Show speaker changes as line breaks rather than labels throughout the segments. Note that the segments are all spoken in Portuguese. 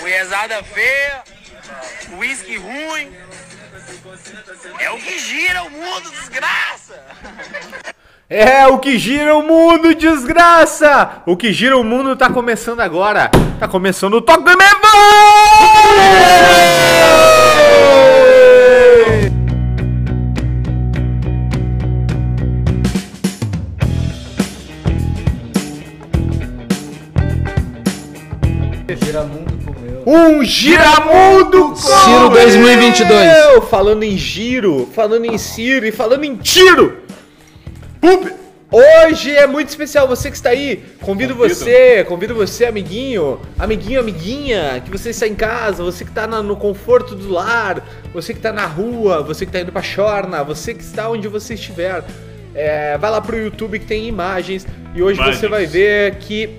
Mulherzada feia, uísque ruim. É o que gira o mundo, desgraça!
É o que gira o mundo, desgraça! O que gira o mundo tá começando agora. Tá começando o Toque do Mevo!
Giramundo comeu.
Um giramundo com
Ciro 2022.
eu! Falando em giro, falando em Ciro e falando em tiro. Pup. Hoje é muito especial, você que está aí, convido, você, convido você, amiguinho, amiguinho, amiguinha, que você está em casa, você que está na- no conforto do lar, você que está na rua, você que está indo pra chorna, você que está onde você estiver. É, vai lá pro YouTube que tem imagens e hoje você
Imagens.
vai ver que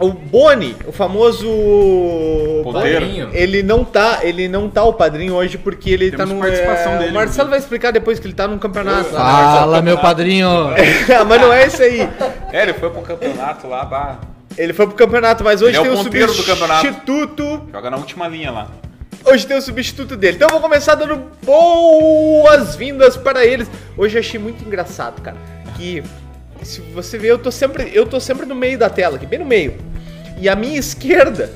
o Boni, o famoso
Poder.
Bolinho.
ele não tá, ele não tá o padrinho hoje porque ele tá
Temos
num.
participação
é,
dele
o Marcelo vai explicar depois que ele tá num campeonato lá.
Fala, meu padrinho.
né? mas não é esse aí.
É, ele foi pro campeonato lá, bah.
Ele foi pro campeonato, mas hoje
Ele é
tem
o
o
ponteiro do campeonato.
substituto.
Joga na última linha lá.
Hoje tem o substituto dele. Então eu vou começar dando boas-vindas para eles. Hoje eu achei muito engraçado, cara. Que se você ver, eu tô sempre, eu tô sempre no meio da tela, aqui, bem no meio. E a minha esquerda,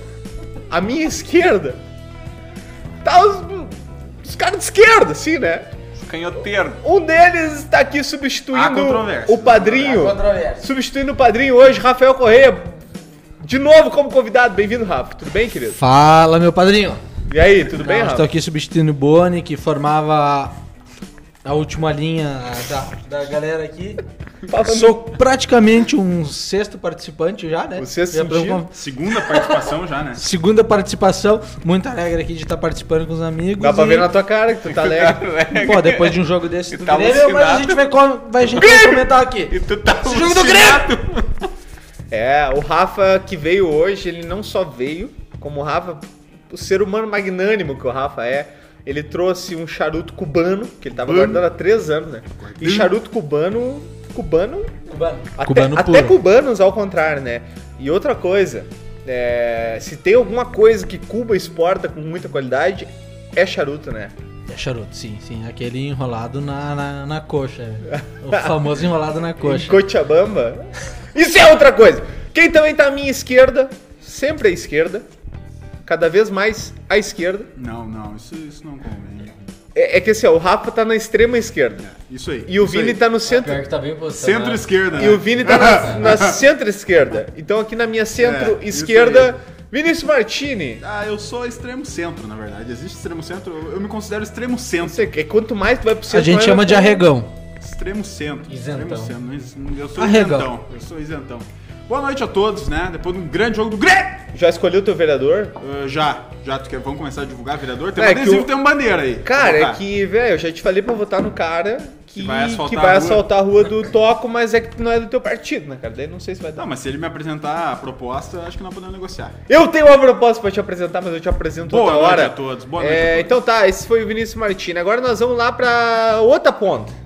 a minha esquerda, tá os, os caras de esquerda, assim, né?
Canhoteiro.
Um deles está aqui
Há
substituindo
controvérsia.
o padrinho.
Há controvérsia.
Substituindo o padrinho hoje, Rafael Correia. De novo como convidado. Bem-vindo, Rafa. Tudo bem, querido?
Fala, meu padrinho.
E aí, tudo bem,
Não, Estou
Rafa?
aqui substituindo o Boni, que formava a última linha da, da galera aqui.
Falando-
Sou praticamente um sexto participante já, né?
O sexto
Já pra-
sentido.
Segunda participação já, né?
Segunda participação. Muito alegre aqui de estar participando com os amigos.
Dá pra
e-
ver na tua cara que tu tá alegre.
Pô, depois de um jogo desse
E
do
tá
Grêmio, mas a
alucinado.
gente vai, com- vai- a gente vai comentar aqui.
E tu tá
Esse jogo do Grêmio!
alucinado.
É, o Rafa que veio hoje, ele não só veio, como o Rafa, o ser humano magnânimo que o Rafa é, ele trouxe um charuto cubano, que ele tava guardando há três anos, né? E charuto cubano. Cubano
Cubano.
Até,
Cubano
até
puro.
cubanos ao contrário, né? E outra coisa, é, se tem alguma coisa que Cuba exporta com muita qualidade, é charuto, né?
É charuto, sim, sim. Aquele enrolado na, na, na coxa. O famoso enrolado na
Em
coxa.
Cochabamba. Isso é outra coisa. Quem também tá à minha esquerda, sempre à esquerda, cada vez mais à esquerda,
Não, não, isso, isso não convém.
é, é que assim, ó, o Rafa tá na extrema esquerda.
Isso aí.
E o
isso
Vini
aí. né?
tá no centro.
Pior que tá bem posicionado.
Centro-esquerda.
E o Vini tá na, na centro-esquerda. Então aqui na
É,
minha centro-esquerda, Vinícius Martini.
Ah, eu sou extremo centro, na verdade. Existe extremo centro? Eu eu me considero extremo
Não
centro.
sei, que- quanto mais tu vai pro
A
centro.
gente
mais
chama de
vai-
arregão.
Extremo centro.
Isentão.
Extremo centro. não existe- Eu sou
Arregão.
isentão. Eu sou isentão. Boa noite a todos, né? Depois de um grande jogo do Grêmio!
Já escolheu teu vereador?
Ah, já, já, tu quer, vamos começar a divulgar, vereador? Tem
É
um
que
adesivo,
o-
tem uma bandeira aí.
Cara,
Vou
é
botar.
que, velho, eu já te falei pra votar no cara que, que
Que
vai
vai
assaltar,
assaltar
a,
a
rua. do Toco, mas é que não é do teu partido, né, cara? Daí não sei se vai dar.
Não, mas se ele me apresentar a proposta, acho que nós podemos negociar.
Eu tenho uma proposta pra te apresentar, mas eu te apresento
Boa
outra
noite
hora.
a todos, boa
É,
noite a todos.
Então tá, esse foi o Vinícius Martini. Agora nós vamos lá pra outra ponta.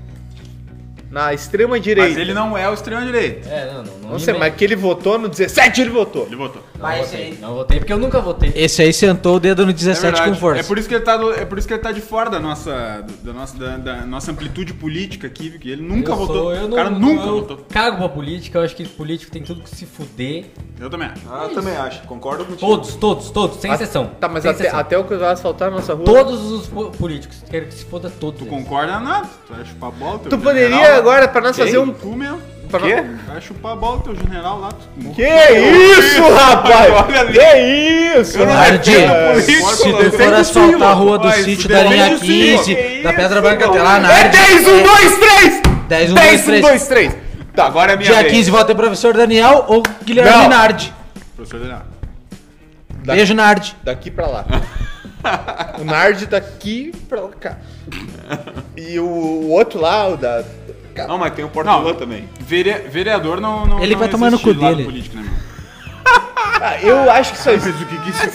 Na extrema direita.
Mas ele não é o extremo direito.
É, não, não. Não,
Não sei,
me-
mas que ele votou no 17, ele votou.
Ele votou.
Não votei, não votei, porque eu nunca votei.
Esse aí sentou o dedo no
É
17
verdade.
com força.
É por isso que ele tá, do- é por isso que ele tá de fora da nossa, da nossa, da, da nossa amplitude política aqui, que ele nunca
eu sou-
votou.
eu
o
não-
cara nunca
eu
votou.
Cago pra política, eu acho que político tem tudo que se fuder.
Eu também acho.
Ah, eu também acho, concordo contigo.
Todos, todos, todos, sem
A-
exceção.
Tá, mas
sem
até,
exceção.
até o que vai assaltar a nossa rua.
Todos os po- políticos, quero que se foda todos.
Tu
eles.
concorda nada? Tu vai chupar bola, teu
Tu poderia agora, pra nós fazer um-
Tu mesmo.
Pra-
Quê? Vai chupar bola, teu general lá. Tu...
Que isso,
Olha
rapaz!
ali.
Que isso, rapaz!
Hardy,
é político,
se
mano.
tu for
Defende o Silo,
asfaltar a rua do
rapaz,
sítio da
defende
linha
o Silo.
15,
Que
da
isso,
Pedra Branca
mano.
até lá na
É
área.
10, 1, 2, 3!
10, 1, 2,
10, 1,
3.
2, 3!
Tá, agora é minha
Dia
vez.
15 vota o professor Daniel ou
Não.
Guilherme Nardi.
Professor Daniel.
Beijo, Nardi.
Daqui pra lá. O Nard daqui pra lá. cá. E o, o outro lá, o da.
Não, mas tem o
Não.
Portugal também.
Vere- Vereador não, não
Ele
não
vai tomar no
existe
cu
lado
dele.
político, né, meu?
Ah, eu acho que só, exi-
Mas o que que isso...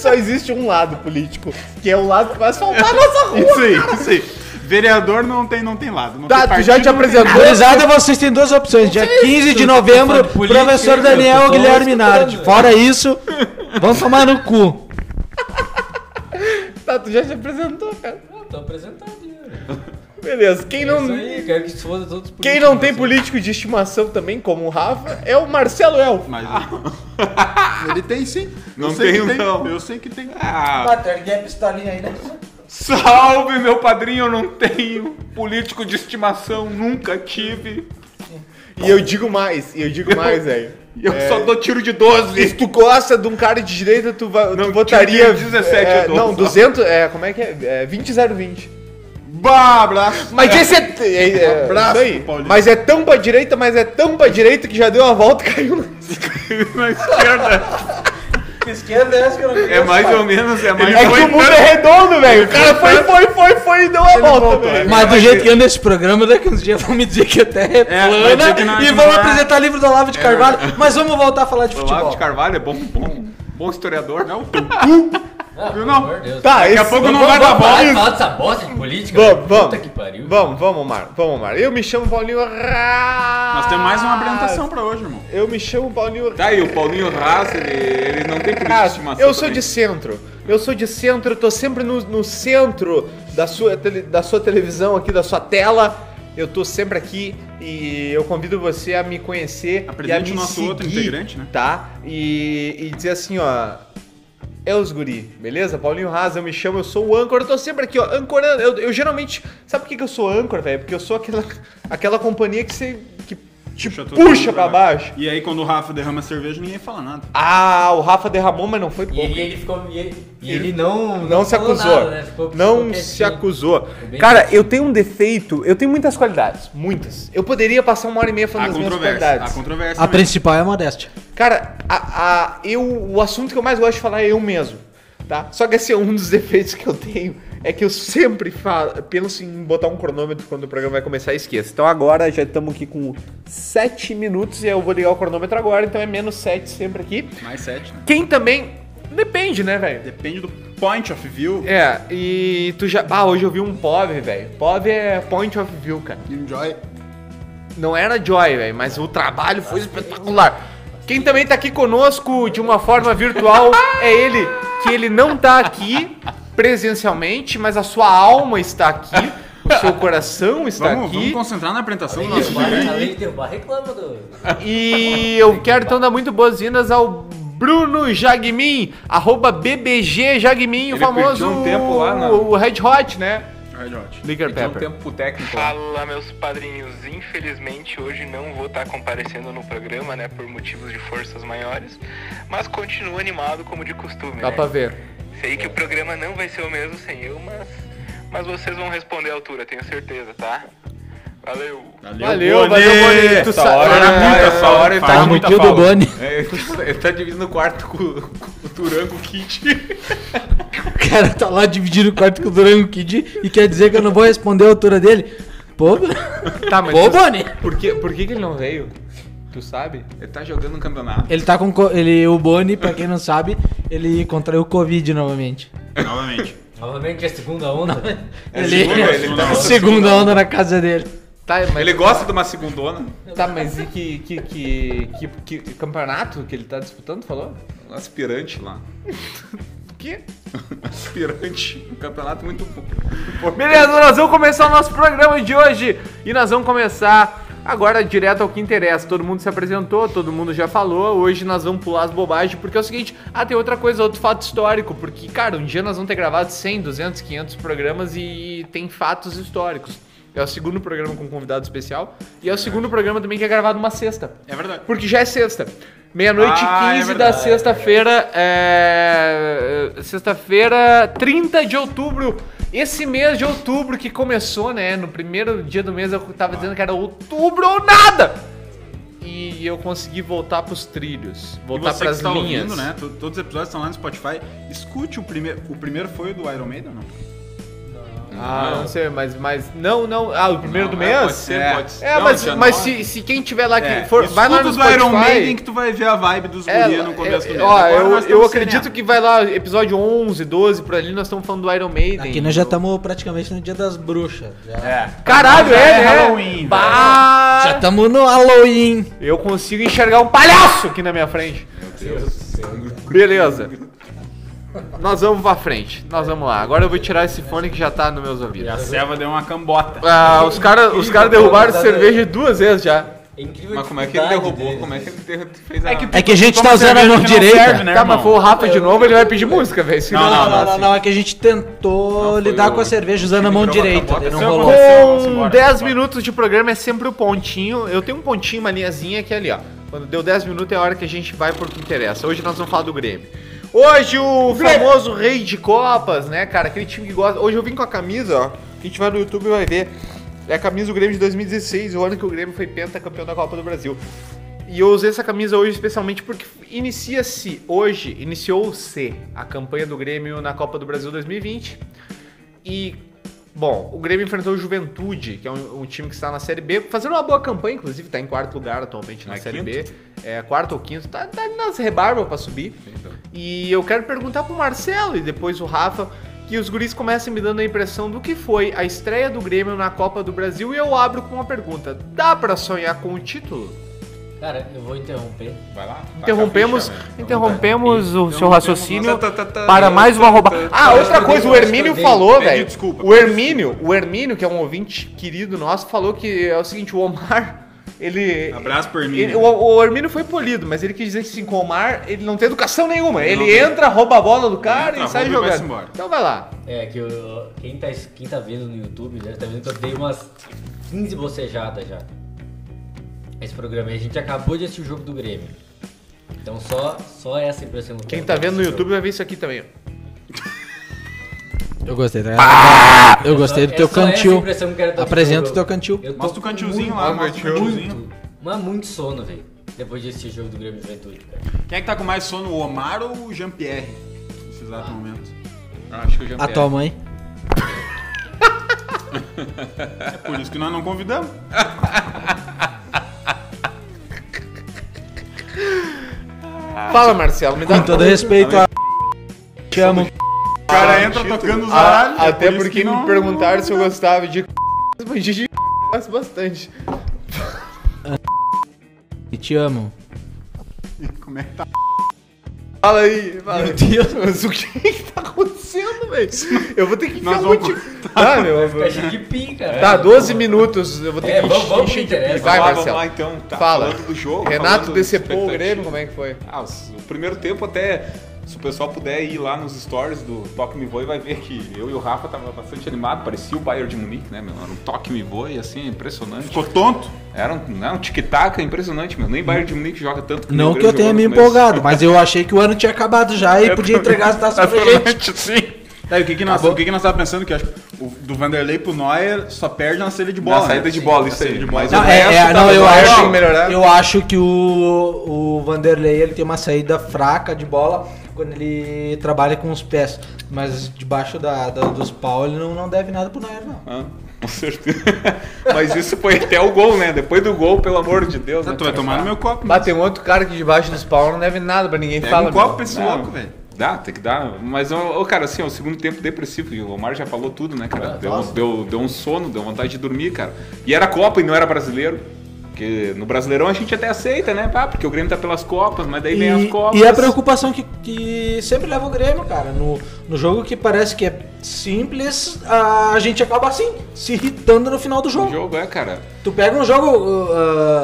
só existe um lado político, que é o lado que vai asfaltar a nossa rua.
Isso aí, isso aí. Vereador não tem, não tem lado. Não
Tá,
tem
tu já
partido,
te
não tem
apresentou.
Gurizada, vocês têm duas opções. Dia 15 de novembro,
falando de política,
professor
hein,
Daniel
meu? Eu tô
Guilherme
escutando.
Nardi. Fora isso, vamos tomar no cu.
Tá, tu já te apresentou, cara.
Não, Ah, tô apresentado. né?
Beleza. Quem
É isso
não,
aí, quero que se foda todos os
quem
políticos,
não tem
né?
político de estimação também, como o Rafa, é o Marcelo Elfo.
Mas Ah. ele tem sim.
Não
eu sei
tem,
que tem.
não.
Eu sei que tem.
Ah, né?
Salve, meu padrinho, eu não tenho político de estimação, nunca tive.
E eu digo mais, e eu digo mais, velho.
Eu só dou tiro de 12.
Se tu gosta de um cara de direita, tu, va- tu
Não,
votaria.
tinha 17
é,
eu dou,
Não,
só.
200. É, como é que é? é 20 020.
Bah, Um abraço.
Mas esse é. é, é
Abraço,
isso aí.
Paulinho.
Mas é tão pra direita, mas é tão pra direita que já deu uma volta e caiu.
Na esquerda.
esquerda é essa que eu não
É mais ou menos, é mais
É que
ou
o mundo é redondo, velho. O cara foi, foi, foi, foi e deu uma volta,
né?
velho.
Mas do jeito que anda esse programa, daqui uns dias vão me dizer que até é
vai dizer que
plana
não-
e
que
vão
não é.
apresentar livro do Olavo de Carvalho. Mas vamos voltar a falar de
Olavo de
futebol.
Carvalho é bom, bom, bom historiador. Não,
Ah, pelo
Não.
amor de Deus.
Tá,
daqui a
esse-
pouco não
vamos-
vai dar
vamos-
bola.
Vai falar dessa bosta de política?
Vamos,
velho?
vamos.
Puta que pariu.
Vamos, vamos, Mar. Vamos, Mar. Eu me chamo Paulinho Ra.
Nós temos mais uma apresentação pra hoje, irmão.
Eu me chamo Paulinho Ra.
Tá, e o Paulinho Haas, ele, ele não tem política de estimação.
Ah, Eu sou
também.
de centro. Eu sou de centro, eu tô sempre no, no centro da sua, tele- da sua televisão aqui, da sua tela. Eu tô sempre aqui e eu convido você a me conhecer e a
Apresente
me
o nosso
seguir,
outro integrante, né?
Tá? E, e dizer assim, ó. É os guri, beleza? Paulinho Raza, eu me chamo, eu sou o âncora, eu tô sempre aqui, ó, ancorando. Eu, eu geralmente. Sabe por que, que eu sou âncora, velho? Porque eu sou aquela, aquela companhia que você. que te
Puxa todo
puxa
mundo
pra
pra
baixo.
E aí, quando o Rafa derrama cerveja, ninguém fala nada.
Ah, o Rafa derramou, mas não foi pouco.
E ele, ele ficou. E ele, e ele não.
Não se
falou
acusou.
nada, né? Ficou-
não
ficou
se
quietinho.
acusou.
bem
Cara, eu tenho um defeito. Eu tenho muitas qualidades. Muitas. Eu poderia passar uma hora e meia
Há
falando das minhas
controvérsia.
qualidades.
Há controvérsia.
A principal é a modéstia.
Cara, a, a- eu, o assunto que eu mais gosto de falar é eu mesmo. Tá? Só que esse é um dos defeitos que eu tenho. É que eu sempre falo, penso em botar um cronômetro quando o programa vai começar e esqueço. Então agora já estamos aqui com 7 minutos e eu vou ligar o cronômetro agora. Então é menos 7 sempre aqui.
também. Mais sete, né?
Quem também. Depende, né, velho?
Depende do point of view.
É, e tu já. Ah, hoje eu vi um POV, velho. POV é Point of View, cara.
Enjoy.
Não era Joy, velho, mas o trabalho foi espetacular. Quem também tá aqui conosco de uma forma virtual é ele, que ele não tá aqui presencialmente, mas a sua alma está aqui, o seu coração está
Vamos, vamos
Tá aqui.
concentrar na apresentação do
Além de
nosso
derrubar,
integrante.
além de derrubar, reclama do.
E eu quero então dar muito boas-vindas ao Bruno Jagmin, arroba BBG Jagmin, o
Ele
famoso.
curtiu um tempo lá na-
O Red Hot, né?
Red Hot.
Licker
Tem um
Pepper.
tempo pro técnico. lá.
Fala, meus padrinhos. Infelizmente, hoje não vou estar comparecendo no programa, né? Por motivos de forças maiores. Mas continuo animado, como de costume.
Dá
né?
pra ver.
Sei que o programa não vai ser o mesmo sem eu, mas, mas vocês vão responder à altura, tenho certeza, tá? Valeu!
Valeu, valeu, Boni. Tu
Essa
Tá
sa-
hora,
Cara,
é,
muita
essa
falta.
hora ele
Tá
com
no
muita
kill do
falta.
Boni.
É, ele tá- ele tá dividindo o quarto com, com o Turango Kit.
O cara tá lá dividindo o quarto com o Durango Kid e quer dizer que eu não vou responder a altura dele. Pô,
Tá, mas
pô
tu-
Boni.
Por que, por que, que ele não veio? Tu sabe?
Ele tá jogando um campeonato.
Ele tá com. co- Ele, o Boni, pra quem não sabe, ele contraiu Covid novamente.
Novamente.
Novamente é a segunda onda. né?
É
Ele,
É segunda, ele tá-
segunda onda na casa dele.
Tá, mas,
Ele gosta de uma segundona.
tá, mas e que, que, que, que, que campeonato que ele tá disputando, falou?
Um aspirante lá.
Que?
Aspirante. Um campeonato muito
Beleza, nós vamos começar o nosso programa de hoje. E nós vamos começar agora direto ao que interessa. Todo mundo se apresentou, todo mundo já falou. Hoje nós vamos pular as bobagens, porque é o seguinte... Ah, tem outra coisa, outro fato histórico. Porque, cara, um dia nós vamos ter gravado 100, 200, 500 programas e tem fatos históricos. É o segundo programa com convidado especial. E é o segundo programa também que é gravado uma sexta.
É verdade.
Porque já é sexta. Meia-noite
Ah, é
15 da
verdade.
sexta-feira. É... Sexta-feira, 30 de outubro. Esse mês de outubro que começou, né? No primeiro dia do mês eu tava dizendo que era outubro ou nada! E eu consegui voltar pros trilhos.
E
Voltar
você que
pras
está
linhas.
ouvindo, né? to- Todos os episódios estão lá no Spotify. Escute o primeiro. O primeiro foi o do Iron Maiden, ou não?
Não, Ah, não, sei, mas, mas. Não, não. Ah, o primeiro do
Não,
mês?
é, Pode ser,
É.
pode ser.
É,
Não,
mas,
dia
mas
nove.
se, se quem tiver lá que
É,
for, vai lá no
escuta os Iron Maiden
Spotify.
que tu vai ver a vibe dos
É,
guria no começo
é,
do mês.
ó,
Agora
eu,
nós
eu
estamos
acredito
sereno.
que vai lá, episódio 11, 12, por ali nós estamos falando do Iron Maiden.
Aqui nós já tá- estamos praticamente no dia das bruxas. Já
É.
Caralho,
Já
é,
é
né?
Halloween, tá-
Bah!
estamos no Halloween.
Eu consigo enxergar um palhaço aqui na minha frente. Beleza. Nós vamos pra frente. Nós vamos lá. Agora eu vou tirar esse fone que já tá nos meus
E a
ouvidos.
Seva deu uma cambota.
Ah, os caras os cara derrubaram
Tá
cerveja duas vezes já.
É incrível a
Mas como é que ele
dificuldade
derrubou?
deles,
Como é
né?
que ele derru- fez a...
É que a gente tá
Toma
usando a
cerveja
mão
que não
direita.
serve, né,
tá, mas
irmão?
for o Rafa de novo, ele vai pedir música, velho. Se
Não,
Não,
não,
não, não, não,
assim.
é que a gente tentou
Não, foi
lidar
o-
com a cerveja usando a mão
Ele virou uma
direita, daí
capota,
não
esse é o
rolou.
gol. Vamos
Com
embora,
10
vamos embora.
minutos de programa é sempre o pontinho. Eu tenho um pontinho, uma linhazinha que é ali, ó. Quando deu 10 minutos é a hora que a gente vai pro que interessa. Hoje nós vamos falar do Grêmio. Hoje o famoso rei de copas, né, cara? Aquele time que gosta. Hoje eu vim com a camisa, ó. Quem tiver no YouTube vai ver. É a camisa do Grêmio de 2016, o ano que o Grêmio foi pentacampeão da Copa do Brasil. E eu usei essa camisa hoje especialmente porque inicia-se hoje, iniciou-se a campanha do Grêmio na Copa do Brasil 2020. E, bom, o Grêmio enfrentou o Juventude, que é um, um time que está na Série B, fazendo uma boa campanha, inclusive, está em quarto lugar atualmente na
É
Série
quinto?
B. É, quarto ou quinto, tá, tá ali nas rebarbas para subir.
Então,
E eu quero perguntar pro Marcelo e depois o Rafa que os guris comecem me dando a impressão do que foi a estreia do Grêmio na Copa do Brasil e eu abro com uma pergunta. Dá pra sonhar com o título?
é-
Cara, eu vou interromper.
Vai lá.
Interrompemos,
Taca a ficha, velho.
interrompemos o seu
Interrompemos
raciocínio
nossa- tá, tá, tá,
para
tá,
mais uma roubada. Ah,
eu
outra coisa, o
respondei,
Hermínio
respondei.
falou,
Pede
velho.
tá desculpa,
O Hermínio, o Hermínio, que é um ouvinte querido nosso, falou que é o seguinte, o Omar, ele...
Abraço pro
ele-
Hermínio.
o, o Hermínio foi polido, mas ele quis dizer que assim, com o Omar ele não tem educação nenhuma. Ele,
não tem.
entra, rouba a bola do cara
Entra,
e sai
rouba e vai-se
jogando.
embora.
então vai lá.
É, que eu, quem, tá, quem tá vendo no YouTube deve tá vendo que eu dei umas 15 bocejadas já. Esse programa. E a gente acabou de assistir o jogo do Grêmio. Então só, só essa impressão. que eu
Quem
quero
tá
dar
vendo no
desse
YouTube vai ver isso aqui também. ó.
Eu gostei, tá ligado? Eu
jogo.
gostei do
É
teu
só essa
cantil.
impressão que eu quero dar desse
Apresenta
jogo.
o teu cantil.
Eu tô
Mostra o
com
cantilzinho
muito-
lá, mostra o cantilzinho.
Muito, mas muito sono, velho. Depois de assistir o jogo do Grêmio e Juventude, cara.
Quem é que tá com mais sono, o Omar ou o Jean-Pierre? Nesse exato momento. Ah, acho que o
A tua mãe.
É por isso que nós não convidamos.
Fala, Marcelo, me dá
Com todo respeito a. Te amo.
O cara entra tocando os
Ah,
aralhos.
até porque me perguntaram se eu gostava de c****, mas de c****, eu gosto bastante.
E te amo.
Como é que tá?
Fala aí, fala aí.
Meu Deus.
Mas o que que tá acontecendo, velho? Eu vou ter que
Nós
enfiar um
vamos
monte de- Tá, meu. eu vou-
Fica chique pim, cara.
Tá, 12 minutos. Eu vou ter
É,
que
vamos- vamos
encher
pro interesse.
de- Vai,
Vamos lá,
Marcelo.
vamos lá, então. Tá
Fala.
falando do jogo,
Renato
falando
decepou o
de
Grêmio,
expectativa.
como é que foi?
Ah, os- o primeiro tempo até, se o pessoal puder ir lá nos stories do Toque Me Voe, vai ver que eu e o Rafa tava bastante animado, parecia o Bayern de Munique, né, meu? Era um Toque Me Voe, assim, impressionante.
Ficou tonto?
Era um, né, um tic-tac impressionante, meu. Nem Bayern de Munique joga tanto. nem o
Não que
Grêmio
eu tenha
jogou
me
no começo.
empolgado, mas eu achei que o ano tinha acabado já
É
e podia entregar as taças pra gente.
Daí, o que que nós, o que que nós tava pensando? Que eu acho que o, do Vanderlei pro Neuer só perde na saída de bola.
Na saída de
né?
bola,
Na
isso
saída
aí.
de bola.
Mas
Não,
o
é, é,
resto
não,
tava
eu
bom.
acho,
tem que melhorar.
eu acho que o, o Vanderlei ele tem uma saída fraca de bola quando ele trabalha com os pés, mas debaixo da, da- dos pau ele não, não deve nada pro Nair, não.
Ah, com certeza. Mas isso foi até o gol, né? Depois do gol, pelo amor de Deus.
Ah,
né,
tu vai
cara?
tomar no meu copo.
Bah, tem um outro cara aqui debaixo dos pau não deve nada pra ninguém.
Pega
Fala,
um copo
meu. É.
pra esse
Não.
louco, velho.
Dá, tem que dar. Mas, ô, ô, cara, assim, ó, o segundo tempo depressivo. E o Omar já falou tudo, né, cara? Deu, deu, deu um sono, deu vontade de dormir, cara. E era Copa e não era brasileiro. Porque no Brasileirão a gente até aceita, né? pá? porque o Grêmio tá pelas Copas, mas daí vem as Copas.
E, é e a preocupação que, que sempre leva o Grêmio, cara, no, no jogo que parece que é simples, a, a gente acaba assim, se irritando no final do
O
jogo.
jogo é, cara.
Tu pega um jogo. uh,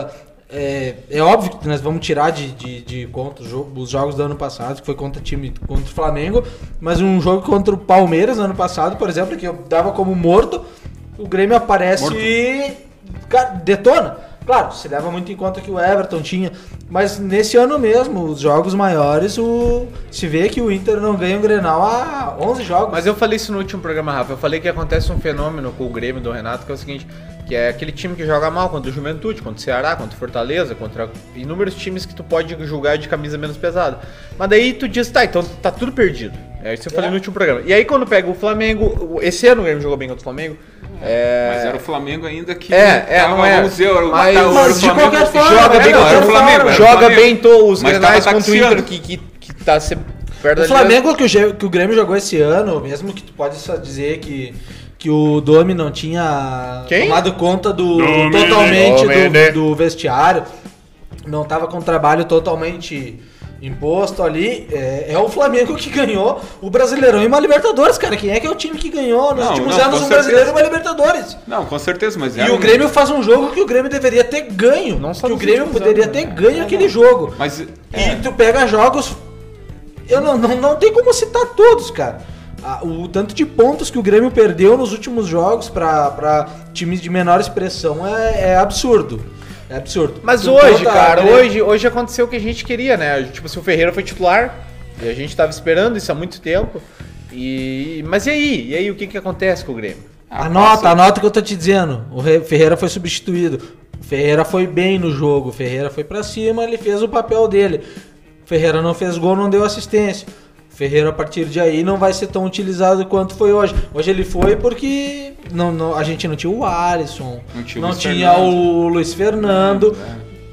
uh, é, é óbvio que nós vamos tirar de, de, de conta os, jo- os jogos do ano passado, que foi contra o time contra o Flamengo, mas um jogo contra o Palmeiras no ano passado, por exemplo, que eu dava como morto, o Grêmio aparece
Morto.
e cara, detona. Claro, se leva muito em conta que o Everton tinha, mas nesse ano mesmo, os jogos maiores, o, se vê que o Inter não ganha o Grenal há 11 jogos.
Mas eu falei isso no último programa, Rafa. Eu falei que acontece um fenômeno com o Grêmio do Renato, que é o seguinte, que é aquele time que joga mal contra o Juventude, contra o Ceará, contra o Fortaleza, contra inúmeros times que tu pode julgar de camisa menos pesada. Mas daí tu diz, tá, então tá tudo perdido. É, isso eu falei no último programa. E aí quando pega o Flamengo, o- esse ano o Grêmio jogou bem contra o Flamengo. É,
Mas era o Flamengo ainda que.
É, é,
tava,
não é.
Vamos dizer, era o
Mas-
Mataus, era o
Mas de
Flamengo
qualquer
que-
forma,
joga bem
era,
contra
era o Flamengo. era o
é joga
Flamengo.
bem to- os
Mas tá tava
grenais contra o
taxiando.
Inter, que, que, que tá se- perto
O
da
Flamengo que o, Gê- que o Grêmio jogou esse ano, mesmo que tu pode só dizer que, que o Domi não tinha
Quem?
tomado conta do
Domi, né?
totalmente
Domi, né?
do, do vestiário, não tava com o trabalho totalmente imposto ali, é, é o Flamengo que ganhou o Brasileirão e uma Libertadores, cara. Quem é que é o time que ganhou nos
Não,
últimos
não,
anos
com
um
certeza.
Brasileiro e uma Libertadores?
Não, com certeza, mas
E
era
o
um-
Grêmio faz um jogo que o Grêmio deveria ter ganho.
Não só
que o
nos
Grêmio
últimos
poderia
anos,
ter ganho aquele jogo.
Mas.
É.
E tu pega jogos. Eu não, não, não tem como citar todos, cara. Ah, O tanto de pontos que o Grêmio perdeu nos últimos jogos pra, pra times de menor expressão é, é absurdo. É absurdo.
Mas
Tu
hoje,
bota
cara,
Grêmio-
hoje, hoje aconteceu o que a gente queria, né? Tipo, se o Ferreira foi titular, e a gente tava esperando isso há muito tempo. E. Mas e aí? E aí, o que que acontece com o Grêmio?
Anota, anota o que eu tô te dizendo. O Re- Ferreira foi substituído. O Ferreira foi bem no jogo. O Ferreira foi pra cima, ele fez o papel dele. O Ferreira não fez gol, não deu assistência. O Ferreira, a partir de aí, não vai ser tão utilizado quanto foi hoje. Hoje ele foi porque não, não- a gente não tinha o Alisson,
Não
não
tinha
tinha,
o Luiz
o Luiz Fernando.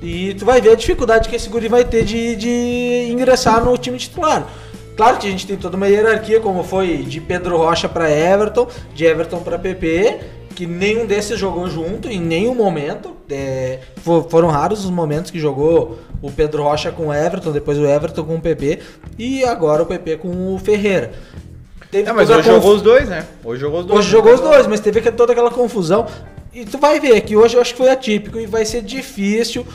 E tu vai ver a dificuldade que esse guri vai ter de, de ingressar no time titular. Claro que a gente tem toda uma hierarquia, como foi de Pedro Rocha para Everton, de Everton para PP, que nenhum desses jogou junto em nenhum momento. É, fo- foram raros os momentos que jogou o Pedro Rocha com o Everton, depois o Everton com o PP e agora o PP com o Ferreira. Teve
É, mas
toda a
hoje
conf-
jogou os dois, né? Hoje jogou os dois.
Hoje jogou os dois, mas teve aquela- toda aquela confusão. E tu vai ver que hoje eu acho que foi atípico e vai ser difícil,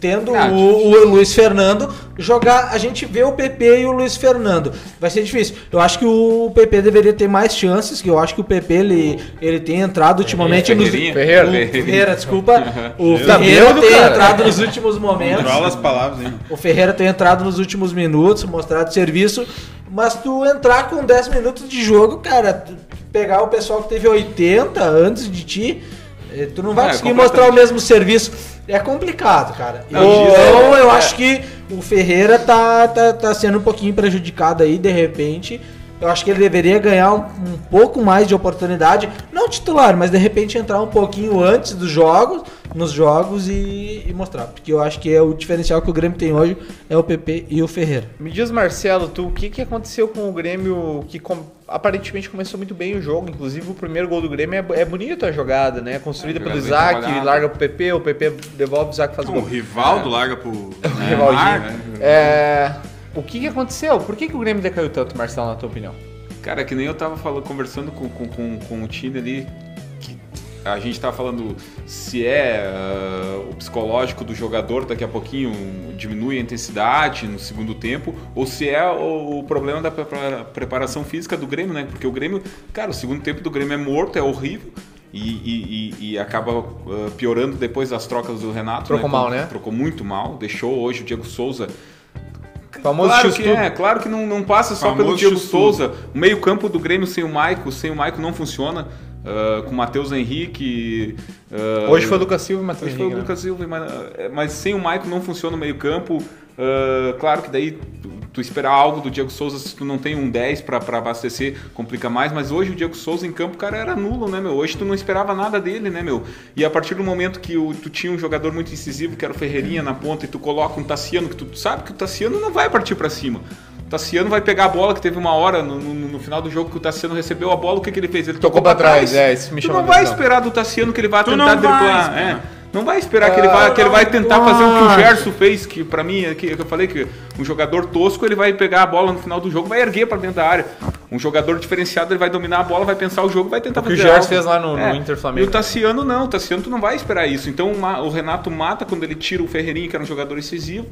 tendo
Ah,
o, o Luiz Fernando, jogar. A gente vê o PP e o Luiz Fernando. Vai ser difícil. Eu acho que o PP deveria ter mais chances, que eu acho que o PP ele, ele tem entrado ultimamente nos.
Ferreirinha.
Ferreira.
O Ferreira, desculpa. O
Tá
Ferreira
bêbado,
tem
cara?
entrado nos últimos momentos.
Controla as palavras, hein?
O Ferreira tem entrado nos últimos minutos, mostrado serviço, mas tu entrar com 10 minutos de jogo, cara, tu pegar o pessoal que teve 80 antes de ti, eh, tu não vai
É,
conseguir
completamente.
mostrar o mesmo serviço. É complicado, cara.
Não,
então
diz-
eu
é.
acho que o Ferreira tá, tá, tá sendo um pouquinho prejudicado aí, de repente. Eu acho que ele deveria ganhar um, um pouco mais de oportunidade, não titular, mas de repente entrar um pouquinho antes dos jogos, nos jogos e, e mostrar. Porque eu acho que é o diferencial que o Grêmio tem hoje é o PP e o Ferreira.
Me diz, Marcelo, tu, o que, que aconteceu com o Grêmio que com- aparentemente começou muito bem o jogo? Inclusive, o primeiro gol do Grêmio é, bo- é bonito a jogada, né? Construída
É,
pelo
jogada bem
Isaac,
trabalhada.
larga pro PP, o PP devolve, o Isaac faz o
Não, o
gol.
Rivaldo larga pro. né,
Rivaldinho.
marca.
né?
É, o que, que aconteceu? Por que, que o Grêmio decaiu tanto, Marcelo, na tua opinião?
Cara, que nem eu tava falando, conversando com, com, com, com o Tina ali, que a gente tava falando se é ah, o psicológico do jogador daqui a pouquinho diminui a intensidade no segundo tempo, ou se é o, o problema da prepara- preparação física do Grêmio, né? Porque o Grêmio, cara, o segundo tempo do Grêmio é morto, é horrível. E, e, e- e acaba ah, piorando depois das trocas do Renato.
Trocou mal, né?
Trocou muito mal, deixou hoje o Diego Souza
Famoso
claro que
X-Tudo.
é, claro que não, não passa só
Famoso
pelo Diego
chustudo.
Souza. O meio-campo do Grêmio sem o Maico, sem o Maico não funciona. Ah, com o Matheus Henrique. ah,
Hoje foi o Lucas Silva e Matheus
hoje foi o
Henrique, né?
Lucas Silva, mas, é, mas sem o Maico não funciona o meio-campo. Ah, claro que daí tu, tu esperar algo do Diego Souza se tu não tem um 10 pra pra abastecer, complica mais. Mas hoje o Diego Souza em campo, cara, era nulo, né, meu? Hoje tu não esperava nada dele, né, meu? E a partir do momento que o- tu tinha um jogador muito incisivo, que era o Ferreirinha na ponta, e tu coloca um Tassiano, que tu sabe que o Tassiano não vai partir pra cima. O Tassiano vai pegar a bola, que teve uma hora no, no- no final do jogo que o Tassiano recebeu a bola, o que, que ele fez? Ele
Tocou pra trás, é, isso me
tu
chama
não
a
vai
atenção.
esperar do Tassiano que ele vai
Tu
tentar
não vai
driblar.
esperar. Ah,
é. Não vai esperar que ele vai, que ele vai tentar fazer o que o Gerson fez, que pra mim, é que eu falei que um jogador tosco, ele vai pegar a bola no final do jogo, vai erguer pra dentro da área. Um jogador diferenciado, ele vai dominar a bola, vai pensar o jogo, vai tentar
O que o
fazer
Gerson
algo. É.
fez lá no- no Inter Flamengo.
E o Tassiano não, o Tassiano tu não vai esperar isso. Então o Ma- o Renato mata quando ele tira o Ferreirinho, que era um jogador incisivo,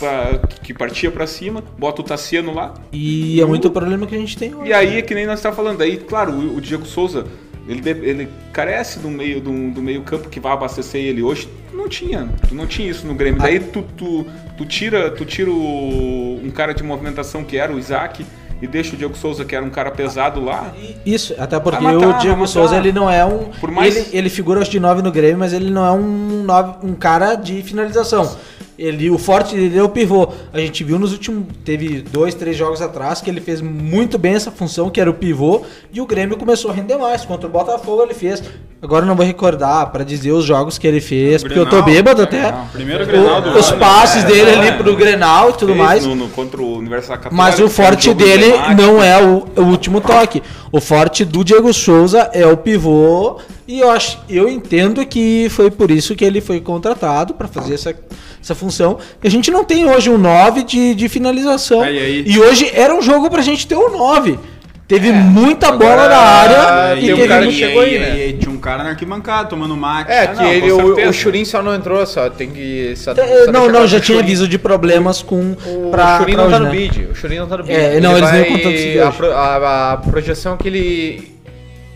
pra- que partia pra cima, bota o Tassiano lá,
E é muito o problema que a gente tem hoje. né?
e aí é que nem nós estávamos falando, aí, claro, o, o Diego Souza, ele, de- ele carece do meio, do, do meio campo que vai abastecer ele hoje. Não tinha, tu não tinha isso no Grêmio. Daí tu, tu, tu tira, tu tira o- um cara de movimentação que era o Isaac e deixa o Diego Souza, que era um cara pesado lá.
Isso, até porque
Vai matar,
o
vai
Diego Souza
matar.
ele não é um.
Por mais-
Ele, ele figura acho, de 9 no Grêmio, mas ele não é um, nove, um cara de finalização. Ele, o forte dele é o pivô. A gente viu nos últimos. Teve dois, três jogos atrás que ele fez muito bem essa função, que era o pivô, e o Grêmio começou a render mais. Contra o Botafogo ele fez. Agora eu não vou recordar pra dizer os jogos que ele fez, porque eu tô
Grenal,
bêbado até.
Grenal.
Primeiro
O-
Grenal do
os
ano,
passes
é,
dele
é,
ali
é.
pro Grenal e tudo
Fez
mais.
No, no, contra o Universal Católica. um
Mas o
um
forte dele não é o, o último toque. O forte do Diego Souza é o pivô. E eu, acho, eu entendo que foi por isso que ele foi contratado para fazer essa, essa função. E a gente não tem hoje um 9 de, de finalização.
Aí, aí.
E hoje era um jogo pra gente ter um 9. Teve muita bola na
É,
área e
É, tem um
teve
cara que
muito-
chegou aí, né?
e tinha um cara na arquibancada tomando mate. Ah,
É,
Ah, não,
que
com
ele, o,
certeza.
o Churin só não entrou, só tem que. Só,
Te-
só
Não,
deixar
não,
claro
já
que é o
tinha
Churin-
aviso de problemas com.
O
pra-
Churin
pra
não tá
hoje,
no
né?
bid. O Churin não tá no bid.
É, não, eles nem
vai-
contam esse
a,
hoje.
pro- a, a projeção é que ele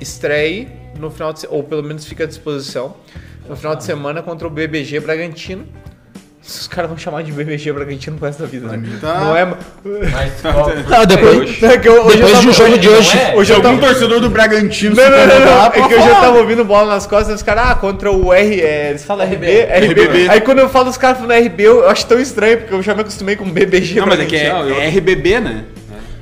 estreie no final de se- ou pelo menos fica à disposição no final de semana contra o BBG Bragantino. Os caras vão chamar de BBG Bragantino pro resto da vida, né?
Tá.
Não é.
Mas qual-
Ah, depois,
É que eu- hoje eu
depois
tava-
do jogo de
não
hoje.
é?
Hoje eu
Algum
tava.
torcedor do Bragantino.
Não, não, não, não, não.
Ah,
É que eu já tava ouvindo bola nas costas e os caras, ah, contra o R. é, eles falam RB, RB.
RBB.
Aí quando eu falo os caras falando RB, eu acho tão estranho, porque eu já me acostumei com BBG.
Não, mas é que é,
Bragantino.
é RBB, né?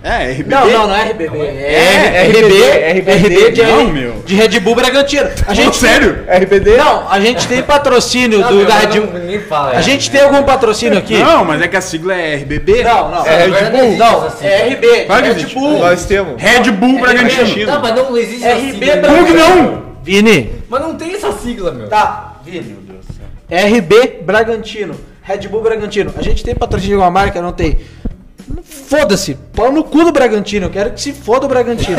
É, RBB.
Não, não, não é RBB. É
É,
RBB,
RBD,
RBD de,
não, meu.
de Red Bull Bragantino. A gente,
sério?
RBD?
Não, a gente tem patrocínio
Não,
do,
meu,
da
mas
Red
não-
Bull.
ninguém fala. é.
A gente tem algum patrocínio aqui?
Não, mas é que a sigla é RBB.
não. não.
É
Agora
Red
não existe
Não,
essa sigla.
é RB.
Claro que
Red
existe.
Bull.
Nós temos.
Red Bull Bragantino.
Não, mas não existe essa
RB
sigla.
Brasil.
Como que não?
Vini.
Mas não tem essa sigla, meu.
Tá, Vini. Meu Deus do céu. RB Bragantino. Red Bull Bragantino. A gente tem patrocínio de alguma marca? Não tem. Foda-se. Pau no cu do Bragantino. Eu quero que se foda o Bragantino.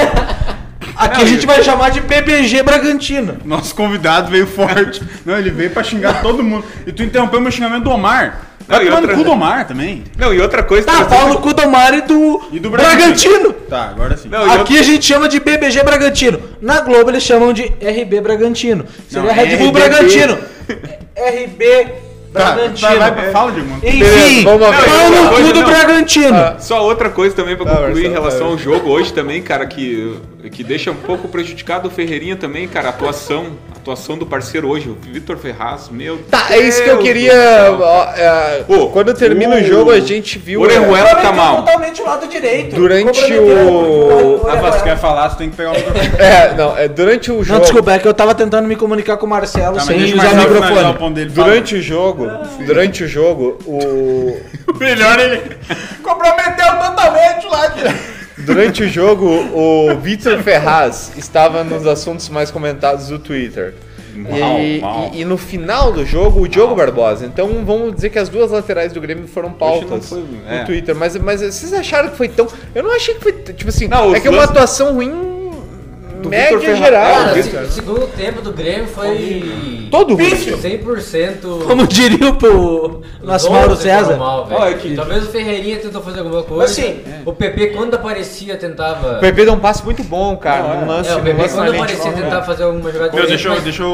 Aqui a gente vai chamar de PBG Bragantino.
Nosso convidado veio forte. Não, ele veio pra xingar todo mundo. E tu interrompeu meu xingamento do Omar.
Não,
Vai
e
tomar no
outra-
cu do Omar também.
Não, e outra coisa...
Tá, pau no cu do Mário e do,
E do
Bragantino.
Tá, agora sim.
Não, e
Aqui a gente chama de BBG Bragantino. Na Globo eles chamam de RB Bragantino. Seria
Não,
Red Bull
RBB.
Bragantino. RB
Tá,
Bragantino.
vai, vai, fala de uma.
Enfim,
Beleza, vamos lá.
pau
Não,
no
hoje
cu do
não.
Bragantino.
Ah,
Só outra coisa também pra
Ah,
concluir em
Marcelo,
relação
é.
tá.
ao jogo hoje também, cara, que, que deixa um pouco prejudicado o Ferreirinha também, cara. A atuação, a atuação do parceiro hoje, o Vitor Ferraz, meu
Tá, é isso que eu
Deus
queria.
do céu.
ó, é,
Pô,
quando termina o
o-
jogo, a gente viu.
o Orejuela
é,
tá mal.
totalmente o lado direito.
Durante
Comprometeu.
o-
Olha,
Ah, mas tu
olha.
quer falar, tu tem que pegar o microfone.
É, não, é durante o
Não,
jogo.
desculpa, é que eu tava tentando me comunicar com o Marcelo
Tá, mas
sem
deixa o
usar o
Marcelo finalizar
microfone.
o ponto dele. Fala.
Durante o jogo, durante o jogo, o
Melhor ele. Comprometeu totalmente lá de.
durante o jogo o Vitor Ferraz estava nos assuntos mais comentados do Twitter.
Mal,
e,
mal.
e- e no final do jogo o Diogo Barbosa. Então vamos dizer que as duas laterais do Grêmio foram
não
pautas
foi-
no
é.
Twitter. Mas, mas vocês acharam que foi tão? Eu não achei que foi t- tipo assim.
Não,
é
os
que é uma
lances-
atuação ruim
Do
média
Vitor Ferraz.
geral.
É,
Cara,
o
se- o segundo tempo do Grêmio foi.
Todo ruim.
100%.
Como diria o o nosso Mauro César.
Olha
Olha,
que-
Talvez o Ferreirinha tentou fazer alguma coisa. É.
assim,
o PP, quando aparecia, tentava.
O PP deu um passe muito bom, cara, num lance,
É, o
num
PP,
lance na
quando
lente.
aparecia, tentava fazer alguma jogada
Meu,
diferente,
deixa eu.
mas-
Deixa eu...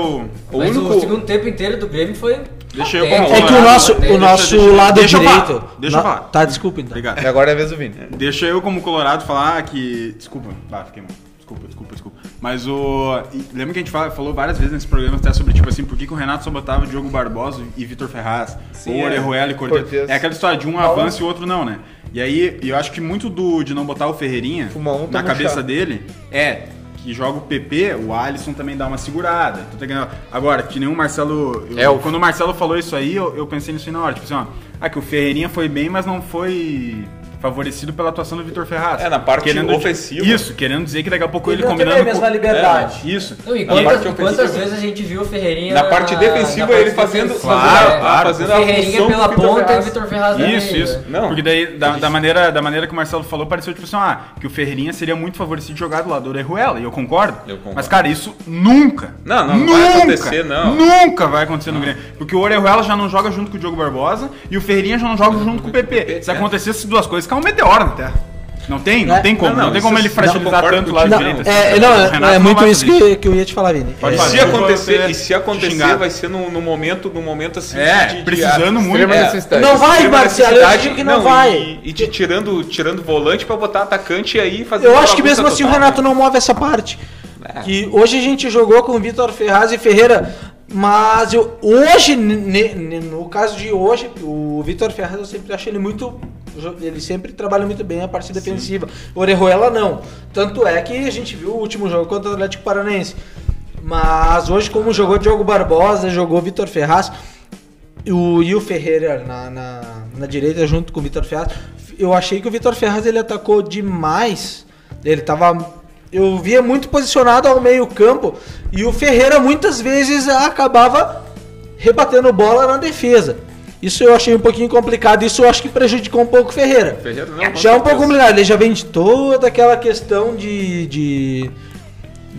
O
mas
único-
o segundo tempo inteiro do Grêmio foi.
Deixa eu
Tem-
concluir.
É que o nosso, o nosso
deixa-
lado
deixa eu falar,
direito.
deixa eu
Na-
falar.
Tá, desculpa então.
Obrigado.
E agora é a vez do Vini.
Deixa eu, como colorado, falar que. Desculpa, bah, fiquei mal. Desculpa, desculpa, desculpa. Mas o. e Lembra que a gente fala- falou várias vezes nesse programa até sobre, tipo assim, por que, que o Renato só botava o Diogo Barbosa e Vitor Ferraz? ou
é.
Orejuela e
Cortez.
Cortez. É aquela história de um avança e o outro não, né? E aí, eu acho que muito do de não botar o Ferreirinha
Fuma um,
na
toma um
cabeça
chá.
dele é que joga o PP, o Alisson também dá uma segurada. Então, tem que- Agora, que nem o Marcelo. eu-
É, o-
Quando o Marcelo falou isso aí, eu, eu pensei nisso aí na hora. Tipo assim, ó. Ah, que o Ferreirinha foi bem, mas não foi favorecido pela atuação do Vitor Ferraz.
É, na parte
di-
ofensiva.
Isso, querendo dizer que daqui a pouco ele,
Ele não teve
combinando.
a mesma liberdade.
É, isso.
Não, e
E-
quantas,
parte
quantas
ofensiva-
vezes a gente viu o Ferreirinha.
Na parte defensiva,
parte
ele fazendo-
defensiva,
Claro,
né?
claro.
fazendo a
Ferreirinha
função do
pela
Vitor
ponta e o
Ferraz.
Vitor Ferraz na
Isso,
meia.
né?
isso.
Não.
Porque daí, da, da maneira, da maneira que o Marcelo falou, pareceu tipo assim, ah, que o Ferreirinha seria muito favorecido de jogar do lado do Orejuela, e eu concordo.
Eu concordo.
Mas, cara, isso nunca,
Não, não, não
nunca,
vai acontecer, não.
nunca vai acontecer no Grêmio. Porque o Orejuela já não joga junto com o Diogo Barbosa, e o Ferreirinha já não joga junto com o PP.
é.
Se acontecesse duas coisas, cai um meteoro na Terra. Não tem, não
É.
tem como,
Não,
não,
não,
tem
isso
como ele
eu
fragilizar
concordo
tanto o lado
contigo,
Não,
direito.
é,
assim.
não,
O
é-
Renato
é
não
muito
vai
isso
fazer
que, que eu ia te falar, Vini.
Pode
É,
falar.
E se
Eu vou
acontecer,
ser
e se acontecer
xingado.
vai ser num, num momento, num momento assim
É, precisando muito.
Extrema
É.
necessidade.
Não vai,
extrema
Marcelo, eu
necessidade.
digo que não, vai.
E, e te tirando, tirando volante pra botar atacante aí e fazer
Eu
uma
acho que
bagunça
mesmo assim o
total,
Renato
né?
É.
não move essa parte. Que hoje a gente jogou com o Vitor Ferraz e Ferreira. Mas eu, hoje, ne- ne- no caso de hoje, o Vitor Ferraz eu sempre acho ele muito. Ele sempre trabalha muito bem a parte defensiva. O Orejuela não. Tanto é que a gente viu o último jogo contra o Atlético Paranaense. Mas hoje, como jogou Diogo Barbosa, jogou Vitor Ferraz e o Will Ferreira na, na, na direita junto com o Vitor Ferraz, eu achei que o Vitor Ferraz ele atacou demais. Ele tava. Eu via muito posicionado ao meio-campo e o Ferreira muitas vezes acabava rebatendo bola na defesa. Isso eu achei um pouquinho complicado, isso eu acho que prejudicou um pouco o Ferreira.
Ferreira não, com
já é um
certeza.
pouco complicado, ele já vem de toda aquela questão de. de,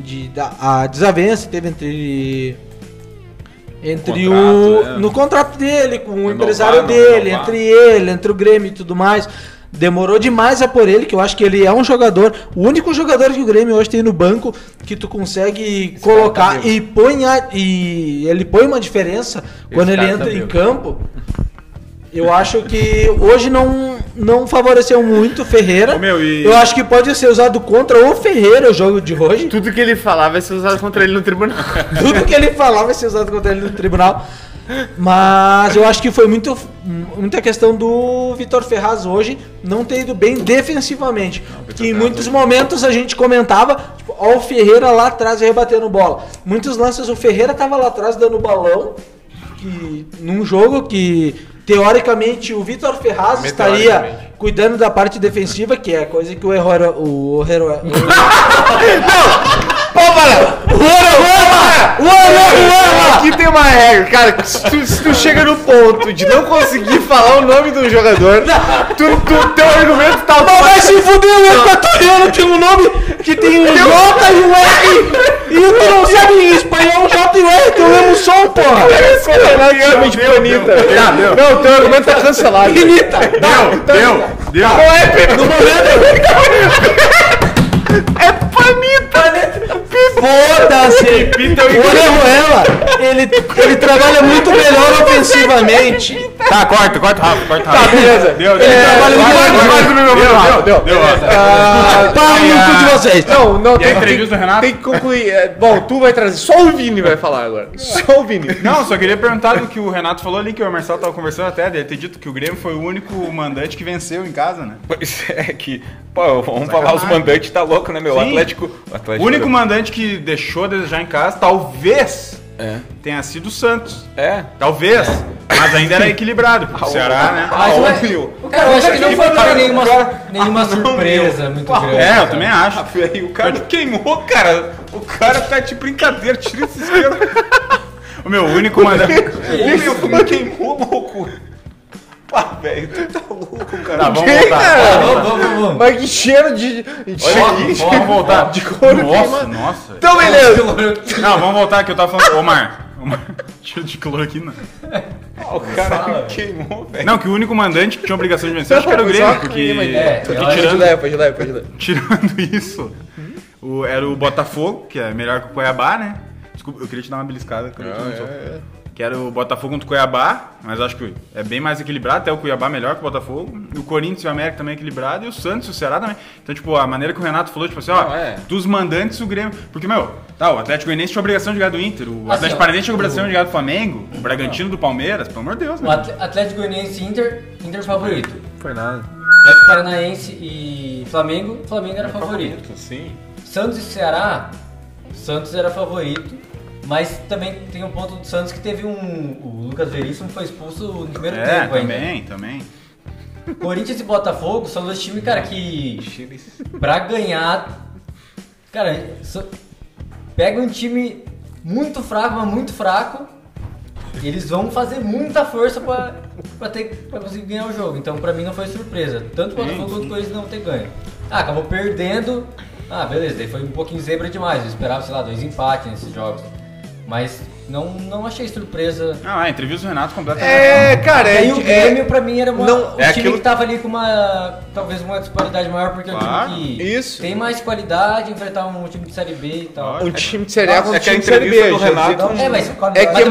de da, a desavença que teve entre entre o,
Contrato, é.
no contrato dele com o
Renovar,
empresário
não
dele,
renovar.
entre ele, entre o Grêmio e tudo mais. Demorou demais a por ele, que eu acho que ele é um jogador, o único jogador que o Grêmio hoje tem no banco que tu consegue colocar
cara tá
e põe a- e ele põe uma diferença quando ele
cara tá
entra em
meu.
campo. Eu acho que hoje não, não favoreceu muito o Ferreira.
Ô, meu, e-
Eu acho que pode ser usado contra o Ferreira o jogo de hoje.
Tudo que ele falar vai ser usado contra ele no tribunal.
Tudo que ele falar vai ser usado contra ele no tribunal. Mas eu acho que foi muito, muita questão do Vitor Ferraz hoje não ter ido bem defensivamente. que em muitos momentos a gente comentava, tipo, ó, o Ferreira lá atrás rebatendo bola. Muitos lances o Ferreira tava lá atrás dando balão, que, num jogo que teoricamente o Vitor Ferraz estaria cuidando da parte defensiva, que é a coisa que o Herrera. O é, Herrera é
Aqui tem uma regra, cara. Se tu, se tu chega no ponto de não conseguir falar o nome do jogador, tu, tu, teu argumento tá
Mas vai se fuder, o equatoriano tem um nome que tem um J e um R. E tu não sabe em espanhol J e o R, tem o mesmo som, porra.
Chama de
Tá
Panita. Não, teu argumento tá cancelado.
Finita.
Deu, deu, deu.
Tá
Não é Pepe.
No momento,
Panita.
foda-se.
Então
Pita
O
é
Orejuela, ele, ele trabalha muito melhor ofensivamente.
Tá, corta, corta rápido, corta
Tá,
rápido.
beleza.
Deu, deu.
É,
trabalha
vai,
muito
vai,
melhor.
vai do meu
Deu,
Deu, deu.
deu, deu.
Ah,
Pau no cu de vocês.
Não, não, tem,
entrevista do
tem,
Renato?
tem que concluir. É, Bom, tu vai trazer. Só o Vini vai falar agora. Só o Vini.
Não, só queria perguntar do que o Renato falou ali, que o Marcelo tava conversando até, dele ter dito que o Grêmio foi o único mandante que venceu em casa, né?
Pois é que. Pô, vamos falar, os mandantes tá louco, né, meu? O
Sim.
Atlético. o
O
Atlético
único mandante que deixou a desejar em casa, talvez, tenha sido o Santos.
É.
Talvez. Mas ainda era equilibrado, porque o Ceará, né?
Ah,
ué,
óbvio.
Cara, eu acho que não foi pra nenhuma, nenhuma surpresa muito grande.
É, eu
cara.
também acho.
E aí o cara te queimou, cara. O cara tá de brincadeira, tira esse isqueiro.
O meu único mandante.
Ô, meu, me queimou, louco. Pá, velho, tu tá louco, cara.
Tá, vamos voltar.
Vamos, vamos, vamos.
Mas que cheiro de. de-
Olha, vamos voltar.
De couro
Nossa,
queimado.
nossa.
Então, beleza.
Não, vamos voltar que eu tava falando. Omar. Omar. Tiro de cloroquina.
O cara me queimou, velho.
Não, que o único mandante que tinha obrigação de vencer, acho que era o Grêmio, porque.
É, eu acho-
Pode ajudar, pode ajudar, pode ajudar.
Tirando isso, o- era o Botafogo, que é melhor que o Cuiabá, né? Desculpa, eu queria te dar uma beliscada. que eu
Ah,
não
é,
sou. Que era o Botafogo contra o Cuiabá, mas acho que é bem mais equilibrado, até o Cuiabá melhor que o Botafogo. O Corinthians e o América também é equilibrado, e o Santos e o Ceará também. Então, tipo, a maneira que o Renato falou, tipo assim, ó,
é.
dos mandantes o Grêmio. Porque, meu, tá, o Atlético Goianiense tinha obrigação de ganhar do Inter, o Atlético
Assim, ó,
Paranaense tinha obrigação de ganhar do Flamengo, o Bragantino do Palmeiras, pelo amor de Deus,
O
né?
Atl- Atlético Goianiense e Inter, Inter favorito.
Foi nada.
Atlético Paranaense e Flamengo, Flamengo era favorito.
Sim.
Santos e Ceará, Santos era favorito, mas também tem um ponto do Santos que teve um. O Lucas Veríssimo foi expulso no primeiro
É,
tempo ainda.
também, também.
Corinthians e Botafogo são dois times, cara, que. Pra ganhar. Cara, so- pega um time muito fraco, mas muito fraco. E eles vão fazer muita força pra, pra, ter, pra conseguir ganhar o jogo. Então, pra mim, não foi surpresa. Tanto o Botafogo quanto o Corinthians não ter ganho. Ah, acabou perdendo. Ah, beleza, daí foi um pouquinho zebra demais. Eu esperava, sei lá, dois empates nesses jogos. Mas não, não achei surpresa.
Ah, a entrevista do Renato completamente.
É, cara,
E
é.
aí o Grêmio pra mim era uma,
não,
o
é
time
aquilo-
que tava ali com uma. talvez uma disparidade maior, porque
Claro,
é um time que
isso.
tem mais qualidade, enfrentar um time de série B e tal.
é um time de Série A contra
É
um
que a
time de Série
entrevista
B.
do
já
Renato-
dizia.
É, mas,
É que
da
mais-
mesma maneira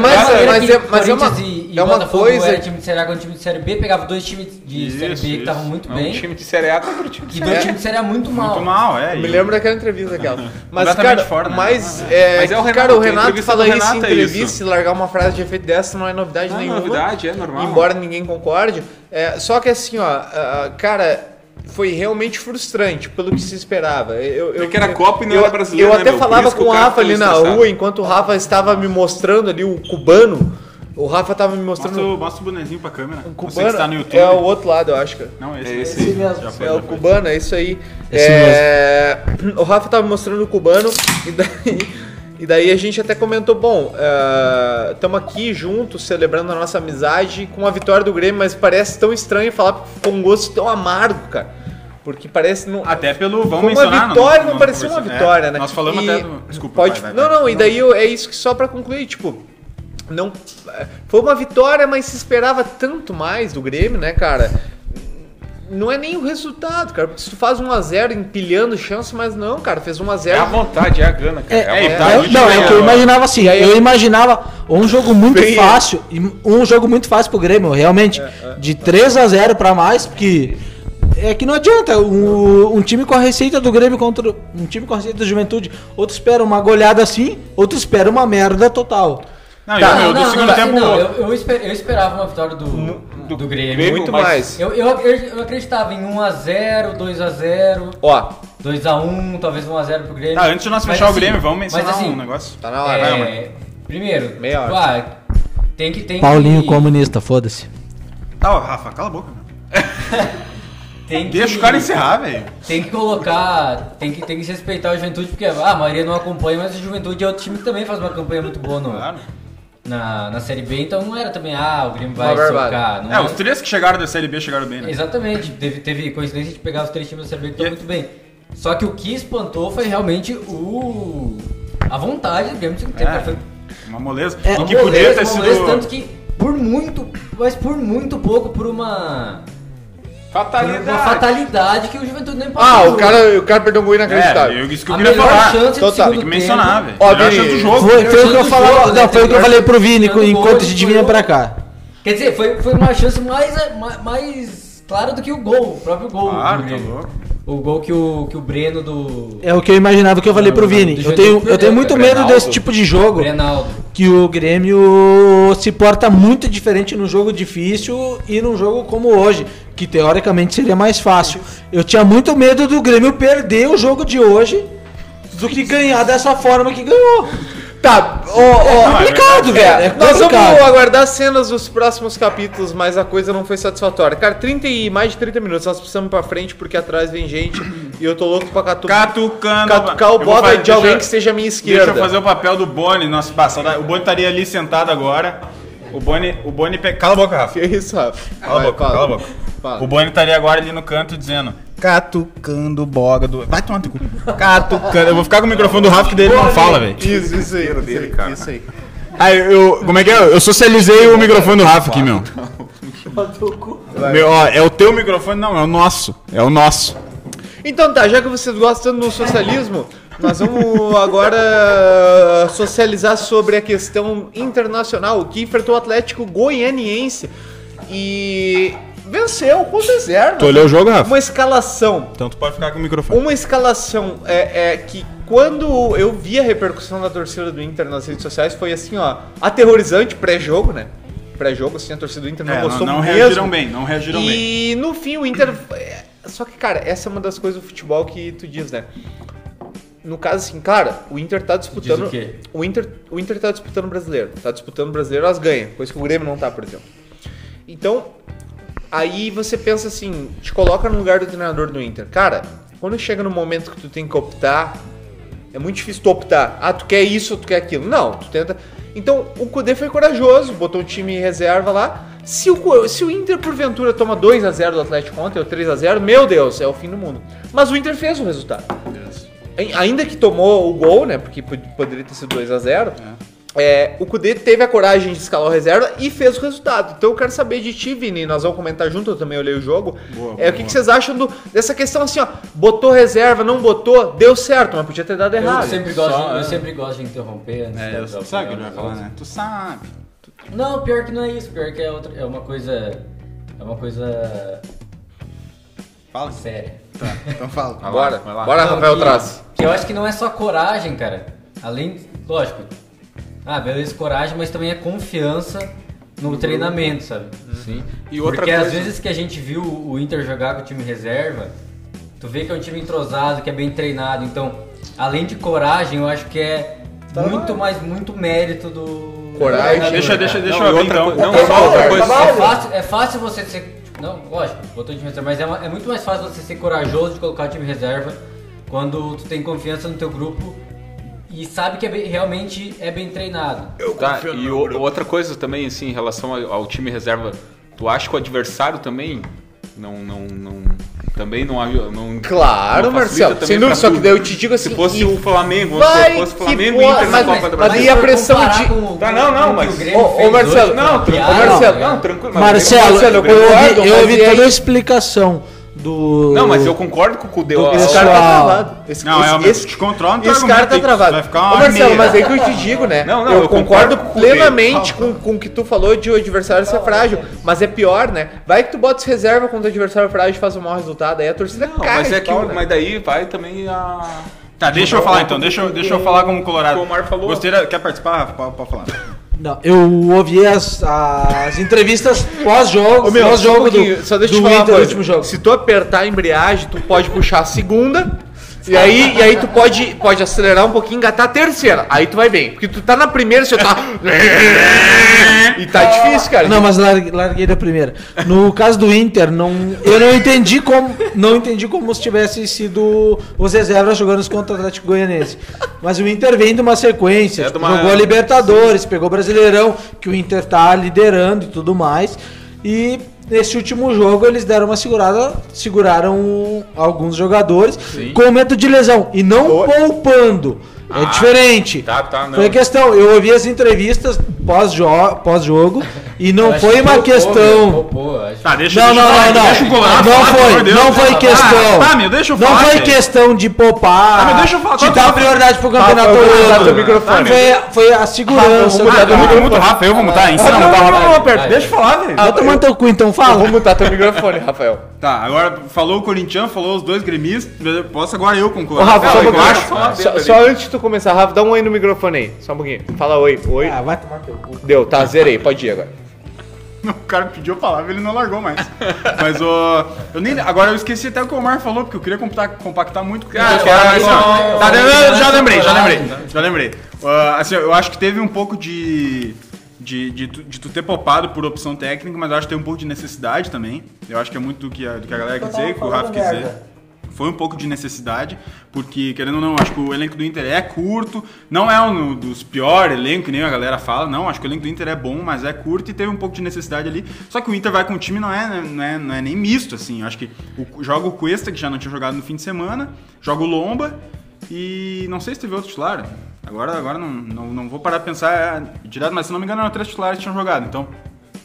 mas
que
é- mas é uma-
Corinthians e, e
é uma
Botafogo
coisa-
Era time de Série A contra time de Série B, pegava dois times de Série B
Isso,
que
isso.
estavam muito
É um
bem
time de Série A contra um time de
e
Série
dois
É.
A.
times de Série A muito mal.
Muito mal, é.
Me
e-
lembro daquela entrevista aquela. Mas,
Completamente
cara,
fora, né?
mas, é,
Mas é o Renato,
cara, o
tem a
Renato
entrevista
fala
do
isso em
Renato, é isso,
Levice largar uma frase de efeito dessa não é novidade
Não é
nenhuma.
novidade, é normal.
Embora ninguém concorde. É, só que assim, ó, ah, cara, foi realmente frustrante pelo que se esperava. Eu, eu,
É que era Copa e não
eu,
era brasileiro,
Eu
né,
até
meu? Por
falava
isso que
com o
o cara
Rafa
ficou
ali na
estressado.
rua, enquanto o Rafa estava me mostrando ali o cubano. O Rafa estava me
Mostra,
mostrando
o- mostra o bonezinho pra câmera.
o
Você
cubano.
que tá no YouTube.
É o outro lado, eu acho, cara.
Não, esse,
É esse aí.
mesmo.
Já foi,
É
já
o
foi.
cubano, é isso aí.
Esse
É, O Rafa tava mostrando o cubano e daí, e daí a gente até comentou, bom, estamos aqui juntos celebrando a nossa amizade com a vitória do Grêmio, mas parece tão estranho falar com um gosto tão amargo, cara. Porque parece não
Até pelo. Vamos
como
mencionar.
uma vitória, não,
vamos
parecia uma
conversar. É,
vitória, né?
Nós falamos
E-
até do. Desculpa.
pode-
vai, vai,
não,
vai.
não, e daí eu- é isso que só pra concluir, tipo, não foi uma vitória, mas se esperava tanto mais do Grêmio, né, cara? Não é nem o resultado, cara, porque se tu faz 1 a 0 empilhando chance, mas não, cara, fez 1 a
É a
0.
vontade, é a gana, cara.
É,
É, a
tá,
é,
vontade.
Eu- não, é que eu imaginava assim, eu imaginava um jogo muito
Bem-
fácil, e um jogo muito fácil pro Grêmio, realmente, de 3 a 0 pra mais, porque é que não adianta, um, um time com a receita do Grêmio contra um time com a receita da Juventude, outro espera uma goleada assim, outro espera uma merda total.
Não, e
Tá,
o meu,
não,
do segundo
assim,
tempo.
não, eu, eu esper- eu esperava uma vitória do, do, Grêmio.
Grêmio,
Muito
mas-
mais.
Eu, eu, eu, eu acreditava em 1x0, 2x0,
Ó,
2x1, talvez 1x0 pro Grêmio.
Tá, antes de nós
Mas,
fechar o
assim,
Grêmio, vamos mencionar
mas, assim,
um negócio.
tá na hora.
é,
vai, mano.
primeiro,
Meia
tipo, ah, tem que. Tem
Paulinho
que,
comunista, foda-se.
Tá, ó, Rafa, cala a boca. meu.
tem que-
Deixa o cara encerrar, velho.
Tem que colocar. Tem que, tem que se respeitar a juventude, porque ah, a maioria não acompanha, mas a juventude é outro time que também faz uma campanha muito boa no,
Claro.
na, na Série B, então não era também, ah, o Grêmio vai
barbada.
socar. Não
É, os três que chegaram da Série B chegaram bem, né?
Exatamente, teve, teve coincidência de pegar os três times da Série B que estão
E- é-
muito bem. Só que o que espantou foi realmente o. a vontade do Grêmio no segundo tempo.
É,
Foi
uma moleza.
É,
e
uma
que podia
moleza,
ter
uma moleza, tanto
sido.
que por muito, mas por muito pouco, por uma.
Fatalidade.
Uma fatalidade que o Juventude nem passou.
Ah,
no
o
jogo.
cara, o cara perdeu um gol
É,
inacreditável.
eu, isso que eu
A
queria
melhor
falar.
chance do
Então tá,
segundo
Tem que
tempo.
mencionar, velho.
Ó,
Melhor
Vini,
chance do
Foi,
jogo.
foi o que eu
Tanto
falava,
jogo,
não, foi
né,
o que eu
tanto
falei pro Vini
tanto
enquanto a
gol,
gente
tanto
vinha
gol.
pra cá.
Quer dizer, foi, foi uma chance mais, ma- mais clara do que o gol, o próprio gol.
Claro,
do
tá
Grêmio.
louco.
O gol que o, que o Breno do.
É o que eu imaginava o que eu falei pro Vini. Eu tenho, eu tenho muito medo desse tipo de jogo.
Renaldo.
que o Grêmio se porta muito diferente num jogo difícil e num jogo como hoje, que teoricamente seria mais fácil. Eu tinha muito medo do Grêmio perder o jogo de hoje do que ganhar dessa forma que ganhou.
Tá, ó, ó,
Complicado, velho. É
Nós vamos
complicado.
aguardar cenas dos próximos capítulos, mas a coisa não foi satisfatória. Cara, 30 e mais de 30 minutos, nós precisamos ir pra frente porque atrás vem gente e eu tô louco pra catu...
Catucando.
catucar o
Eu vou
bola
fazer-
de alguém
deixa-
que seja à minha esquerda.
Deixa eu fazer o papel do Boni. Nossa, pá, saudade. O Boni estaria ali sentado agora. O Boni. O Boni pe... Cala a boca, Rafa.
Que isso, Rafa?
Cala a
Vai,
boca,
fala.
cala a boca.
Fala.
O Boni estaria agora ali no canto dizendo. Catucando boga do. Vai tomar no cu. Catucando. Eu vou ficar com o microfone do Rafa que dele não fala, velho.
Isso, isso aí. Isso aí, isso aí.
Ah, eu. Como é que é? Eu socializei o microfone do Rafa aqui, meu. meu ó, é o teu microfone, não, é o nosso. É o nosso.
Então tá, já que vocês gostam do socialismo, nós vamos agora ah, socializar sobre a questão internacional que enfrentou o Atlético Goianiense e venceu com 0
Tu olhou o jogo, Rafa?
Uma escalação
Então tu pode ficar com o microfone.
uma escalação é, é que quando eu vi a repercussão da torcida do Inter nas redes sociais foi assim, ó, aterrorizante pré-jogo, né? Pré-jogo, assim, a torcida do Inter não
É,
gostou
não- não
mesmo.
reagiram bem, não reagiram
e no fim o Inter. é, Só que, cara, essa é uma das coisas do futebol que tu diz, né? No caso, assim, cara, o Inter tá disputando.
Diz o quê?
o Inter, o Inter tá disputando o brasileiro. Tá disputando o brasileiro, elas ganham. Coisa que o Grêmio não tá, por exemplo. Então, aí você pensa assim, te coloca no lugar do treinador do Inter. Cara, quando chega no momento que tu tem que optar, é muito difícil tu optar. Ah, tu quer isso, tu quer aquilo. Não, tu tenta. Então, o Kudê foi corajoso, botou o time em reserva lá. Se o, Co- se o Inter, porventura, toma 2 a 0 do Atlético ontem, ou 3 a 0 meu Deus, é o fim do mundo. Mas o Inter fez o resultado. Ai- Ainda que tomou o gol, né? Porque pod- poderia ter sido 2 a 0 é, o Kudê teve a coragem de escalar o reserva e fez o resultado. Então eu quero saber de ti, Vini, nós vamos comentar junto, eu também olhei o jogo.
Boa,
é, o que, que vocês acham do- dessa questão assim, ó, botou reserva, não botou, deu certo, mas podia ter dado
Eu
errado.
sempre, gosto,
só-
eu sempre gosto de interromper antes
É,
da-
eu-
da
tu sabe o que ele vai
opinião
falar,
dos
né? Tu sabe.
outros. Não, pior que não é isso, pior que é, outra, é uma coisa. É uma coisa
Fala.
séria.
Então fala.
Bora,
vai lá.
bora
Não,
Rafael
que-
Traz.
Que eu acho que não é só coragem, cara. Além, lógico. Ah, beleza, coragem, mas também é confiança no treinamento, sabe?
Sim. E outra
Porque
coisa.
às vezes que a gente viu o Inter jogar com o time reserva, tu vê que é um time entrosado, que é bem treinado. Então, além de coragem, eu acho que é muito mais, muito mérito do.
Coragem.
do
Deixa,
treinador,
deixa,
cara.
deixa eu
Não, e
abrir
outra
então.
coisa- não,
Então,
só outra
trabalho,
coisa.
É fácil, é fácil você ser. Não, lógico, botou o time reserva, mas é, uma- é muito mais fácil você ser corajoso de colocar o time reserva quando tu tem confiança no teu grupo e sabe que é bem- realmente é bem treinado.
Tá, e o- outra coisa também, assim, em relação ao, ao time reserva, tu acha que o adversário também não. não, não também não. avi- não
Claro,
não facilita
Marcelo,
também
sem dúvida,
pra
só que
tudo.
daí eu te digo assim,
Se fosse
e
o Flamengo,
vai
se fosse
que
Flamengo e
porra,
Inter na
mas-
Copa do
mas
Brasil.
e a pressão de-
Tá, não, não, mas-
Ô, ô, Marcelo,
tá
Não,
Ô,
tranquilo.
Marcelo,
não, tranquilo. mas-
Marcelo,
Marcelo, eu
eu
concordo,
ouvi, eu
mas
ouvi
e aí?
toda a explicação do.
Não, mas eu concordo com o Cudeu.
Do-
a-
Esse
Pessoal.
cara tá travado. Esse,
Não, é,
esse,
mas
esse,
te controla, não
esse
tem
cara
argumento
tá
aí.
travado.
Vai ficar uma
Ô, Marcelo,
meia.
mas aí que eu te digo, né?
Não, não,
eu,
eu
concordo
concordo com o
plenamente com, com o que tu falou de o adversário ser frágil. Mas é pior, né? Vai que tu bota reserva contra o adversário frágil e faz um mau resultado. Aí a torcida
Não,
cai
mas
de
é que.
pau,
o-
né?
Mas daí vai também a.
Tá, deixa eu falar então, deixa, eu- deixa eu falar como colorado.
O Omar falou.
Gostei da- Quer participar, Rafa? Pode pode falar.
Não, eu ouvi as, as entrevistas pós-jogo,
Ô, meu,
pós-jogo
só um
do,
pouquinho, só deixa eu te
do
falar uma
Inter,
coisa.
último jogo.
Se tu apertar a embreagem, tu pode puxar a segunda. E aí, e aí tu pode, pode acelerar um pouquinho, engatar a terceira. Aí tu vai bem. Porque tu tá na primeira, você tá. e tá difícil, cara.
Não, mas larguei, larguei da primeira. No caso do Inter, não, eu não entendi como, não entendi como se tivesse sido os reservas jogando contra o Atlético Goianense. Mas o Inter vem de uma sequência,
É
tipo,
de uma-
jogou a Libertadores, pegou o Brasileirão, que o Inter tá liderando e tudo mais. E nesse último jogo eles deram uma segurada, seguraram alguns jogadores com medo de lesão e não poupando. É
Ah,
diferente.
tá, tá, não.
Foi a questão, eu ouvi as entrevistas pós-jo- pós-jogo e não
Eu acho
foi
que
uma
poupou,
questão.
meu, poupou, eu acho.
Tá, deixa
Não, não,
deixa eu falar,
não, não.
Deixa o colorado
Não
falar, pelo amor
foi,
de
não
Deus.
foi questão.
Ah, tá, meu, deixa eu
Não
falar,
foi
velho.
questão de poupar.
Ah, mas deixa eu falar,
De
tá,
dar
tá.
prioridade pro campeonato
Tá, eu vou mudar
todo.
teu microfone.
Foi, a- foi a segurança.
mudar
cara.
teu
Eu muto o Rafa, eu vou mutar,
tá,
ensina a mutar o Rafa.
vai,
Deixa eu falar, velho.
Vai tomar teu cu então,
Eu vou
fala.
mutar teu microfone, Rafael.
Tá, agora falou o Corinthians, falou os dois gremistas. Posso agora eu com o
Ô,
colorado.
Rafa, só um
eu
pouquinho.
acho.
Só, só antes de tu começar, Rafa, dá um oi no microfone aí. Só um pouquinho. Fala oi. Oi.
Ah, vai tomar teu cu.
Deu, tá, zerei. Pode ir agora.
O cara pediu a palavra, ele não largou mais. Mas ó, eu nem agora eu esqueci até o que o Omar falou, porque eu queria compactar, compactar muito com o que
Ah,
Cara,
ele falou,
cara,
mas,
um?
isso
ó,
é-
tá,
é-
eu- eu já
é-
lembrei, já
é-
lembrei,
tá,
já lembrei. Ó, assim, eu acho que teve um pouco de de, de, tu, de tu ter popado por opção técnica, mas eu acho que tem um pouco de necessidade também. Eu acho que é muito do que a, do que a galera quer dizer, que o Rafa quer dizer. Foi um pouco de necessidade, porque, querendo ou não, acho que o elenco do Inter é curto, não é um dos piores elencos, que nem a galera fala, não, acho que o elenco do Inter é bom, mas é curto e teve um pouco de necessidade ali. Só que o Inter vai com um time, não é, não é, não é nem misto, assim, eu acho que o, joga o Cuesta, que já não tinha jogado no fim de semana, joga o Lomba e não sei se teve outro titular, agora, agora não, não, não vou parar de pensar é, direto, mas se não me engano eram três titulares que tinham jogado, então...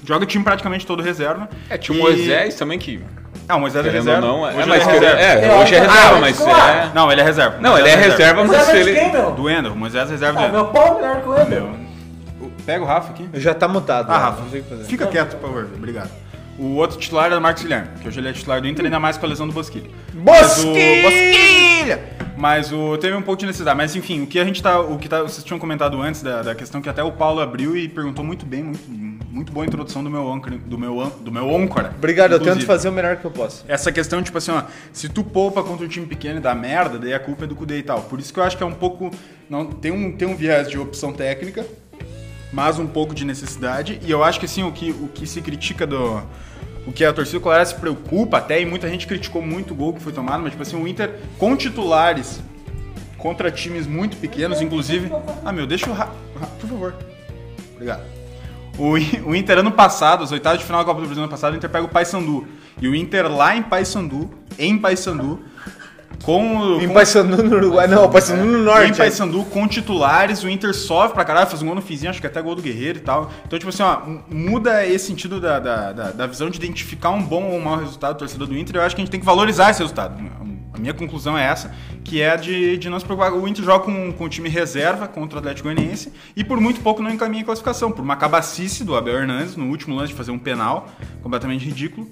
Joga o time praticamente todo reserva.
É, tinha
E-
o Moisés também que.
Ah, o Moisés é
Querendo ou
reserva.
não,
Hoje
é,
ele
mas querendo-
reserva.
é,
Ah,
hoje é reserva, mas é.
Não, ele é reserva.
Não, ele é reserva, mas se ele.
Do Ender, o Moisés é reserva do
Meu pau é melhor que o Ender.
Ender. Pega o Rafa aqui.
Já tá mutado.
Ah,
né?
Rafa, fica quieto, por favor. Obrigado. O outro titular era o Marcos Guilherme, que hoje ele é titular do Inter, ainda mais com a lesão do Bosquilha. Mas o-
Bosquilha!
Mas o, teve um pouco de necessidade. Mas enfim, o que a gente tá. O que tá, vocês tinham comentado antes da, da questão que até o Paulo abriu e perguntou muito bem, muito, muito boa a introdução do meu âncora. Do meu, ân- do meu âncora.
Obrigado, eu tento
inclusive.
fazer o melhor que eu posso.
Essa questão, tipo assim, ó, se tu poupa contra um time pequeno e dá merda, daí a culpa é do Kudê e tal. Por isso que eu acho que é um pouco. Não, tem, um, tem um viés de opção técnica, mas um pouco de necessidade. E eu acho que assim, o que, o que se critica do. O que a torcida colorada se preocupa até, e muita gente criticou muito o gol que foi tomado, mas tipo assim, o Inter com titulares contra times muito pequenos, inclusive. Ah, meu, deixa o. Ra... Ra- Por favor. Obrigado. O, I- o Inter ano passado, os oitavos de final da Copa do Brasil ano passado, o Inter pega o Paysandu. E o Inter lá em Paysandu, em Paysandu, com o.
Em
com-
Paysandu no Uruguai, não, Paysandu Tipo assim, no Norte. é.
em Paysandu com titulares, o Inter sofre pra caralho, faz um gol no finzinho, acho que até gol do Guerreiro e tal. Então, tipo assim, ó, m- muda esse sentido da, da, da, da visão de identificar um bom ou um mau resultado do torcedor do Inter. Eu acho que a gente tem que valorizar esse resultado. A minha conclusão é essa, que é de, de não se preocupar. O Inter joga com, com o time reserva contra o Atlético Goianiense e por muito pouco não encaminha a classificação. Por uma cabacice do Abel Hernandes no último lance de fazer um penal completamente ridículo.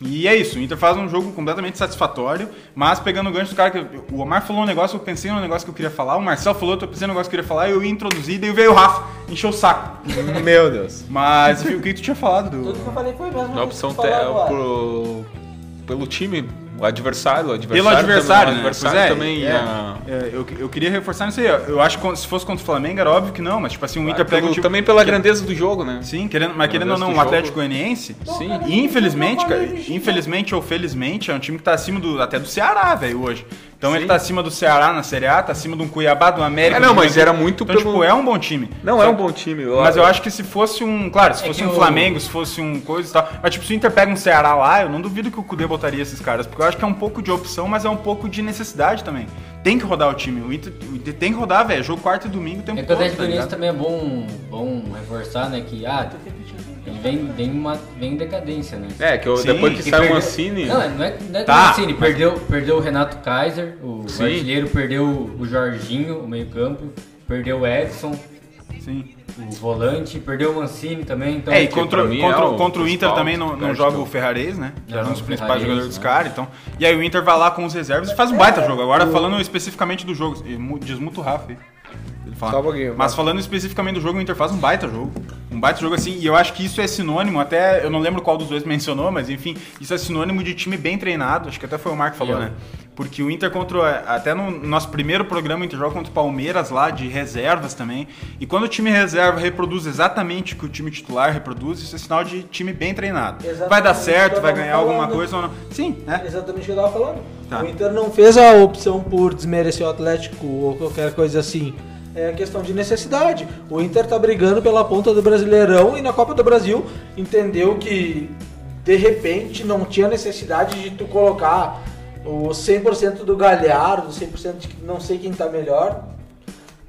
E é isso, o Inter faz um jogo completamente satisfatório, mas pegando o gancho do cara que. O Omar falou um negócio, eu pensei num negócio que eu queria falar, o Marcel falou, eu pensei num negócio que eu queria falar, eu ia introduzir, daí veio o Rafa, encheu o saco.
Meu Deus.
Mas enfim, o que tu tinha falado
Tudo que eu
do.
falei foi mesmo.
Na opção te, pro, pelo time, o adversário, o adversário
Pelo adversário, né?
também, o adversário
Pois é,
também.
é.
ah,
É, eu, eu queria reforçar nisso aí. ó. Eu acho que quando- se fosse contra o Flamengo era óbvio que não, mas tipo assim, o Inter
pelo-
pega um time-
também pela grandeza do jogo, né?
Sim, querendo, mas
Pelo
querendo ou
resto
não,
do
o
jogo.
Atlético Goianiense,
Sim.
e infelizmente, cara, infelizmente ou felizmente, é um time que tá acima do, até do Ceará, velho, hoje. Então ele tá acima do Ceará na Série A, tá acima de um Cuiabá, do América.
É, não,
do
mas
Juventude.
era muito
então,
pelo-
tipo, é um bom time.
Não é um bom É time.
Mas eu acho que se fosse um, claro, se fosse um Flamengo, se fosse um coisa e tal, mas tipo, se o Inter pega um Ceará lá, eu não duvido que o Cudê botaria esses caras, porque eu acho que é um pouco de opção, mas é um pouco de necessidade também. Tem que rodar o time, o Inter, o Inter tem que rodar, velho, jogo quarto e domingo, tem um
É que o Atlético Goianiense também é bom, bom reforçar, né? Que ah, ele vem, vem, uma, vem em decadência, né?
É, que eu-
Sim,
depois que,
que
sai o
perdeu-
Mancini.
Não, não é, não é
Tá.
assim, ele perdeu, perdeu o Renato Kaiser, o
Sim.
artilheiro, perdeu o Jorginho, o meio-campo, perdeu o Edson, tá-
Sim.
o volante, perdeu o Mancini também. Então,
É, e
que-
contra,
pra mim
contra,
é o
contra o Inter
principal,
também não, não
perde
joga
tudo.
o Ferrarese, né? Que era
Não,
um dos
o
principais
Ferrarese,
é
jogadores dos
né?
caras. Então, e aí o Inter vai lá com os reservas e faz um baita jogo. Agora, falando especificamente do jogo, e mu- desmuta o Rafa aí. Ele fala.
Só um pouquinho,
Mas
vai.
falando especificamente do jogo, o Inter faz um baita jogo. Um baita jogo assim, e eu acho que isso é sinônimo, até eu não lembro qual dos dois mencionou, mas enfim, isso é sinônimo de time bem treinado. Acho que até foi o Marco que falou,
Eu.
né? Porque o Inter contra. Até no nosso primeiro programa, o Inter joga contra o Palmeiras lá, de reservas também. E quando o time reserva reproduz exatamente o que o time titular reproduz, isso é sinal de time bem treinado.
Exatamente.
Vai dar certo, vai
Então,
ganhar
vamos
alguma
falando.
coisa ou não. Sim, né?
Exatamente o que eu tava falando.
Tá.
O Inter não fez a opção por desmerecer o Atlético ou qualquer coisa assim. É questão de necessidade. O Inter tá brigando pela ponta do Brasileirão e na Copa do Brasil entendeu que de repente não tinha necessidade de tu colocar o 100% do Galhardo, 100% de que não sei quem tá melhor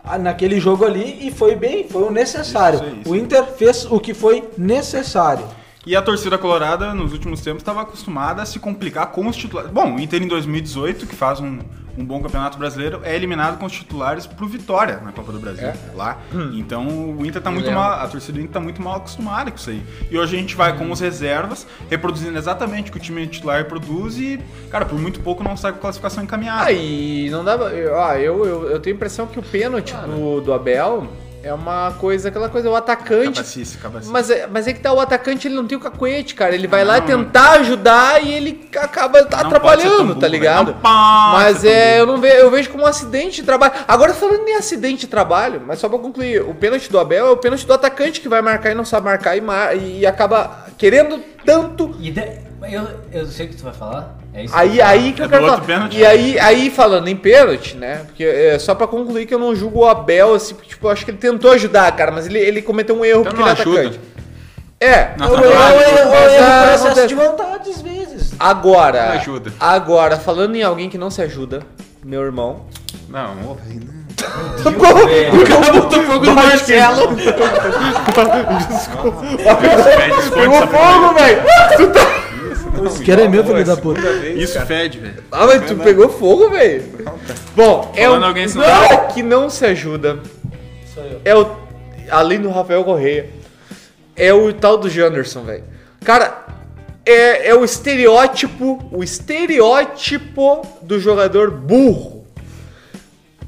ah, naquele jogo ali e foi bem, foi o necessário.
Isso aí, isso
O
aí.
Inter fez o que foi necessário.
E a torcida colorada, nos últimos tempos, estava acostumada a se complicar com os titulares. Bom, o Inter em 2018, que faz um, um bom campeonato brasileiro, é eliminado com os titulares pro Vitória na Copa do Brasil. Lá. Então o Inter tá muito
lembro.
mal. A torcida do Inter tá muito mal acostumada com isso aí. E hoje a gente vai com os reservas, reproduzindo exatamente o que o time titular produz e, cara, por muito pouco não sai com classificação encaminhada.
Ah, e não dá. eu- Ah, eu, eu, eu tenho a impressão que o pênalti do, do Abel é uma coisa, aquela coisa, o atacante.
Cabacice, cabacice.
Mas é, mas é que tá, o atacante ele não tem o cacuete, cara. Ele vai lá
não,
tentar ajudar e ele acaba
pode ser tão
atrapalhando,
burro,
tá
velho.
ligado?
Não pode
mas
ser tão
é, eu não vejo, eu vejo como um acidente de trabalho. Agora falando em acidente de trabalho, mas só pra concluir, o pênalti do Abel é o pênalti do atacante que vai marcar e não sabe marcar e, mar- e acaba querendo tanto
E de- eu, eu sei o que tu vai falar. É isso
Aí,
que eu-
aí que
É
eu
do
quero
outro
falar.
pênalti?
E aí, aí, falando em pênalti, né? Porque é, só pra concluir que eu não julgo o Abel, assim, porque, tipo, eu acho que ele tentou ajudar, cara, mas ele, ele cometeu um erro
Então
porque
não
ele é
ajuda.
atacante. É,
Não
Eu, eu, eu,
atrapalha.
processo de vontade às vezes.
agora.
Não ajuda.
Agora, falando em alguém que não se ajuda, meu irmão.
Não,
velho.
cara botou fogo no Marcelo. Pegou fogo, velho. Tu tá-
Quero é meu, filho da puta.
Isso fede, velho.
Ah, mas tu pegou fogo, velho. Bom, é
Falando
um
alguém se não-
cara que não se ajuda. É o além do Rafael Correia, é o tal do Janderson, velho. Cara, é, é o estereótipo, o estereótipo do jogador burro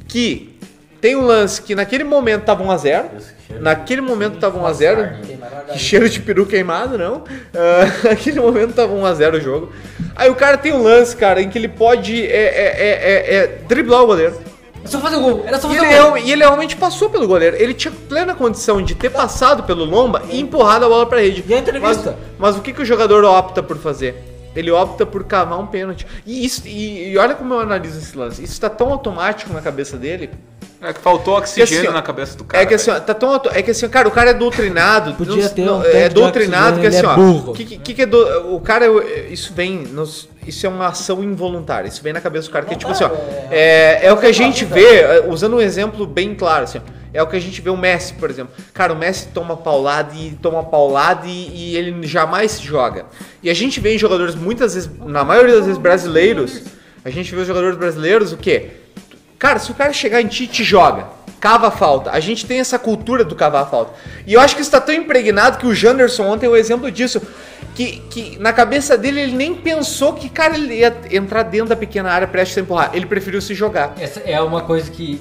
que tem um lance que naquele momento tava 1 a 0. Naquele momento tava 1 a 0. Que cheiro de peru queimado, não. Ah, naquele momento tava 1x0 o jogo. Aí o cara tem um lance, cara, em que ele pode é, é, é, é, é, driblar o goleiro.
É só fazer o gol, era só
Então
E
tá
fazer
ele,
o gol.
real- e ele realmente passou pelo goleiro. Ele tinha plena condição de ter passado pelo lomba e empurrado a bola pra rede.
E a entrevista?
Mas, mas o que, que o jogador opta por fazer? Ele opta por cavar um pênalti. E, isso, e, e olha como eu analiso esse lance. Isso tá tão automático na cabeça dele
é que faltou oxigênio
assim, ó,
na cabeça do cara. né?
é que assim, ó, tá tão. auto- É que assim, cara, o cara é doutrinado.
Podia
não-
ter um
não-
tanque
É
de
doutrinado que assim,
oxigênio,
ó.
ele é burro.
Que, que, que que é do, o cara, é- isso vem. nos- isso é uma ação involuntária. Isso vem na cabeça do cara. Que é tipo assim, ó. É, é o que a gente vê, é, usando um exemplo bem claro, assim, ó, É o que a gente vê o Messi, por exemplo. Cara, o Messi toma paulada e toma paulada e, e ele jamais se joga. E a gente vê em jogadores, muitas vezes, na maioria das vezes brasileiros, a gente vê os jogadores brasileiros o quê? Cara, se o cara chegar em ti, te joga. Cava a falta. A gente tem essa cultura do cavar a falta. E eu acho que isso tá tão impregnado que o Janderson ontem é um exemplo disso. que, que na cabeça dele ele nem pensou que, cara, ele ia entrar dentro da pequena área prestes a empurrar. Ele preferiu se jogar.
Essa é uma coisa que.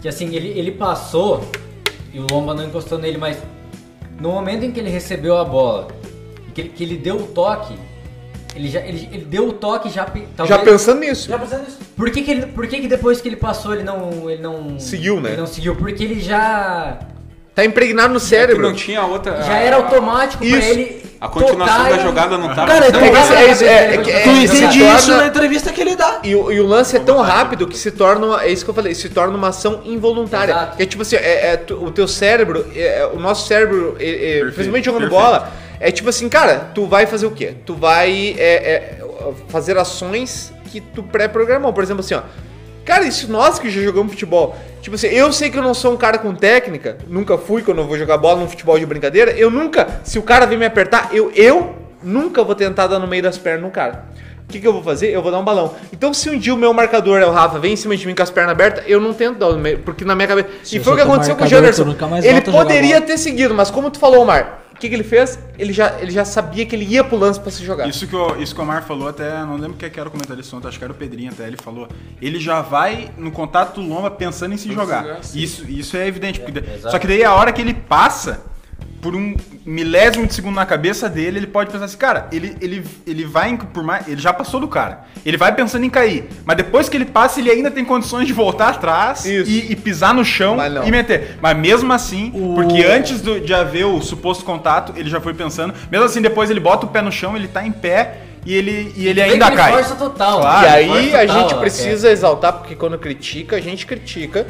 Que assim, ele, ele passou e o Lomba não encostou nele, mas no momento em que ele recebeu a bola, que ele, que ele deu o toque, ele já ele, ele deu o toque já. pe-
Já
talvez-
pensando nisso.
é
Por que, que ele, por que, que depois que ele passou ele não ele não
Seguiu, né?
Ele não seguiu porque ele já
Tá impregnado no
É que
cérebro.
não tinha outra.
já era automático pra
Isso.
ele
Ah, A continuação
tocar
da
e-
jogada não tava.
Cara,
não,
tu-
É que isso- é isso- é- é que- é
Tu
que se
entende
torna-
isso na entrevista que ele dá.
E o, e o lance é tão
né?
rápido que se torna, uma- é isso que eu falei, se torna uma ação involuntária.
Exato.
Que é tipo assim, é, é tu- o teu cérebro, é- é o nosso cérebro, é- é, principalmente jogando
perfeito.
bola, é tipo assim, cara, tu vai fazer o quê? Tu vai é, é, fazer ações que tu pré-programou. Por exemplo, assim, ó. Cara, isso nós que já jogamos futebol. Tipo assim, eu sei que eu não sou um cara com técnica, nunca fui quando eu vou jogar bola num futebol de brincadeira. Eu nunca, se o cara vir me apertar, eu, eu nunca vou tentar dar no meio das pernas no cara. O que, que eu vou fazer? Eu vou dar um balão. Então, se um dia o meu marcador é o Rafa, vem em cima de mim com as pernas abertas, eu não tento dar no meio, porque na minha cabeça.
Se
e
eu
foi o que
sou teu
aconteceu com o
marcador,
Janderson.
tu nunca mais
Ele
volta a jogar
poderia
bola.
ter seguido, mas como tu falou, Omar, o que, que ele fez? Ele já, ele já sabia que ele ia pro lance pra se jogar.
Isso que, o, isso que o Omar falou até, não lembro quem que era o comentarista ontem, acho que era o Pedrinho até, ele falou, ele já vai no contato do Lomba pensando em se jogar. Isso, isso é evidente. porque da- só que daí a hora que ele passa, por um milésimo de segundo na cabeça dele, ele pode pensar assim, cara, ele, ele, ele vai, em- por mais, ele já passou do cara, ele vai pensando em cair, mas depois que ele passa, ele ainda tem condições de voltar atrás
Isso.
e, e pisar no chão
Mas não.
e meter. Mas mesmo assim, porque antes do- de haver o suposto contato, ele já foi pensando. Mesmo assim, depois ele bota o pé no chão, ele tá em pé e ele, e ele
Vem
ainda
com ele
cai.
força total.
Claro.
e
Ah,
aí
força
a
total, é.
gente
ó,
precisa exaltar, porque quando critica, a gente critica.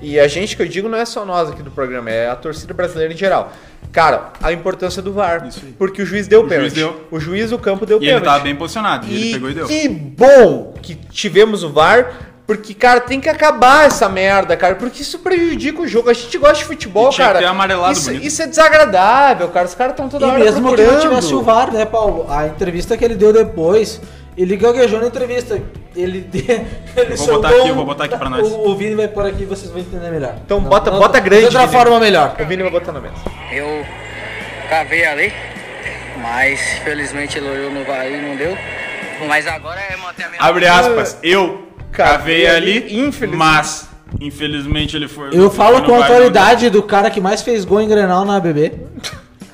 E a gente, que eu digo, não é só nós aqui do programa, é a torcida brasileira em geral. Cara, a importância do VAR.
Isso aí.
Porque o juiz deu o
O
pênalti.
juiz deu.
O juiz, o campo deu
E ele
pênalti.
tava bem posicionado. E, ele pegou e deu.
Que bom que tivemos o VAR. Porque, cara, tem que acabar essa merda, cara. Porque isso prejudica o jogo. A gente gosta de futebol,
E tinha que
cara.
ter amarelado
isso,
bonito.
isso é desagradável, cara. Os caras estão toda hora
E mesmo que
procurando.
não tivesse o VAR, né, Paulo? A entrevista que ele deu depois, ele gaguejou na entrevista. Ele, ele
Vou botar
soltou
aqui,
um-
vou botar aqui pra nós.
O, o Vini vai por aqui e vocês vão entender melhor.
Então bota- bota grande,
De outra
Vini.
forma melhor.
O Vini vai botar na mesa.
Eu cavei ali, mas felizmente ele olhou no VAR e não deu. Mas agora é manter a minha.
Abre aspas, eu
Cavei
cavei ali,
ali, infelizmente.
mas infelizmente ele foi.
Eu falo
foi no
com a
bar,
autoridade do cara que mais fez gol em Grenal na ABB.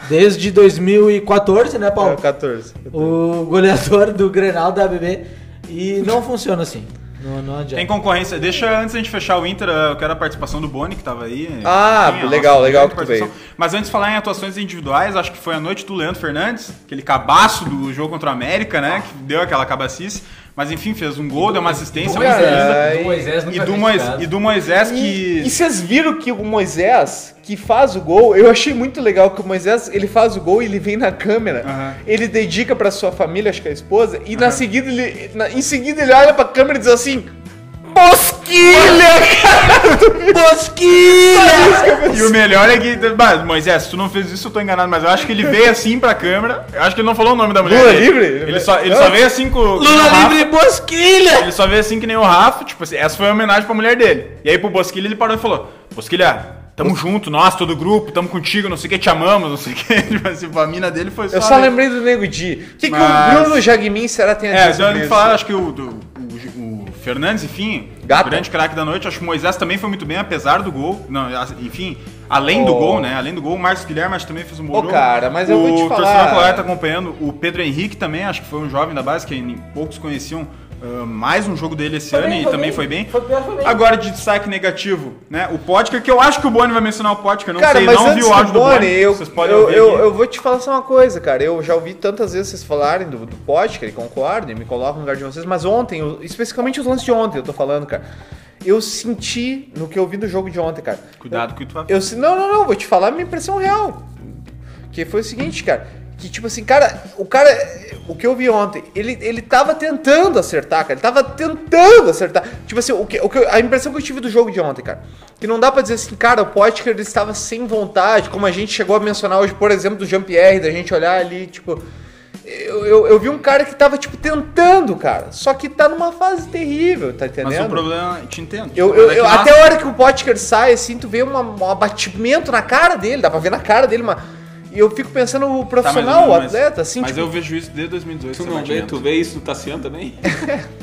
Desde 2014, né,
É,
Paulo?
14.
O goleador do Grenal da ABB. E não funciona assim. Não, não
É.
adianta.
Tem concorrência. Deixa antes a gente fechar o Inter, eu quero a participação do Boni que tava aí.
Ah,
Sim, a
legal,
nossa
legal que
grande
tu
participação. Mas antes de falar em atuações individuais, acho que foi a noite do Leandro Fernandes, aquele cabaço do jogo contra o América, né? Que deu aquela cabacice. Mas enfim, fez um gol, deu uma assistência. uma
Moisés.
defesa.
É, do Moisés nunca
E do,
fez
Mois,
nada.
e do Moisés que.
E, é e vocês viram que o Moisés, que faz o gol, eu achei muito legal que o Moisés, ele faz o gol e ele vem na câmera,
Aham.
ele dedica pra sua família, acho que é a esposa, e na seguida ele, na- em seguida ele olha pra câmera e diz assim, Bosquilha!
E o melhor é que. bah, Moisés, se tu não fez isso, eu tô enganado, mas eu acho que ele veio assim pra câmera. Eu acho que ele não falou o nome da mulher.
Lula
dele.
livre?
Ele só, ele só veio assim com.
Lula livre Bosquilha!
Ele só veio assim que nem o Rafa. Tipo assim, essa foi a homenagem pra mulher dele. E aí pro Bosquilha ele parou e falou: Bosquilha, tamo junto, nós, todo grupo, tamo contigo, não sei o que, te amamos, não sei o que. Tipo assim, a mina dele foi só.
Eu só lembrei do Nego Di. O que,
Mas-
que o Bruno Jagmin será tem a
É,
dizer
então
sobre
ele
isso?
falar, acho que o, do- o- o Fernandes, enfim,
Gata.
o grande craque da noite, acho que o Moisés também foi muito bem, apesar do gol. Não, a- enfim, além do
Oh.
gol, né? Além do gol, o Márcio Guilherme acho que também fez um bom
Ô,
jogo.
cara, mas eu
o
vou te falar-
torcedor colar tá acompanhando. O Pedro Henrique também, acho que foi um jovem da base que nem- poucos conheciam. ah, mais um jogo dele esse ano
bem,
e
foi
também
bem.
foi bem.
Foi pior, foi bem.
Agora de destaque negativo, né? O Potker, que eu acho que o Boni vai mencionar o Potker, não
Cara,
sei,
mas
não
antes
vi o
do
áudio do Boni.
Boni, eu,
vocês podem
eu,
ouvir
eu,
aqui.
eu vou te falar só uma coisa, cara. Eu já ouvi tantas vezes vocês falarem do, do Potker, e concordo, e me coloco no lugar de vocês, mas ontem, o- especificamente os lances de ontem, eu tô falando, cara. Eu senti no que eu vi do jogo de ontem, cara.
Cuidado com o que tu vai
Eu se- não, não, não, vou te falar a minha impressão real. Que foi o seguinte, cara, que tipo assim, cara, o cara, o que eu vi ontem, ele, ele tava tentando acertar, cara, ele tava tentando acertar. Tipo assim, o que, o que eu- a impressão que eu tive do jogo de ontem, cara, que não dá pra dizer assim, cara, o Potker ele estava sem vontade, como a gente chegou a mencionar hoje, por exemplo, do Jean-Pierre, da gente olhar ali, tipo, eu, eu, eu vi um cara que tava, tipo, tentando, cara, só que tá numa fase terrível, tá entendendo?
Mas o problema, te entendo.
Eu,
Mas
eu-
é que
eu-
nós-
até a hora que o Potker sai, assim, tu vê uma- um abatimento na cara dele, dá pra ver na cara dele, mas. E eu fico pensando
Tá,
o profissional, o atleta, assim,
Mas
tipo,
eu vejo isso desde 2018.
Tu
esse
não vê,
abatimento.
tu vê isso do Tassiano também?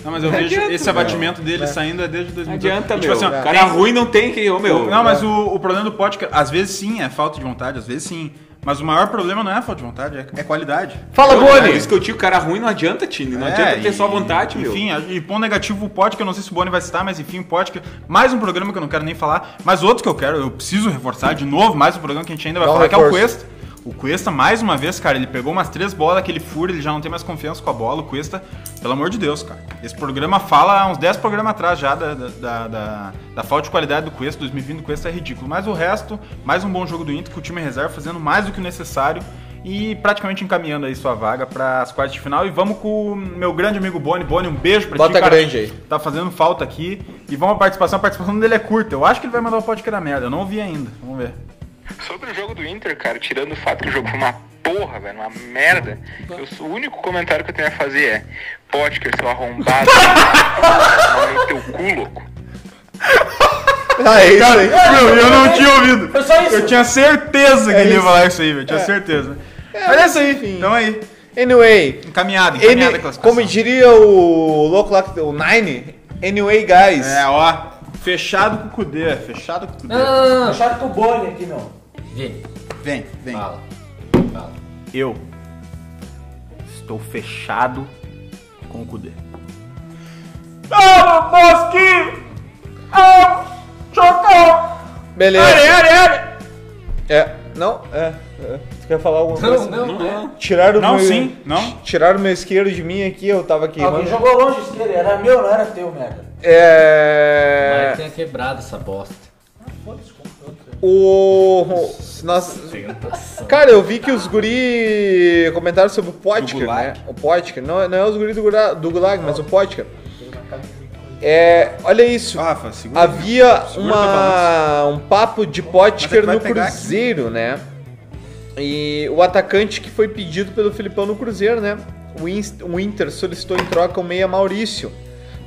Não, mas eu vejo
adianta,
esse abatimento dele saindo é desde 2018.
Não adianta,
E,
meu.
tipo assim, ó,
cara é
tem-
ruim não tem que... Ô, meu.
Não, mas o, o problema do podcast, às vezes sim, é falta de vontade, às vezes sim. Mas o maior problema não é a falta de vontade, é, é qualidade.
Fala,
Por
Boni!
isso que eu digo, cara ruim não adianta, Tini. Não adianta
É,
ter só
e-
vontade, meu.
Enfim, a- e ponto negativo o podcast, eu não sei se o Boni vai citar, mas enfim, o podcast, mais um programa que eu não quero nem falar, mas outro que eu quero, eu preciso reforçar de novo, mais um programa que a gente ainda vai
Dá um
falar, que é o
reforço.
Cuesta. O Cuesta, mais uma vez, cara, ele pegou umas três bolas, aquele furo, ele já não tem mais confiança com a bola. O Cuesta, pelo amor de Deus, cara. Esse programa fala há uns 10 programas atrás já da, da, da, da- da falta de qualidade do Cuesta. 2020 do Cuesta é ridículo. Mas o resto, mais um bom jogo do Inter, com o time reserva fazendo mais do que o necessário e praticamente encaminhando aí sua vaga para as quartas de final. E vamos com o meu grande amigo Boni. Boni, um beijo pra
Bota
ti, cara.
grande aí.
Tá fazendo falta aqui. E vamos à participação. A participação dele é curta. Eu acho que ele vai mandar o podcast da merda. Eu não ouvi ainda. Vamos ver.
Sobre o jogo do Inter, cara, tirando o fato que o jogo foi uma porra, velho, uma merda, eu sou- o único comentário que eu tenho a fazer é: Potker, seu arrombado, vai no teu cu, louco.
Ah, é isso aí.
Meu, eu não tinha ouvido.
Foi só isso.
Eu tinha certeza que
É
ele ia
isso.
falar isso aí, velho. Tinha certeza. Mas é isso aí.
enfim.
Então aí.
Anyway,
Encaminhado, encaminhada
ele,
a classificação.
como diria o louco lá, o Nine, anyway, guys.
É, ó. Fechado com o Cudê. Fechado com o Cudê.
Não, não, não, não.
Chato com o Boni aqui, não.
Vini,
Vem, vem.
fala. Fala.
Eu estou fechado com o Cudê. Vamos, Mosquinho! Ah, Vamos! Chocou!
Beleza.
are,
É, não, é, é. Tu quer falar alguma
Não,
coisa?
não, é. não.
Tiraram o
Não,
meu,
sim, não.
Tiraram o meu isqueiro de mim aqui, eu tava aqui.
Alguém
mano.
jogou longe a esquerda, era meu, não era teu, merda.
Mas
É.
tenha quebrado essa bosta.
O. Nós, cara, eu vi que os guri comentaram sobre o Potker, né? O Potker. Não, não é os guri do, Gura- do Gulag, mas o Potker. É, olha isso.
Rafa, segura.
Havia
Segura teu
uma, um papo de Potker
Mas é que vai
no
pegar aqui.
Cruzeiro, né? E o atacante que foi pedido pelo Filipão no Cruzeiro, né? O, Inst- o Inter solicitou em troca o meia Maurício.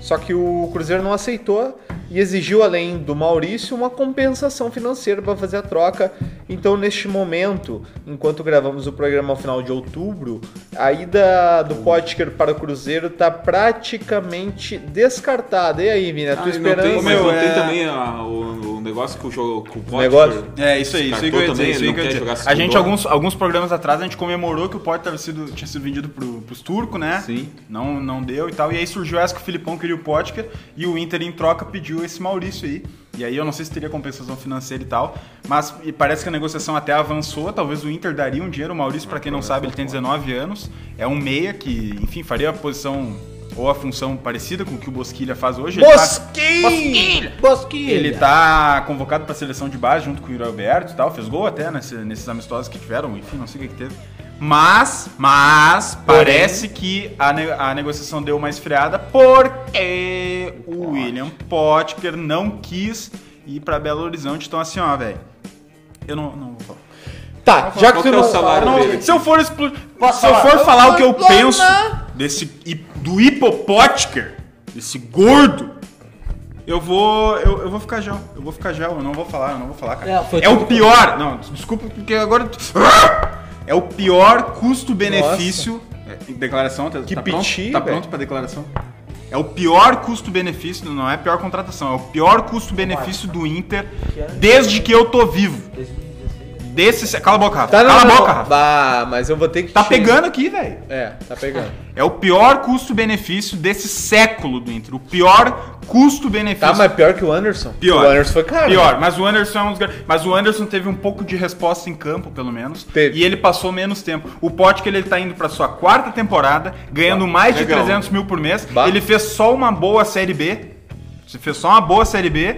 Só que o Cruzeiro não aceitou e exigiu, além do Maurício, uma compensação financeira para fazer a troca. Então, neste momento, enquanto gravamos o programa ao final de outubro, a ida do Potker para o Cruzeiro tá praticamente descartada. E aí, Vini, a tua
Ah, e não
esperança?
tem, mas
Meu,
não
é-
tem também a- o, o negócio que o jogo com o Potter.
negócio?
É, isso aí, isso aí que eu ia dizer,
Também,
isso
ele
aí
não
que eu
quer
ia dizer.
jogar
A
segundo
gente,
ano.
alguns, alguns programas atrás, a gente comemorou que o Potter tava sido, tinha sido vendido pro, pros turcos, né?
Sim.
Não, não deu e tal. E aí surgiu essa que o Filipão queria o Potker e o Inter, em troca, pediu esse Maurício aí. E aí eu não sei se teria compensação financeira e tal, mas e parece que a negociação até avançou. Talvez o Inter daria um dinheiro. O Maurício, pra quem não sabe, ele tem 19 anos. É um meia que, enfim, faria a posição ou a função parecida com o que o Bosquilha faz hoje. Ele tá-
Bosquilha!
ele tá convocado pra seleção de base junto com o Yuri Alberto e tal. Fez gol até nesse- nesses amistosos que tiveram, enfim, não sei o que, que teve. Mas, mas, parece que a, ne- a negociação deu uma esfriada porque o William Potker não quis ir pra Belo Horizonte. Então, assim, ó, velho. Eu não, não vou falar.
Tá, já que tu
Qual que é o
não...
salário
Não,
dele?
se eu for expl... se eu for falar o que eu penso desse hi- do hipopótker, desse gordo, eu vou eu, eu vou ficar gel, eu vou ficar gel, eu não vou falar, eu não vou falar, cara.
É,
É,
foi
o
tudo-
pior, não, des- desculpa porque agora tu- é o pior custo-benefício É, declaração tá,
Que
tá pronto?
piti,
tá
velho.
pronto pra declaração? É o pior custo-benefício, não é a pior contratação, é o pior custo-benefício do Inter desde que eu tô vivo. Desse. Cala a boca, Rafa.
Tá, não,
Cala
não,
a
não.
boca, Rafa.
Bah, mas eu vou ter que...
Tá
te-
pegando aqui, velho.
É, tá pegando.
É o pior custo-benefício desse século do Inter. O pior custo-benefício.
Tá, mas pior que o Anderson.
Pior.
O Anderson foi né? caro.
Pior, mas o Anderson é um dos grandes. Mas o Anderson teve um pouco de resposta em campo, pelo menos.
Teve.
E ele passou menos tempo. O Potker, ele tá indo pra sua quarta temporada, ganhando mais
legal.
de 300 mil por mês.
Bah.
Ele fez só uma boa Série B. Você fez só uma boa Série B.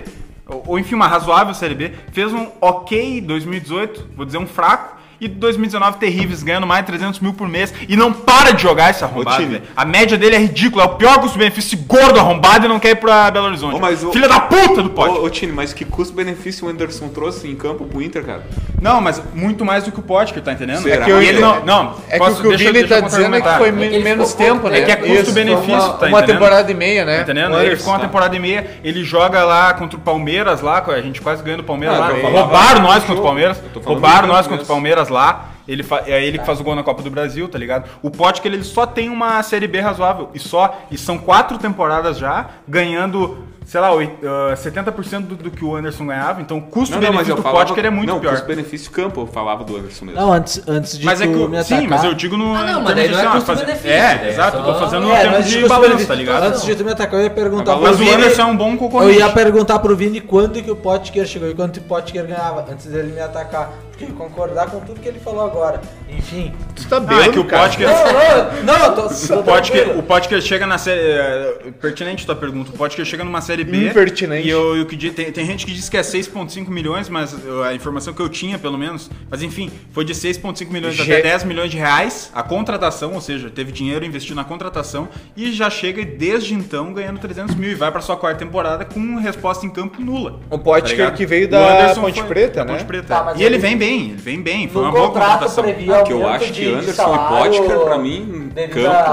Ou, ou, enfim, uma razoável Série B. Fez um ok 2018, vou dizer um fraco. E 2019 terríveis, ganhando mais de 300 mil por mês. E não para de jogar esse arrombado.
time.
velho. A média dele é ridícula. É o pior custo-benefício esse gordo arrombado e não quer ir pra Belo Horizonte.
Ô, mas o-
Filha da puta do Potker!
Ô, ô, Tini, mas que custo-benefício o Anderson trouxe em campo pro Inter, cara?
Não, mas muito mais do que o Potker, tá entendendo?
Será?
E
É
que
ele
o-
não, não,
É
posso-
que o que o
deixa eu-
Vini
deixa eu
tá dizendo é que foi
complementar.
me-
ele
menos
ficou
tempo,
pouco
né?
É que é
Isso,
custo-benefício,
uma,
tá
Uma
entendendo?
temporada e meia, né?
é,
Tá entendendo?
O
Ele
Anderson.
ficou uma temporada e meia, ele joga lá contra o Palmeiras lá, a gente quase ganhou do Palmeiras
Ah,
lá.
eu falava-
Roubaram nós contra o Palmeiras,
Eu tô falando
roubaram nós
do Palmeiras.
contra o Palmeiras lá. Ele fa- é ele que faz o gol na Copa do Brasil, tá ligado? O Potker, ele só tem uma Série B razoável. E só e são quatro temporadas já, ganhando, sei lá, oit- ah, 70% do, do que o Anderson ganhava. Então o
Não, não, mas
custo-benefício
eu
do
falava...
Potker é muito
não,
pior.
custo-benefício campo, eu falava do Anderson mesmo.
Não, antes, antes de
Mas é que
tu
eu,
me
sim,
atacar-
mas eu digo no.
Ah, não,
em termos
mas daí
de,
não é
assim, ó,
custo-benefício,
É,
daí é
exato, eu tô
só-
fazendo
É,
um
mas
termo de
desculpa,
balanço,
Vini,
tá ligado?
Antes de tu me atacar, eu ia perguntar
Mas o
Vini-
Anderson é um bom
Eu
concorrente.
ia perguntar pro Vini quando que o Potker chegou e quanto o Potker ganhava, antes dele me atacar. Porque eu ia concordar com tudo que ele falou agora. Enfim.
Tu tá bem,
Ah, é que o Potker.
Não, não, não, eu tô.
O Potker, o Potker chega na série. é, Pertinente tua pergunta. O Potker chega numa série B.
Impertinente.
E eu, eu que di- tem, tem gente que diz que é 6,5 milhões, mas eu- a informação que eu tinha, pelo menos. Mas enfim, foi de 6,5 milhões até
Ge-
10 milhões de reais a contratação, ou seja, teve dinheiro investido na contratação e já chega desde então ganhando 300 mil e vai pra sua quarta temporada com resposta em campo nula.
Tá
Tá
O Potker
ligado?
que veio
O
da
Anderson
Ponte
foi-
Preta,
da
né?
Ponte Preta.
Tá, mas
e ele
ele-
vem bem, ele vem bem. Foi
no
uma boa
contrato
contratação.
previa
Ah, que eu
aumento
acho que
de- de
Anderson e
salário
Potker, pra mim,
devido
campo-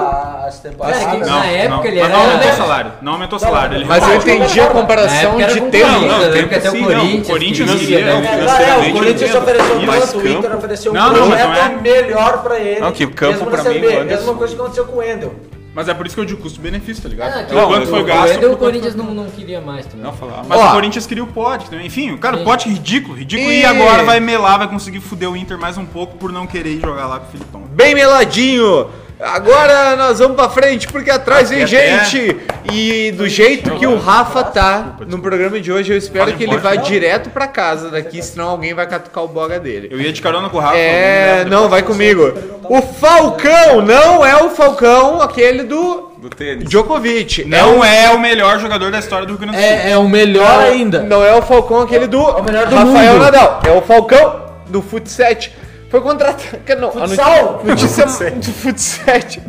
às temporadas.
É, que-
Não,
Na época
não.
ele
Mas
era-
não aumentou o salário. Não aumentou o salário. Ele
Mas eu
rebaixou.
entendi a comparação
Na época era
de
com
tempo.
Corinthians.
Não,
Eu lembro
tempo
que até o
sim,
Corinthians
não. O Corinthians
queria,
queria,
né?
não,
É, não, é,
financeiramente,
o Corinthians
eu entendo.
ofereceu
E
mais
tanto, o Inter
campo.
ofereceu um
Não, não, mas
projeto
não é-
melhor pra ele.
Não, que o campo
mesmo na
pra
Série B,
mim, o Anderson-
Mesma coisa que aconteceu com o Endel.
Mas é por isso que eu digo custo-benefício, tá ligado?
Ah,
É
que
o
não,
quanto
eu-
foi
eu
O
gasto.
Eder,
pro
o
quanto
Corinthians não, não queria mais também.
Não falava.
Mas
Ó.
o Corinthians queria o pote também. Enfim, cara, o pote ridículo, ridículo. E...
E-
agora vai melar, vai conseguir fuder o Inter mais um pouco por não querer ir jogar lá com o Filipão.
Bem meladinho. Agora nós vamos pra frente, porque atrás vem
Aqui até-
gente. E do jeito que o Rafa tá no programa de hoje, eu espero que ele vá direto pra casa daqui, senão alguém vai catucar o boga dele.
Eu ia de carona com o Rafa.
É,
algum lugar
não, vai comigo. O Falcão não é o Falcão, aquele do
Do tênis.
Djokovic.
depois. Não é o melhor jogador da história do Rio Grande do Sul.
É, é o melhor ainda.
Não é o Falcão aquele do,
melhor do
Rafael
mundo.
Nadal. É o Falcão do Fut7. Foi contratado. cara, Não,
Futsal?
A notícia, notícia do Fut7.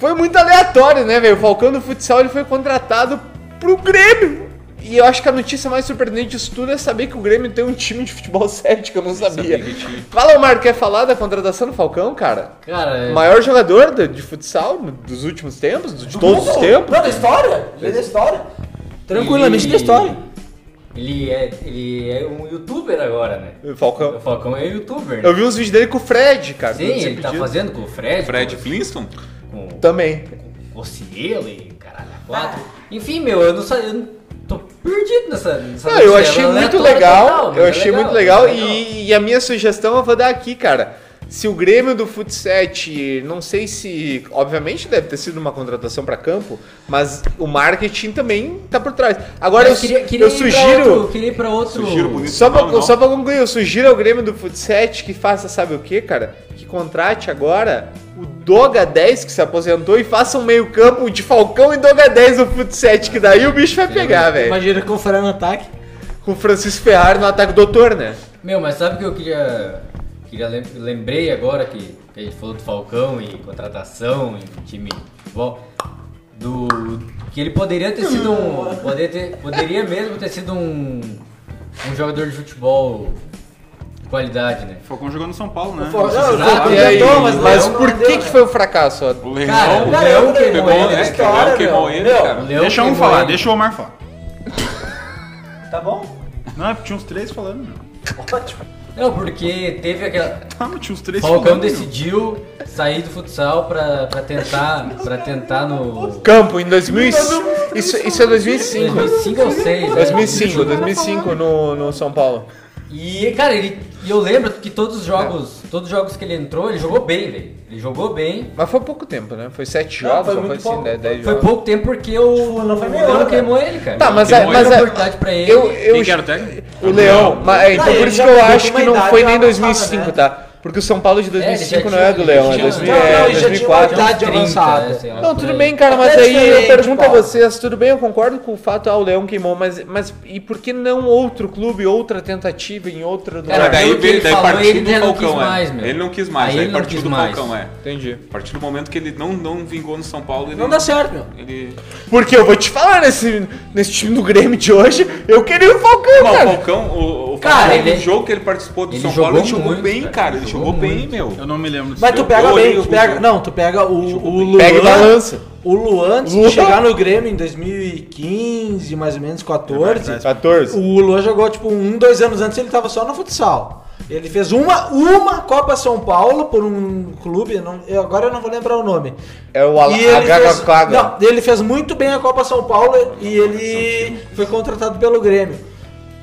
Foi muito aleatório, né, velho? O Falcão do futsal ele foi contratado pro Grêmio. E eu acho que a notícia mais surpreendente disso tudo é saber que o Grêmio tem um time de futebol 7 que eu não sabia. Fala, Omar, quer falar da contratação do Falcão, cara?
Cara, é-
Maior jogador de, de futsal dos últimos tempos, de todos os tempos.
Não, da história. Ele é da história. Tranquilamente
ele-
da história.
Ele é, ele é um youtuber agora, né? O
Falcão.
Falcão é youtuber, né?
Eu vi uns vídeos dele com o Fred, cara.
Sim,
quando você
ele tá
pediu.
fazendo Tá com o Fred,
Fred Flintstone?
com, com,
Também.
com o Cielo e caralho, a quatro. Enfim, meu, eu não sei, eu não- tô perdido nessa. nessa
Não, eu
notícia,
achei
ela é
muito
aleatória
legal.
total, mas
eu
é
achei muito legal.
é
E, e a minha sugestão eu vou dar aqui, cara. Se o Grêmio do Futset, não sei se. Obviamente deve ter sido uma contratação pra campo, mas o marketing também tá por trás. Agora eu,
eu, queria, queria
eu
ir pra
sugiro.
outro- queria ir pra outro.
Sugiro bonito.
Só pra,
Não, não.
só pra concluir, eu sugiro ao Grêmio do Futset que faça, sabe o que, cara? Que contrate agora o Doga 10 que se aposentou e faça um meio-campo de Falcão e Doga 10 no Futset, que daí o bicho vai pegar,
É.
velho.
Imagina com o Fran no ataque.
Com o Francisco Ferrari no ataque do doutor, né?
Meu, mas sabe o que eu queria. queria lem- lembrei agora que, que a gente falou do Falcão e contratação e time de futebol. Do. Que ele poderia ter sido um. Poderia, ter- poderia mesmo ter sido um. Um jogador de futebol de qualidade, né?
O Falcão jogou no São Paulo, né?
Não, eu
Ah,
E aí,
tentou, mas
mas
não- não
por
deu,
que, que
né?
foi um fracasso? ó?
O Leão,
Cara,
o
cara,
Leão
eu
pegou,
queimou ele,
né?
esse
que O
cara,
Leão queimou
meu.
ele,
Meu,
cara.
Leão
deixa um
pegou
falar,
ele.
deixa o Omar falar.
Tá bom?
Não, é porque tinha uns três falando. meu.
Ótimo.
Não, porque teve aquela.
Tá, mas tinha uns três
Falcão
falando. meu.
decidiu sair do futsal pra, pra tentar. pra tentar no.
Campo, em 2000. Isso, isso é
né?
2005.
2005 ou né? 6?
2005, 2005 no, no São Paulo.
E, cara, ele, e eu lembro que todos os jogos, todos os jogos que ele entrou, ele jogou bem, velho. Ele jogou bem.
Mas foi pouco tempo, né? Foi sete
Não,
jogos,
foi
ou foi
muito
assim,
pouco.
10 jogos.
Foi pouco tempo porque o
Tipo, não foi
o
melhor,
Leão
cara.
queimou ele, cara.
Tá, mas,
Queimou
a, mas
ele, deu
a-
oportunidade pra ele. É,
Eu, eu,
Quem que era o técnico?
O Leão, mas, é, então
Ah,
por
ele
isso
já
que eu
pegou
acho
uma
que não
idade
foi nem
avançada,
2005,
né?
tá? Porque o São Paulo de
ele já
2005 não
tinha-
é do Leão, é
ele já tinha-
2000,
Não, não,
é
ele já tinha uma
2004.
idade avançada.
né, sei lá,
Não,
por
tudo
aí.
bem, cara, mas
Até
aí eu
diferente,
pergunto a
Paulo.
vocês, tudo bem, eu concordo com o fato, ah, o Leão queimou, mas, mas e por que não outro clube, outra tentativa em outro lugar?
Cara,
Mas daí
pelo que ele
veio- daí
falou,
partiu
ele
do
já não
Falcão,
quis
é.
mais, meu.
Ele não quis mais,
Aí
aí
ele não
partiu
quis
do
mais.
Falcão, é.
Entendi.
A partir do momento que ele não, não vingou no São Paulo, ele
Não dá certo, meu.
Ele...
Porque eu vou te falar, nesse, nesse time do Grêmio de hoje, eu queria o Falcão,
Não, o
cara.
Falcão, o, o o
Cara,
Flamengo,
ele-
o jogo que ele participou do
ele
São Paulo,
jogou
ele jogou
muito,
bem,
cara,
cara.
ele
Ele
jogou
jogou bem,
muito.
meu.
Eu não me lembro disso.
Mas tu
Eu
pega
olhei
bem, tu
o
pega.
Luan.
Não, tu pega o, o Luan.
Pega e balança.
O Luan, antes
Luan.
de chegar no Grêmio em 2015, mais ou menos
É
14,
14.
o Luan jogou tipo um, dois anos antes, ele tava só no futsal. Ele fez uma, uma Copa São Paulo por um clube, eu não- eu- agora eu não vou lembrar o nome.
É o
E ele fez,
Agagacaga.
não, ele fez muito bem a Copa São Paulo e ele foi contratado pelo Grêmio.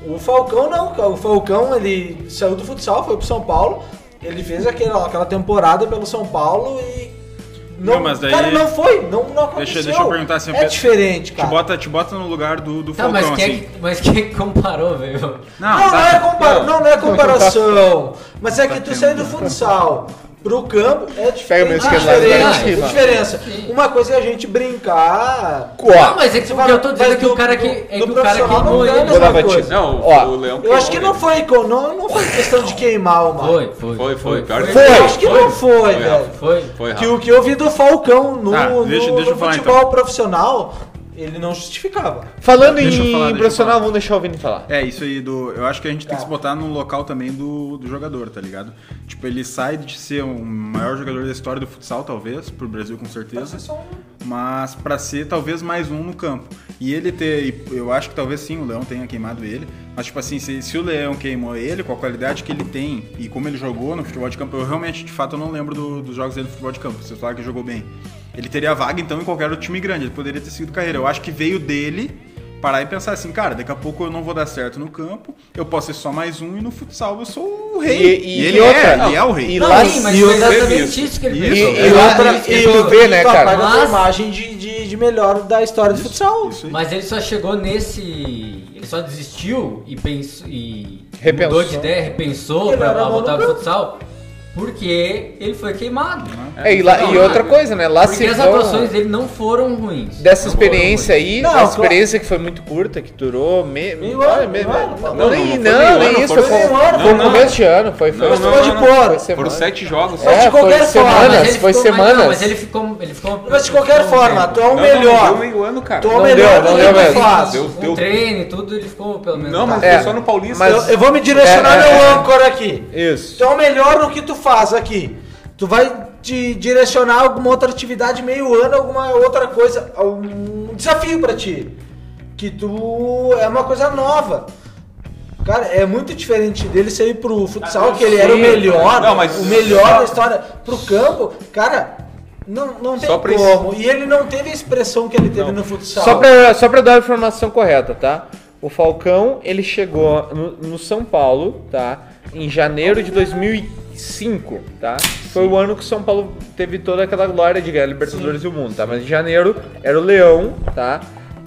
O Falcão não, cara. o Falcão ele saiu do futsal, foi pro São Paulo, ele fez aquela, aquela temporada pelo São Paulo e não,
Não, mas daí-
cara, não foi, não, não
Deixa-
aconteceu.
deixa eu perguntar assim,
é
Pedro,
diferente,
Te
cara.
bota, te bota no lugar do, do
Tá,
Falcão,
mas quem, é
assim.
que, mas quem é que comparou, velho?
Não, não,
tá.
é compara- não, não é comparação. Mas é que tu sair
Tá
do futsal pro campo é dif-
Pega o meu
tem
esquerdo lá, é
diferença.
vai em
cima.
diferença. Uma coisa é a gente brincar.
Não, mas é que
Você
o
fala-
que eu tô dizendo
mas
é que o
do-
cara que,
do-
é
do
que, o cara
profissional não
queimou
ganha
ele.
nessa
Vou dar
coisa.
batida.
Não, o,
Ó,
o Leão
Eu acho que
queimou,
não foi, com- não, não foi questão de queimar o Marcos.
Foi, foi.
Foi, foi, pior que
Foi.
Eu acho que não foi,
foi,
velho.
Foi.
ele. Foi
Que
rápido.
o que eu vi do Falcão no,
Tá, deixa-
no-
deixa eu
no
falar,
futebol
então.
profissional, ele não justificava.
Falando
Deixa eu
em
falar, deixa eu
profissional,
falar.
vamos deixar o Vini falar.
É, isso aí do. Eu acho que a gente
Tá.
tem que se botar no local também do, do jogador, tá ligado? Tipo, ele sai de ser o maior jogador da história do futsal, talvez, pro Brasil com certeza. Mas pra ser talvez mais um no campo. E ele ter. e Eu acho que talvez sim o Leão tenha queimado ele. Mas, tipo assim, se, se o Leão queimou ele, com a qualidade que ele tem e como ele jogou no futebol de campo, eu realmente, de fato, eu não lembro do- dos jogos dele no futebol de campo. Vocês falaram que ele jogou bem. Ele teria vaga, então, em qualquer outro time grande. Ele poderia ter seguido carreira. Eu acho que veio dele parar e pensar assim, cara, daqui a pouco eu não vou dar certo no campo, eu posso ser só mais um e no futsal eu sou o rei.
E- e-
ele
e outra?
é, ele é o rei.
E
Não,
lá-
sim, mas
e
foi
outra-
exatamente isso que ele
e-
fez.
e-
velho.
e
Exatamente
outra-
isso que ele
e
fez.
tu vê, né,
Tu
cara?
apaga a tua
Mas-
é, imagem de, de, de melhor da história do futsal.
Isso aí.
Mas ele só chegou nesse. Ele só desistiu e pensou. E
Repensou.
mudou de ideia, repensou
Ele
pra
era bom
voltar
no
pro
campo.
futsal. Porque ele foi queimado.
É, e, lá-
Não,
e outra
não.
coisa, né? Lá
Porque
se
as
vão-
atuações dele não foram ruins.
Dessa
Não
experiência
foram
aí,
Não,
essa
claro.
experiência que foi muito curta, que durou me,
Meio ano,
ah, me-
meio ano,
não,
não,
nem,
não foi meio
não, nem
ano,
isso,
foi
foi,
meio
foi,
ano.
foi
Não, não.
começo de ano, foi, foi,
Não,
foi,
não,
Mas tu
não,
pode pôr.
foi
Foram
semana.
sete jogos.
É,
de qualquer
foi
forma,
Ah, mas
semanas,
ele
foi
ficou- Mas, não, mas
semanas.
ele ficou. Ele ficou um
Mas de qualquer forma, tu é o
Não,
melhor.
Não, deu meio ano, cara.
Tu é o
Não
melhor
deu, não
do
deu
que eu
mesmo.
faço.
Deu-
Um
deu-
treino e tudo, ele ficou pelo menos. tá.
Não, mas
É,
foi só no Paulista.
mas-
Eu, eu vou me direcionar
É,
meu
é, é.
âncora aqui.
Isso.
Tu é o melhor no que tu faz aqui. Tu vai te direcionar a alguma outra atividade meio ano, alguma outra coisa, um desafio pra ti. Que tu é uma coisa nova. Cara, é muito diferente dele sair pro futsal, que ele era o melhor,
Ah, Não, mas-
o melhor da história, pro campo, cara, não, não tem
Só pra isso.
como. E ele não teve a expressão que ele teve no futsal.
Só pra, só pra dar a informação correta, tá? O Falcão, ele chegou no, no São Paulo, tá? Em janeiro de 2005, tá? Foi o ano que o São Paulo teve toda aquela glória de ganhar Libertadores e o mundo, tá? Mas em janeiro era o Leão, tá?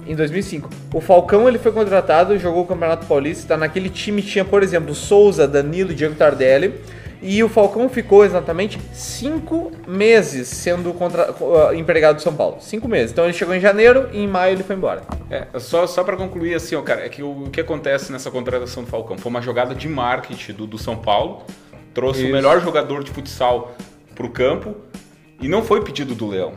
Em 2005. O Falcão, ele foi contratado, jogou o Campeonato Paulista, tá? Naquele time tinha, por exemplo, Souza, Danilo e Diego Tardelli. E o Falcão ficou exatamente cinco meses sendo contra- co- ah, empregado do São Paulo. Cinco meses. Então ele chegou em janeiro e em maio ele foi embora.
É, só, só para concluir assim, ó, cara, é que o, o que acontece nessa contratação do Falcão? Foi uma jogada de marketing do, do São Paulo, trouxe o melhor jogador de futsal pro campo e não foi pedido do Leão.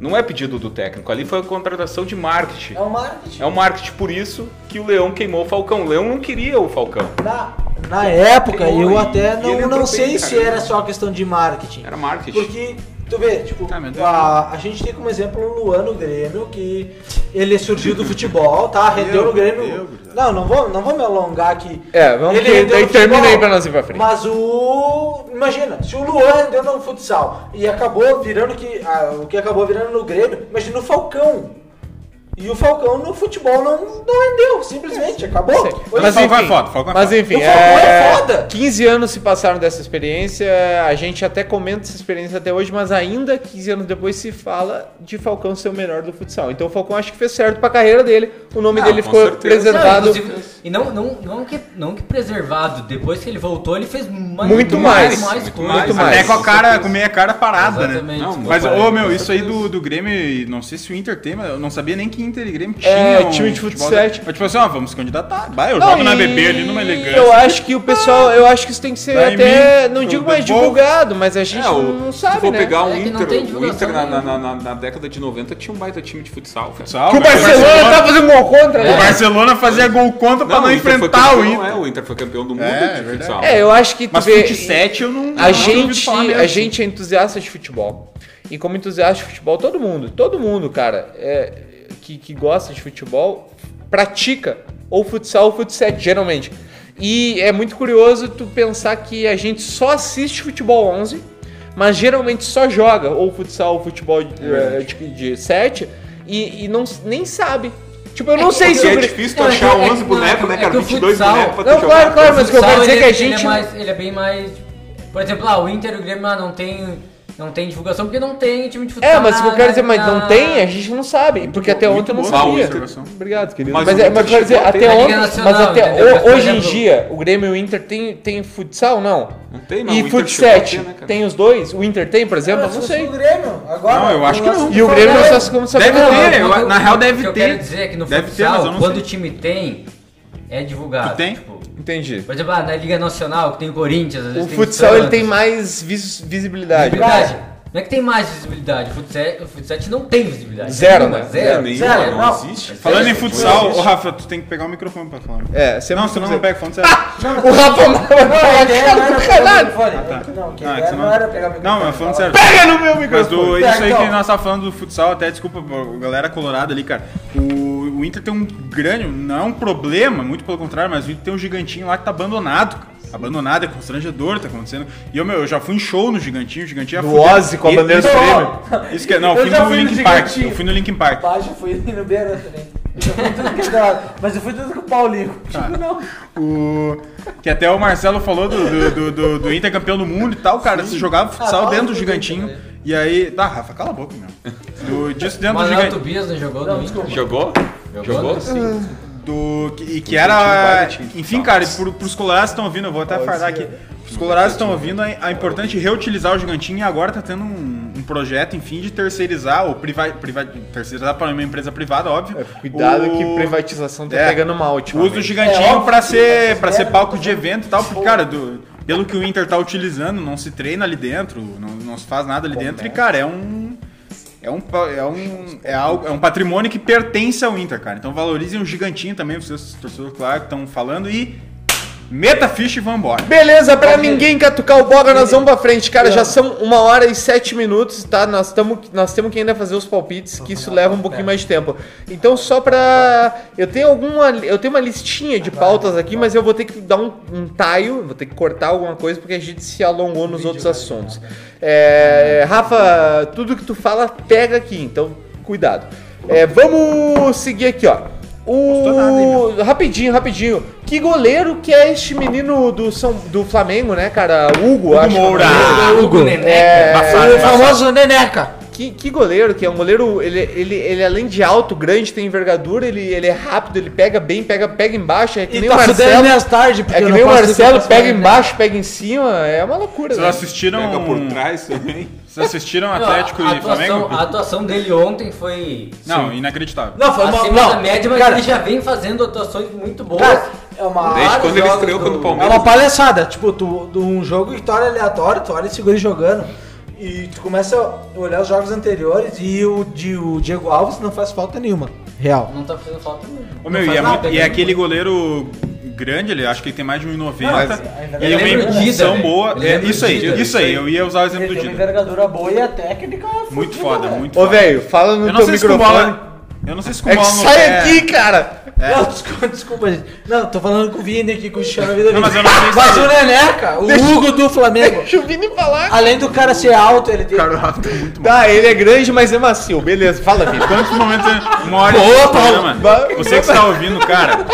Não é pedido do técnico, ali foi a contratação de marketing.
É o marketing.
É um marketing por isso que o Leão queimou o Falcão. O Leão não queria o Falcão.
Na, na época,
um Tem
eu
um-
até
e ele
não,
entrou
não
bem,
sei
cara.
se era só questão de marketing.
Era marketing.
Porque, tu vê, tipo,
Ah, meu Deus.
a, a gente tem como exemplo o Luan no Grêmio, que ele surgiu do futebol, tá? Rendeu no Grêmio.
Meu Deus.
não, não vou, não vou me alongar aqui.
É, vamos que-
rendeu
daí
no futebol,
termina aí pra nós ir pra frente.
Mas o. Imagina, se o Luan rendeu no futsal e acabou virando que, ah, o que acabou virando no Grêmio, imagina o Falcão. E o Falcão no futebol não, não rendeu, simplesmente, acabou. Hoje
É, Mas
Falcão
enfim,
é foda, Falcão é
mas
foda.
enfim
O Falcão é
é,
foda.
15 anos se passaram dessa experiência. A gente até comenta essa experiência até hoje, mas ainda 15 anos depois se fala de Falcão ser o melhor do futsal. Então o Falcão acho que fez certo pra carreira dele. O nome
Ah,
dele
com
ficou
certeza.
preservado.
Não, inclusive, e não, não, não, que, não que preservado, depois que ele voltou, ele fez mais,
Muito mais,
muito
coisas.
mais.
mais.
Até é com a cara, com meia cara parada, né?
Exatamente.
Não,
Mas,
Opa,
ô meu,
com
isso aí do,
certeza.
do Grêmio, e não sei se o Inter tem, mas eu não sabia nem que Inter e Grêmio tinham.
É, time de
futebol.
futsal.
Mas tipo assim, ó, vamos se candidatar. Vai, eu
Não,
jogo na
e
BB ali numa elegância.
Eu acho que o pessoal, eu acho que isso tem que ser
Dá em
até,
mim,
não
eu
digo
dou
mais
bom.
divulgado, mas a gente
É, o-
não
se
sabe,
for
né?
pegar o
É que não
Inter,
tem
o
divulgação
Inter na, na,
nenhuma.
na- na década de 90 tinha um baita time de futsal, cara.
Futsal,
Que o
mas
Barcelona tá fazendo gol contra,
né? O
né?
Barcelona fazia gol contra pra não,
o Inter foi
enfrentar o
campeão,
Inter.
é, o Inter foi campeão do mundo
É,
de
é
futsal.
É, eu acho que tu
Mas
vê-
27 eu não.
A
não tinha ouvido
gente,
falar mesmo.
a gente é entusiasta de futebol. E como entusiasta de futebol, todo mundo, todo mundo, cara, é, que, que gosta de futebol, pratica ou futsal ou futset, geralmente. E é muito curioso tu pensar que a gente só assiste futebol 11, mas geralmente só joga ou futsal ou futebol é, de, de 7 e, e não, nem sabe. Tipo, eu não sei
Porque é
sobre...
difícil tu
Não, é
achar
que- é que-
11 bonecos, né,
é
cara?
que o
22
futsal-
bonecos pra tu
Não,
jogar.
claro, claro, mas o que eu quero
futsal,
dizer é que a
ele- Ele
gente...
é, mais- ele é bem mais. Por exemplo, ah, o Inter e o Grêmio ah, não tem. Não tem divulgação porque não tem time de futsal.
É, mas o que eu quero dizer, mas
na-
não tem, é a gente não sabe. Porque até
muito
ontem eu não
bom.
Uau,
sabia.
isso é informação.
Obrigado, querido. Mas,
Mas
mas,
o
é,
Inter
mas quer dizer,
chegou a ter
até
na Liga
ontem.
Nacional,
Mas até
entendeu?
ho-
Mas, por
hoje em
exemplo-
dia, o Grêmio e o Inter tem, tem futsal? Não.
Não tem, mas o
E
Inter chegou a ter,
futset
né, cara?
tem os dois? O Inter tem, por exemplo? Eu não sei.
Grêmio, agora.
Não, eu acho que não.
E o Grêmio não sabe como saber. é
Deve
não.
ter, eu-
mas o-
na real deve
O
ter.
que eu quero dizer é que no
Deve ter, mas eu
futsal,
não
quando
sei.
o time tem, é divulgado.
Tu tem?
Tipo,
Entendi.
por exemplo, ah, na Liga Nacional, que tem o Corinthians, às
O
vezes tem
futsal
Santos.
ele tem mais vis- visibilidade.
Visibilidade. Não é que tem mais visibilidade. O futsal, o futsal não tem visibilidade.
Zero,
Nenhuma,
né?
É,
Zero.
Nenhuma,
Sério,
é. não,
não.
existe.
Falando em
Sério,
futsal,
não
ô
existe.
Rafa, tu tem que pegar o microfone pra falar.
É, sempre
Não, senão
dizer.
não pega o fone, sério.
O Rafa
é
manda pra
tá
cara é do caralho.
Não,
Não, é que senão- Não, mas falando sério.
Pega no meu
Mas do,
microfone.
isso aí
então.
que nós tá falando do futsal, até desculpa, pô, galera colorada ali, cara. O, o Inter tem um grande, não é um problema, muito pelo contrário, mas o Inter tem um gigantinho lá que tá abandonado, cara. Abandonado, é constrangedor, tá acontecendo. E eu, meu, eu já fui em show no Gigantinho, o Gigantinho é
Do
fudido.
Ozzy com a
E-
bandeira
isso-
do
Isso que é, não,
Eu
fui
já
no,
fui no
Linkin Park.
Gigantinho.
Eu fui no Linkin Park.
Baixo, fui no Beira também. Eu já fui tudo que dava, Mas eu fui tudo com o Paulinho. Contigo não.
O... Que até o Marcelo falou do, do, do, do- do Inter campeão do mundo e tal, cara. Você jogava futsal
fala
dentro do
do
gigantinho.
Inter,
E aí. Tá, Rafa, cala a boca, meu. Do, disso dentro do
Manuel
gigantinho.
Tobias não jogou no Inter.
Jogou? Jogou? Sim.
Do, que- e que
Gigantinho
era.
baita time de
Enfim,
futsal.
cara, pro, pros colorados que estão ouvindo, eu vou até fardar aqui. Os colorados estão ouvindo, a, a importante é reutilizar o gigantinho e agora tá tendo um, um projeto, enfim, de terceirizar, ou priva, priva, terceirizar para uma empresa privada, óbvio.
É, Cuidado
o-
que privatização tá
É.
pegando mal,
O uso do
ultimamente.
gigantinho
É óbvio,
pra, ser,
né?
pra
é
ser palco de evento e tal, porque, cara, do- pelo que o Inter tá utilizando, não se treina ali dentro, não, não se faz nada ali dentro, e, cara, é um. É um, pa- é, um, é, algo, é um patrimônio que pertence ao Inter, cara. Então valorizem o gigantinho também, vocês, torcedores, claro, que estão falando, e meta a ficha e vambora.
Beleza, pra ninguém catucar o boga, nós vamos pra frente, cara. Já são uma hora e sete minutos, tá? Nós, tamo, nós temos que ainda fazer os palpites, que isso leva um pouquinho mais de tempo. Então, só pra. Eu tenho alguma. Eu tenho uma listinha de pautas aqui, mas eu vou ter que dar um, um taio, vou ter que cortar alguma coisa, porque a gente se alongou nos outros assuntos. É, Rafa, tudo que tu fala pega aqui, então cuidado. É, vamos seguir aqui, ó.
Gostou nada, hein, meu?
O rapidinho, rapidinho. Que goleiro que é este menino do, São, do Flamengo, né, cara? Hugo, acho. que é o
Moura.
nome dele.
Hugo,
É,
o famoso Neneca.
que, que goleiro que é um goleiro, ele, ele, ele além de alto, grande, tem envergadura, ele, ele é rápido, ele pega bem, pega, pega embaixo, é que
E
nem o
tá estudando
Marcelo.
minhas tardes, porque
É
eu né?
que
não
nem o
posso
Marcelo,
estudar
pega
sozinho.
embaixo, pega em cima, é uma loucura.
Vocês
né?
assistiram.
Pega por trás também.
Vocês assistiram
Não,
Atlético
a,
e Flamengo?
atuação, a atuação dele ontem foi
Não, inacreditável.
Não, foi uma.
acima da
Não,
média, mas
cara,
ele já vem fazendo atuações muito boas.
cara, é uma.
Desde quando ele
jogos
estreou
do-
contra o
É
Palmeiras.
uma palhaçada, tipo, tu, tu- um jogo que tu olha aleatório, tu olha esse guri jogando e tu começa a olhar os jogos anteriores e o, Di- o Diego Alves não faz falta nenhuma, real.
Não tá fazendo falta nenhuma.
Ô, meu,
Não
e é,
faz nada,
muito- e é
né?
aquele goleiro grande, ele acho que ele tem mais de 1,90.
Mas-
Ele
Ele
tem
é
uma
bandida,
impulsão
né?
velho.
boa.
Ele
É,
é
isso aí,
bandida,
isso aí. Eu ia usar o exemplo do Dida.
envergadura boa e a técnica é
Muito foda, muito
Ô,
foda.
velho, fala no
Eu não
teu
sei se com
microfone.
bola. Eu não sei se com
É que
bola no
sai
pé-
aqui, cara!
É.
Não, desculpa, desculpa, gente. Não, tô falando com o Vini aqui, com o Cristiano Vida.
Não, mas eu não sei se-
Mas o Neneca, o Hugo do Flamengo,
Deixa o Vini falar.
além do cara ser alto, ele tem...
Tá, ele é grande, mas é macio. Beleza, fala, Vini.
Quantos momentos é uma hora
Boa,
de programa?
Paulo.
Você que está ouvindo, cara.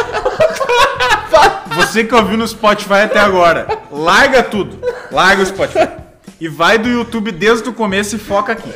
Você que ouviu no Spotify até agora, larga tudo. Larga o Spotify. E vai do YouTube desde o começo e foca aqui.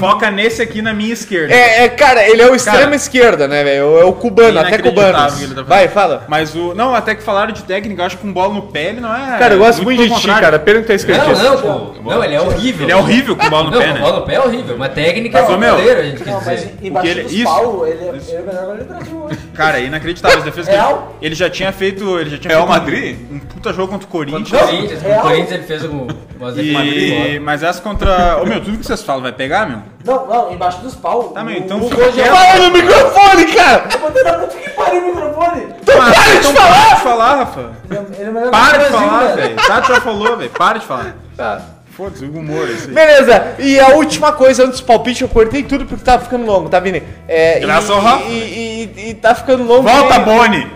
Foca nesse aqui na minha esquerda.
É, é, cara, ele é o extremo
Cara.
esquerda, né, velho? É o cubano, até
Inacreditável
cubanos.
que ele tá fazendo.
Vai, fala.
Mas o. Não, até que falaram de técnica, eu acho que com bola no pé ele não é.
Cara, eu gosto muito,
pelo
de ti,
contrário.
cara. Pena que tu é esquerdista.
Não, não, pô. Não, ele é horrível.
tipo, Ele é horrível com bola no
Não,
pé, né?
bola no pé é horrível. Uma técnica
Mas, ô,
é
meu,
goleiro, a gente quer
Não, mas
dizer.
embaixo
é. ele-
dos
isso-
pau, ele, é- ele é o melhor goleiro do Brasil hoje.
Cara, é inacreditável as defesas dele.
Real?
Ele já tinha feito. Ele já tinha
Real
feito um-
Madrid?
Um, puta jogo contra o Corinthians.
Contra o Corinthians, contra
é Real?
o Corinthians ele fez um, umas
E...
e...
Mas essa contra. Ô meu, tudo que vocês falam vai pegar, meu?
Não, não, embaixo dos pau.
Tá, meu,
o
então
Hugo é
fica
hoje é
quieto.
Fala no microfone, cara!
Botei na puta que pariu o microfone.
Tá
Rafa, então para de falar, Rafa.
Ele é o melhor
Para
do
de
Brasil,
falar,
velho.
velho. Tá, tu já falou, velho. Para de falar.
Tá.
Foda-se, Hugo Moura, esse aí.
Beleza, e a última coisa antes do palpite, eu cortei tudo porque tava ficando longo, tá, Vini? É,
Graças
e-
ao Rafa.
E, e- e- e tá ficando longo.
Volta,
e...
Boni!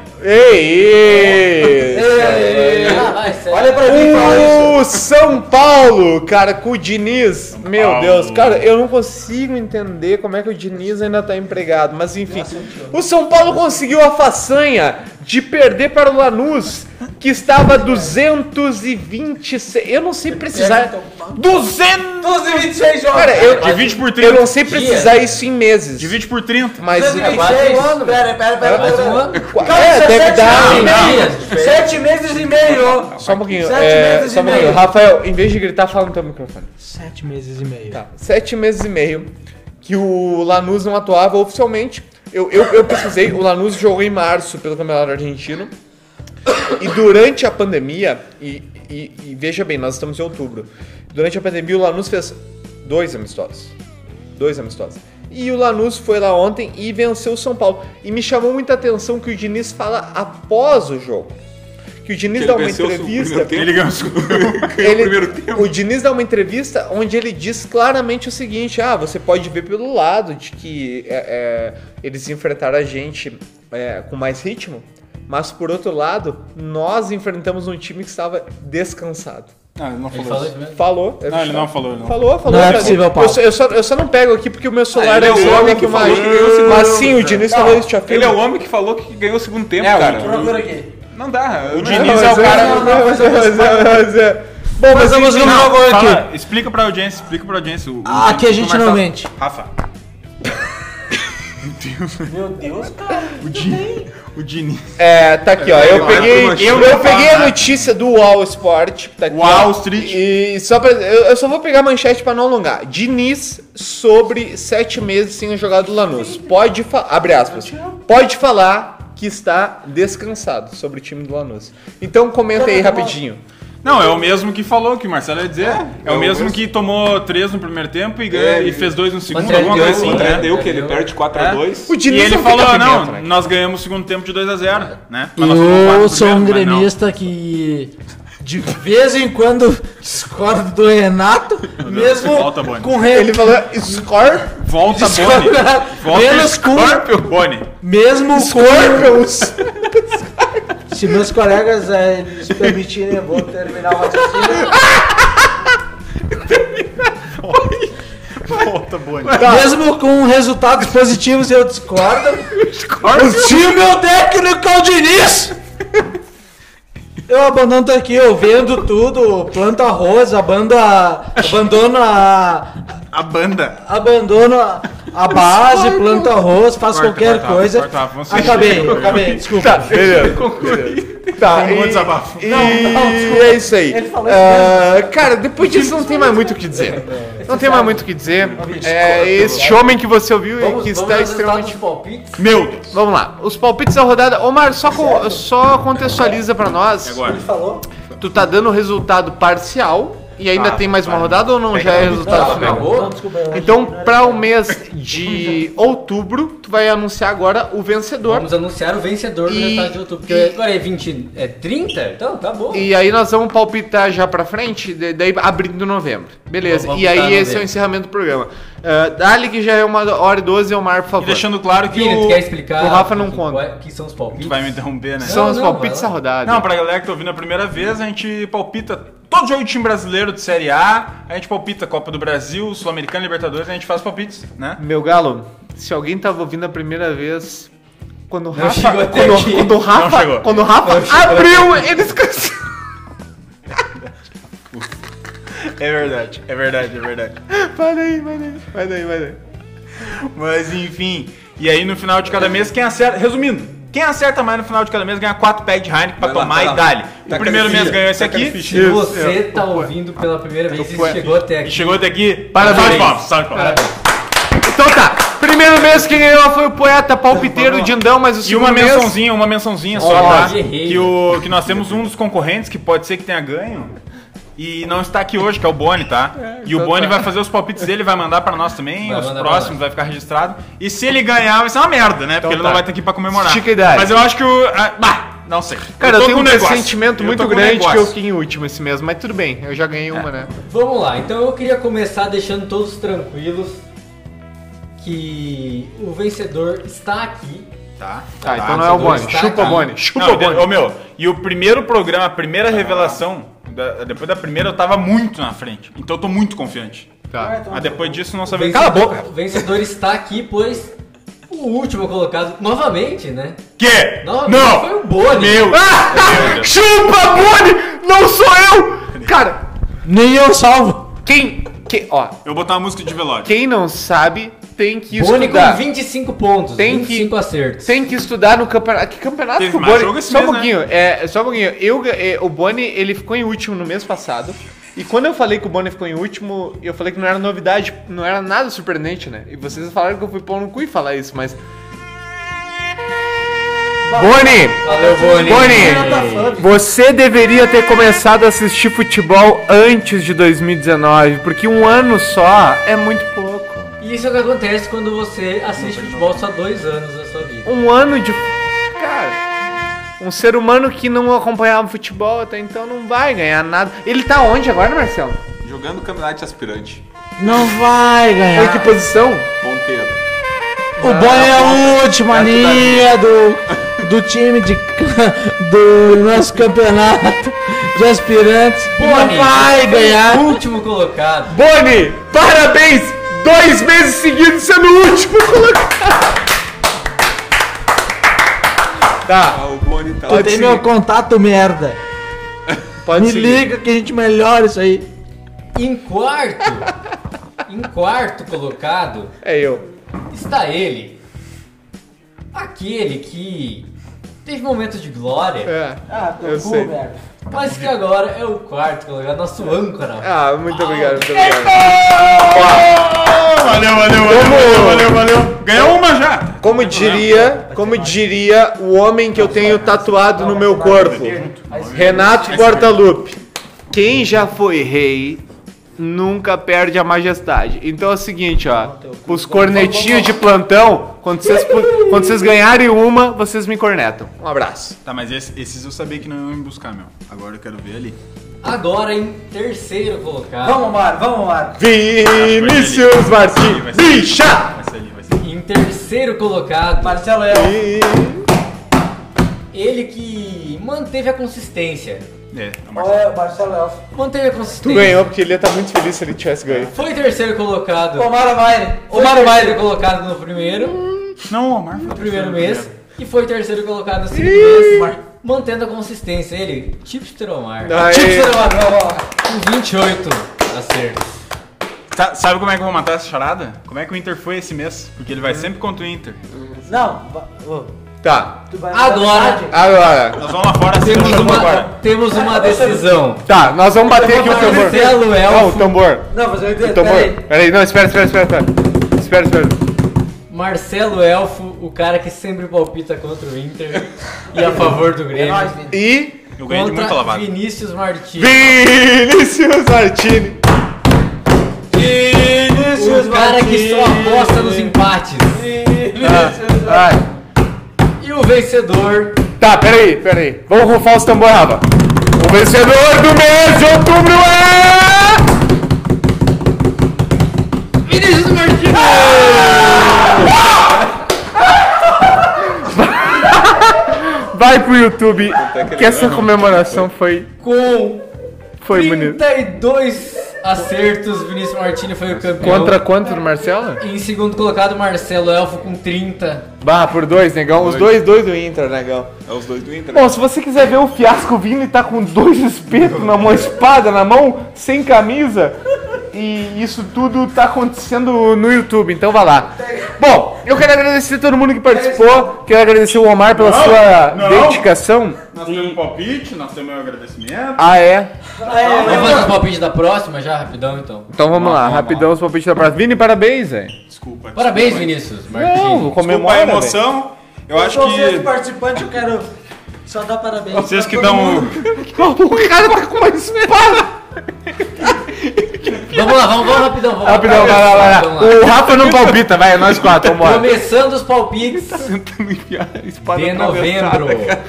Ei, ei.
Olha pra
O São Paulo, cara, com o Diniz. meu
Paulo.
Deus, cara, eu não consigo entender como é que o Diniz ainda tá empregado. Mas enfim, o São Paulo conseguiu a façanha de perder para o Lanús, que estava 226. Eu não sei precisar. 200!
226 jogos.
Cara, eu,
Divide por 30.
eu não sei precisar isso em meses.
Divide por 30.
Mas.
quase
226.
um ano.
Pera, pera, pera.
Mais um
pera.
ano.
É, deve dar.
anos. Não, não.
7 meses e meio.
Só um pouquinho.
Sete
é,
meses
só
e
um pouquinho.
meio.
Rafael, em vez de gritar, fala no teu microfone.
7 meses e meio.
Tá, sete meses e meio que o Lanús não atuava oficialmente. Eu, eu, eu pesquisei, o Lanús jogou em março pelo Campeonato Argentino. E durante a pandemia, e, e- e veja bem, nós estamos em outubro. Durante a pandemia, o Lanús fez dois amistosos. Dois amistosos. E o Lanús foi lá ontem e venceu o São Paulo. E me chamou muita atenção que o Diniz fala após o jogo. Que o Diniz
Ele
dá uma
venceu o
entrevista.
primeiro tempo.
Ele ganhou os
Ele-
primeiro tempo.
O Diniz dá uma entrevista onde ele diz claramente o seguinte: ah, você pode ver pelo lado de que é, é, eles enfrentaram a gente é, com mais ritmo, mas por outro lado, nós enfrentamos um time que estava descansado.
Não, ele não
Ele
falou
falou
isso.
isso mesmo?
Falou?
Não, ele não falou, ele não.
Falou, falou.
Não é
cara.
possível, Paulo.
Eu só, eu, só, eu só não pego aqui porque o meu celular
ele
é
é o
o
homem
homem que
que
mais.
falou que ganhou o segundo
Mas sim, o Diniz falou isso, te
Ele é
afirmo.
o homem que falou que ganhou o segundo tempo,
É, o
cara.
Procura aqui.
Não dá. O
Diniz é o cara-
Não, não, mas é, mas é, mas é. Bom, mas vamos no
Não,
jogo aqui.
fala, explica pra audiência, explica pra audiência. o- o
Ah,
time
um aqui a gente
começa-
não mente.
Rafa.
Meu Deus, cara.
O Diniz. O Diniz.
É, tá aqui, ó. Eu
Olha,
peguei,
como
eu,
achou.
eu peguei a notícia do Wall Sport. Tá aqui,
Wall
ó.
Street.
E só pra, eu, eu só vou pegar a manchete pra não alongar. Diniz sobre sete meses sem jogar do Lanús. Pode fa- abre aspas. Pode falar que está descansado sobre o time do Lanús. Então comenta aí rapidinho.
Não, é o mesmo que falou, que o Marcelo ia dizer. É, o mesmo É, que tomou três no primeiro tempo e, ganha- e fez dois no segundo,
André
alguma
deu,
coisa assim,
André
né?
André deu é que ele
Deu.
perde 4x2.
O
E
Diniz é
ele
não fica
falou, "Ah,
pimenta,
não,
né?
nós ganhamos o segundo tempo de 2x0, né? Mas nós tomamos quatro
Eu
no
sou um
primeiro, mas não.
gremista que de vez em quando discordo do Renato, mesmo
Volta, Boni.
com
Ele
re...
falou score,
Volta, Boni.
Discordo-
Volta,
Menos com-
Scorpio, Boni.
mesmo
Scorpions.
com se meus colegas eh, eles permitirem eu vou terminar o raciocínio.
Volta, Boni.
Mesmo com resultados positivos eu discordo. O time meu técnico é o Diniz. Eu abandono tudo aqui, eu vendo tudo, planto arroz, abando a- abandono a,
A banda.
abandono a, a base, planta arroz, faço
Corta,
qualquer
corta,
coisa.
corta, vamos seguir.
acabei, acabei, desculpa.
Tá, beleza. Tá,
Tem um
e,
desabafo.
e é isso aí.
Ele falou isso
Ah, cara, depois disso não tem mais muito o que dizer. Não tem mais muito o que dizer. É, este homem que você ouviu e que está extremamente.
palpites.
Meu Deus.
Vamos lá, os palpites da rodada. Omar, só, co- só contextualiza pra nós.
Agora.
Falou?
Tu tá dando resultado parcial e ainda tem mais uma rodada ou não já é resultado final?
Acabou?
Desculpa, eu-
Então, pra o mês de outubro, tu vai anunciar agora o vencedor.
Vamos anunciar o vencedor do
E-
resultado de YouTube. Porque
e-
agora é 20. É 30? Então tá bom.
E aí nós vamos palpitar já pra frente, de- daí abrindo novembro. Beleza.
Vamos
E aí
palpitar
esse é o
novembro.
encerramento do programa. Ah, Dali que já é uma hora e 12, Omar, por
E
favor.
deixando claro que
Vini, tu
o...
quer explicar?
o Rafa não
que-
conta.
qual é- que são os palpites?
Tu vai me interromper, né?
São
Não,
os
não,
palpites da
vai lá.
rodada.
Não, pra galera que tá ouvindo a primeira vez, a gente palpita todo jogo de time brasileiro de Série A, a gente palpita Copa do Brasil, Sul-Americana, Libertadores, a gente faz palpites, né?
Meu galo, se alguém tava ouvindo a primeira vez, quando o Rafa.
chegou até
Quando,
aqui.
quando o
Não
Rafa,
chegou.
quando o Rafa abriu, eles cancelaram.
É verdade, é verdade, é verdade.
Vai daí, vai daí, vai daí, vai daí.
Mas enfim, e aí no final de cada mês, quem acerta. Resumindo, quem acerta mais no final de cada mês ganha 4 packs de Heineken pra
Vai lá,
tomar
vai
e
lá.
dali. O
Taca
primeiro
a
mês
ficha,
ganhou esse
taca a
aqui.
ficha.
Se você tá ouvindo pela primeira vez e chegou até
E
aqui.
Chegou até aqui. Parabéns, salve de palmas, salve de palmas.
Então tá. Primeiro mês quem ganhou foi o poeta palpiteiro Dindão, mas o
E
segundo
uma
mês-
mençãozinha, uma mençãozinha só,
Ó, né?
tá?
errei.
Que, o, que nós temos um dos concorrentes que pode ser que tenha ganho. E não está aqui hoje, que é o Boni, tá? e o
então
Boni
tá.
vai fazer os palpites dele, vai mandar pra nós também,
Vai
os
mandar pra
próximos,
nós.
vai ficar registrado. E se ele ganhar, vai ser uma merda, né? Porque ele
tá.
não vai estar aqui pra comemorar.
Estica a idade.
Mas eu acho que o. ah, bah, não sei.
Cara, eu,
tô
tenho
com
um
negócio.
ressentimento
Eu
muito
tô com um
grande que eu
negócio. É.
fiquei em último esse mesmo, mas tudo bem, eu já ganhei uma, né?
Vamos lá, então eu queria começar deixando todos tranquilos que o vencedor está aqui.
Tá,
Tá, então não é o
dois,
Boni.
tá,
Chupa o
tá.
Boni, chupa
Não,
o Boni.
ô, meu, e o primeiro programa, a primeira revelação, da- depois da primeira eu tava muito na frente. Então eu tô muito confiante.
Tá.
Mas depois disso não sabia.
Vencedor-
Cala a boca.
O vencedor está aqui, pois o último colocado, novamente, né?
Que?
Não,
não!
foi né? o Boni.
Meu! Meu Deus.
Ah! Chupa Boni! Não sou eu! Cara,
Nem eu salvo.
quem. quem ó,
Eu vou botar uma música de velório.
quem não sabe tem que
Boni com
estudar.
25 pontos,
Tem que-
25 acertos.
Tem que estudar no campeonato. Que campeonato
Teve
que o
mais
Boni.
jogo esse
só um
mês, né?
pouquinho, é, só um pouquinho. Eu, ga- é, o Boni, ele ficou em último no mês passado. E quando eu falei que o Boni ficou em último, eu falei que não era novidade, não era nada surpreendente, né? E vocês falaram que eu fui pôr no cu e falar isso, mas. Boni!
Valeu, Boni.
tá
Boni, você deveria ter começado a assistir futebol antes de 2019, porque um ano só é muito pouco.
E isso é o que acontece quando você assiste futebol só dois anos da sua vida.
um ano de. Cara, um ser humano que não acompanhava futebol até então não vai ganhar nada. Ele tá onde agora, Marcelo?
Jogando campeonato de aspirante.
Não vai
Em que
ganhar.
posição?
Ponteiro.
É O Boni é o último linha do, do time de, do nosso campeonato de aspirantes.
Boni,
Não vai ganhar.
Último colocado.
Boni, parabéns! Dois meses seguidos sendo o último colocado! Tá,
Ah, o Boni tá.
Tu tem meu contato, merda.
pode
Me
seguir.
liga que a gente melhora isso aí.
Em quarto, em quarto colocado,
É eu.
está ele. Aquele que teve momentos de glória,
É.
Ah,
Eu cu, sei. velho.
mas que agora é o quarto colocado, nosso âncora.
Ah, muito obrigado, muito obrigado.
Valeu, valeu, valeu, valeu, valeu, valeu. Ganhou uma já.
Como diria, como diria o homem que eu tenho tatuado no meu corpo, Renato Portaluppi. Quem já foi rei nunca perde a majestade. Então é o seguinte, ó, os cornetinhos de plantão, quando vocês, pu- quando vocês ganharem uma, vocês me cornetam. Um abraço.
Tá, mas esse- esses eu sabia que não iam me buscar, meu. Agora eu quero ver ali.
Agora em terceiro colocado.
Mário, vamos, Mário.
Vinícius Martins, bicha!
Vai ser ali, vai ser ali.
Em terceiro colocado,
Marcelo é o
ele que manteve a consistência.
É, é o Marcelo.
Marcelo Elf.
Manteve a
Tu
consistência.
ganhou porque ele ia estar muito feliz se ele tivesse ganho.
Foi terceiro colocado.
Mário vai.
Foi terceiro colocado no primeiro,
Não, o Omar.
no primeiro mês. E foi terceiro colocado no segundo mês. Mantendo a consistência. Ele, Chipster Omar.
Tipo,
Aê.
Com 28 acertos.
Sa- sabe como é que eu vou matar essa charada? Como é que o Inter foi esse mês? Porque ele vai sempre contra o Inter.
Não.
Tá,
Agora
agora.
Nós vamos lá fora, assim,
temos
nós vamos
uma,
agora.
temos uma decisão.
Tá, nós vamos bater aqui o tambor.
Marcelo Elfo.
Não, o tambor.
Não, mas eu
Então, peraí. peraí, não, espera, espera, espera, espera. Espera, espera.
Marcelo Elfo, o cara que sempre palpita contra o Inter e a favor do Grêmio.
E.
Eu ganhei de muita
Contra
lavada.
Vinícius Martins.
Vinícius Martini.
O cara que só aposta nos empates.
Ai.
E o vencedor
Tá, peraí, peraí. Vamos rufar os tambor, Rafa. O vencedor do mês de outubro é.
Vinícius Martins!
Vai pro YouTube. Que essa comemoração foi,
Com
foi bonita.
32 acertos, Vinícius Martins foi o campeão.
Contra quanto do Marcelo?
Em segundo colocado, Marcelo Elfo com 30.
Bah, por dois, negão. Os dois, dois do Inter, negão.
É os dois do Inter.
Bom, se você quiser ver o fiasco vindo e tá com dois espetos na mão, espada na mão, sem camisa, e isso tudo tá acontecendo no YouTube, então vá lá. Bom, eu quero agradecer a todo mundo que participou, quero agradecer o Omar pela sua
não.
dedicação.
Nós temos um palpite, nós temos meu agradecimento.
Ah, é?
Vamos fazer o palpite da próxima já, rapidão então.
Então vamos lá, rapidão os palpites da próxima. Vini, parabéns, velho.
Desculpa.
Parabéns,
desculpa.
Vinícius
Não,
Martins.
comemora,
Desculpa a emoção. Eu acho que
participante, eu quero só dar parabéns.
vocês que dão.
velho. O cara tá com uma espada.
Vamos lá, vamos, vamos rapidão. Vamos
Rapidão, vai lá, vai lá. O Rafa não palpita, vai, é nós quatro, vambora.
Começando os palpites
Tentando enfiar a espada
de
atravessada,
novembro.
cara.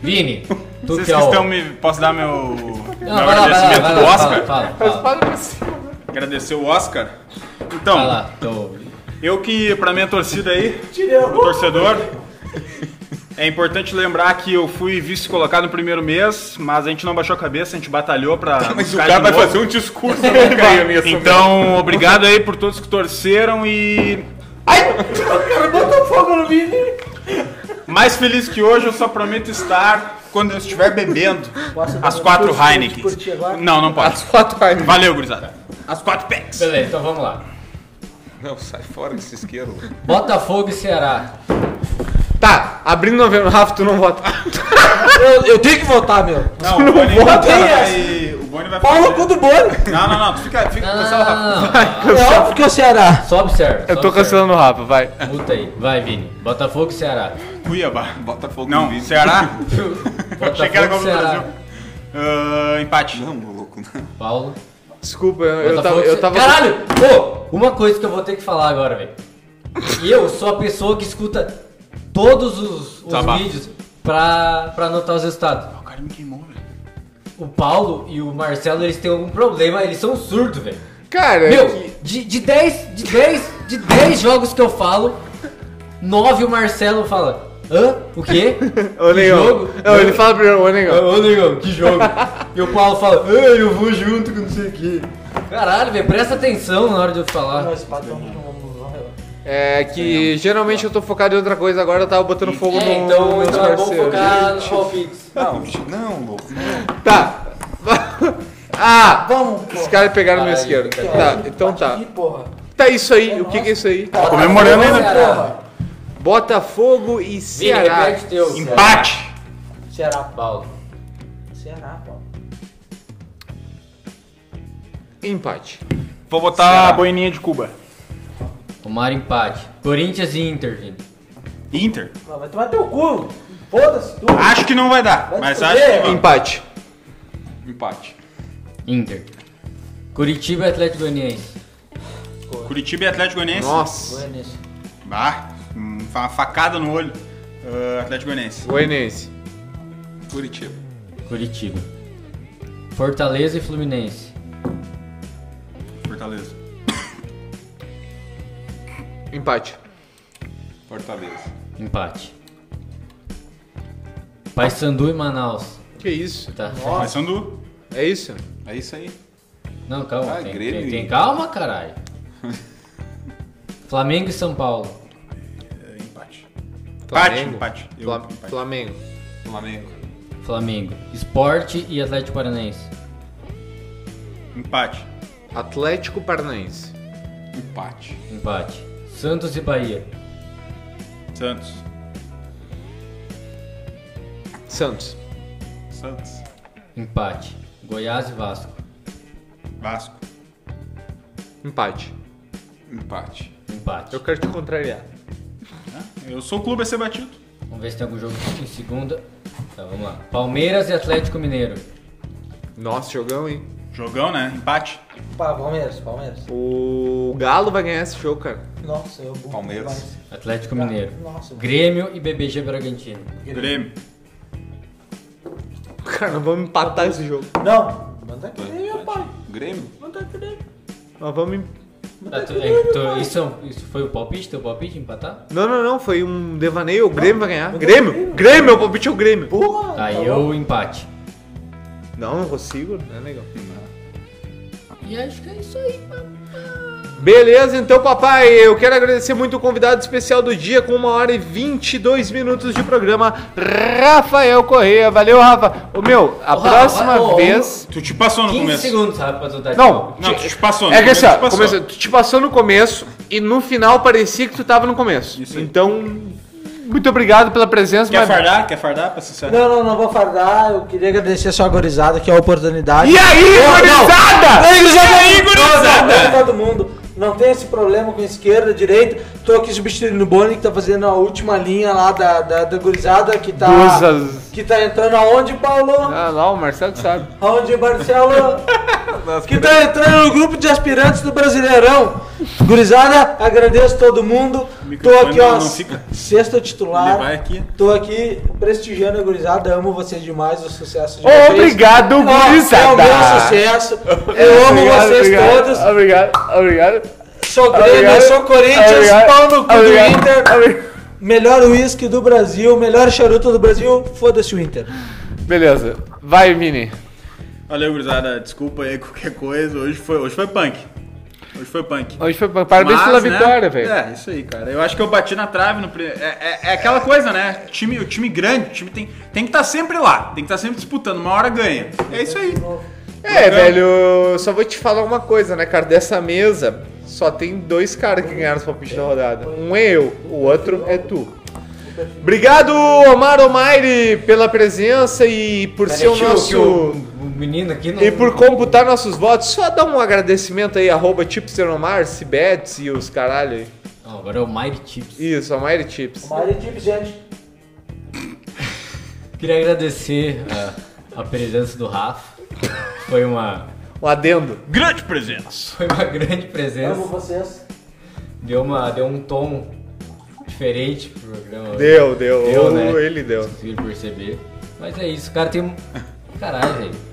Vini, tu
Vocês que
que é o...
estão me. Posso dar meu. meu
Não, vai lá, vai lá,
agradecimento
vai
do
lá,
Oscar?
fala, fala, fala,
Agradecer o Oscar. Então,
vai lá. Tô...
Eu que, pra minha torcida aí, o torcedor, é importante lembrar que eu fui vice-colocado no primeiro mês, mas a gente não baixou a cabeça, a gente batalhou pra.
Tá,
Mas o
buscar
cara
de
vai
novo.
fazer um discurso pra cair nisso.
Então, obrigado aí por todos que torceram e. Ai! O cara botou fogo no vídeo! Mais feliz que hoje, eu só prometo estar quando eu estiver bebendo as quatro Heineken. Não, não posso. Valeu, gurizada. As quatro packs.
Beleza, então vamos lá.
Não, sai fora desse isqueiro.
Botafogo e Ceará.
Tá, abrindo novembro, Rafa, tu não vota.
um-
Eu, eu tenho que votar, meu.
Não, o Boni
vota
vai. O Boni vai
Pau
fazer-
no cu do Boni.
Não, não, não. Tu fica. fica
Não,
cancela, Rafa.
não, não, não.
É óbvio que é o Ceará.
Só observa.
Eu tô cancelando o Rafa, vai.
Multa aí. Vai, Vini. Botafogo e Ceará.
Cuiabá.
Botafogo no
Não,
vídeo.
Ceará. Achei que era
Botafogo
Copa
e
do
Ceará.
Brasil. Ah, empate.
Não, maluco, não.
Paulo.
Desculpa, eu, eu tava.
Botafogo e
Eu tava
Caralho! Pô, uma coisa que eu vou ter que falar agora, velho. Eu sou a pessoa que escuta todos os, os
Desabafo.
vídeos pra, pra anotar os resultados.
O cara me queimou, velho.
O Paulo e o Marcelo, eles têm algum problema, eles são surdos, velho.
Cara,
Meu, de, de 10 de 10 de 10 jogos que eu falo, 9 o Marcelo fala. Hã? O quê?
ô
Que
Negão.
jogo?
Não, ele fala primeiro, ô Negão.
Ô, ô, negão, que jogo. e o Paulo fala, "Ei, eu vou junto com não sei o quê. Caralho, velho, presta atenção na hora de eu falar.
É que geralmente eu tô focado em outra coisa, agora eu tava botando fogo
é,
no.
então,
nos
então é bom
parceiros.
focar nos palpites.
Não, louco.
Tá. ah! Vamos! Os caras pegaram meu
Ai,
isqueiro.
cara.
Tá, então tá. Tá isso aí, o que que é isso aí?
comemorando ainda.
né?
Ceará.
Botafogo e
Vini,
Ceará.
repete teu.
Empate.
Ceará, Paulo.
Empate.
Vou botar a boininha de Cuba.
Tomara empate. Corinthians e Inter, Vini.
Inter?
Vai tomar teu cu. Foda-se tu.
Acho que não vai dar, mas acho que vai.
Empate.
Empate.
Inter. Curitiba e Atlético Goianiense.
Curitiba e Atlético Goianiense.
Nossa.
Ah, hum, fa- uma facada no olho. Ah, Atlético Goianiense.
Goianiense.
Curitiba.
Curitiba. Fortaleza e Fluminense.
Fortaleza.
Empate.
Fortaleza.
Empate. Paysandu e Manaus.
Que isso?
Tá.
Paysandu.
É isso?
É isso aí.
Não, calma.
Ah,
tem,
Grêmio
tem-
e-
tem- calma, caralho. Flamengo e São Paulo.
É, empate.
Flamengo.
Empate, empate. Eu,
Fla-
empate.
Flamengo.
Flamengo.
Flamengo. Esporte e Atlético Paranaense.
Empate.
Atlético Paranaense.
Empate.
Empate. Santos e Bahia.
Santos.
Santos.
Santos.
Empate. Goiás e Vasco.
Vasco.
Empate.
Empate.
Empate.
Eu quero te contrariar.
Eu sou o clube a ser batido.
Vamos ver se tem algum jogo em segunda. Tá, vamos lá. Palmeiras e Atlético Mineiro.
Nossa, jogão, hein?
Jogão, né? Empate.
Palmeiras, Palmeiras.
O Galo vai ganhar esse jogo, cara.
Nossa, eu burro
Palmeiras.
demais.
Atlético Mineiro.
Nossa.
Grêmio e BBG Bragantino.
Grêmio.
Cara, nós vamos empatar esse jogo.
Não. Manda aqui, meu pai.
Grêmio.
Manda tá aqui.
Nós vamos. em-
Tá, tu- é, tu- isso, é um- isso foi o palpite? Teu palpite empatar?
Não, não, não. Foi um devaneio. O Grêmio vai ganhar. Grêmio! Grêmio! Meu palpite é o Grêmio.
Porra.
Aí Tá, eu empate.
Não, não consigo, né, negão?
E acho que é isso aí, mano.
Beleza, então, papai, eu quero agradecer muito o convidado especial do dia com uma hora e 22 minutos de programa, Rafael Correia. Valeu, Rafa. Ô, meu, a
Ô, Rafa,
próxima
ô, ô,
vez.
Tu te passou no
15
começo.
segundos, sabe, pra tu dar de
Não,
Não, tu te passou. no
é que
começo
assim, ó,
tu passou.
começa- tu te passou no começo e no final parecia que tu tava no começo.
Isso aí.
então, muito obrigado pela presença.
Quer
mas-
fardar? Quer fardar pra sincero?
Não, não, não vou fardar. Eu queria agradecer só a gorizada, que é a oportunidade.
E aí,
Eu- não.
gurizada?
Ei, gurizada!
aí, gurizada?
Todo mundo. não tem esse problema com esquerda, direita. Tô aqui substituindo o Boni, que tá fazendo a última linha lá da, da, da gurizada, que tá,
Dos-
que tá entrando aonde, Paulo?
Ah, lá, o Marcelo que sabe.
Aonde, Marcelo? que tá entrando no grupo de aspirantes do Brasileirão. Gurizada, agradeço todo mundo. Tô
microfone
aqui, ó.
não- não fica.
Sexta titular.
Ele vai aqui.
Tô aqui prestigiando a gurizada. Amo vocês demais. O sucesso de vocês.
Obrigado,
Ó, É o
gurizada.
meu sucesso. Eu amo
Obrigado,
vocês
obrigado,
todos.
Obrigado, obrigado.
Sou Grêmio,
Obrigado.
sou Corinthians.
Obrigado.
Pau no cu
Obrigado.
do Inter.
Obrigado.
Melhor uísque do Brasil. Melhor charuto do Brasil. Foda-se o Inter.
Beleza. Vai, Mini.
Valeu, gurizada. Desculpa aí qualquer coisa. Hoje foi, hoje foi punk. Hoje foi punk.
Hoje foi parabéns
Mas,
pela
né,
vitória, velho.
É, isso aí, cara. Eu acho que eu bati na trave no pri- é, é, é aquela coisa, né? Time, o time grande, o time tem, tem que estar sempre lá, tem que estar sempre disputando, uma hora ganha. É isso aí.
É, velho, eu só vou te falar uma coisa, né, cara? Dessa mesa, só tem dois caras que ganharam os palpites da rodada. Um é eu, o outro é tu. Obrigado, Omar Omaire, pela presença e por ser o
Tio, que o,
nosso.
o menino aqui não.
E por computar nossos votos, só dá um agradecimento aí, arroba Chipster Omar, Cibets e os caralho aí.
Não, agora é o Mike Chips.
Isso, Omaire Chips.
Mari Tips, gente.
Queria agradecer a, a presença do Rafa. Foi uma,
Um adendo.
Grande presença.
foi uma grande
Amo
presença.
vocês.
Deu, uma, deu um tom diferente pro programa.
Deu, deu.
Deu, né?
Uh, Ele deu.
Conseguiram perceber. Mas é isso, cara tem um. Caralho, velho.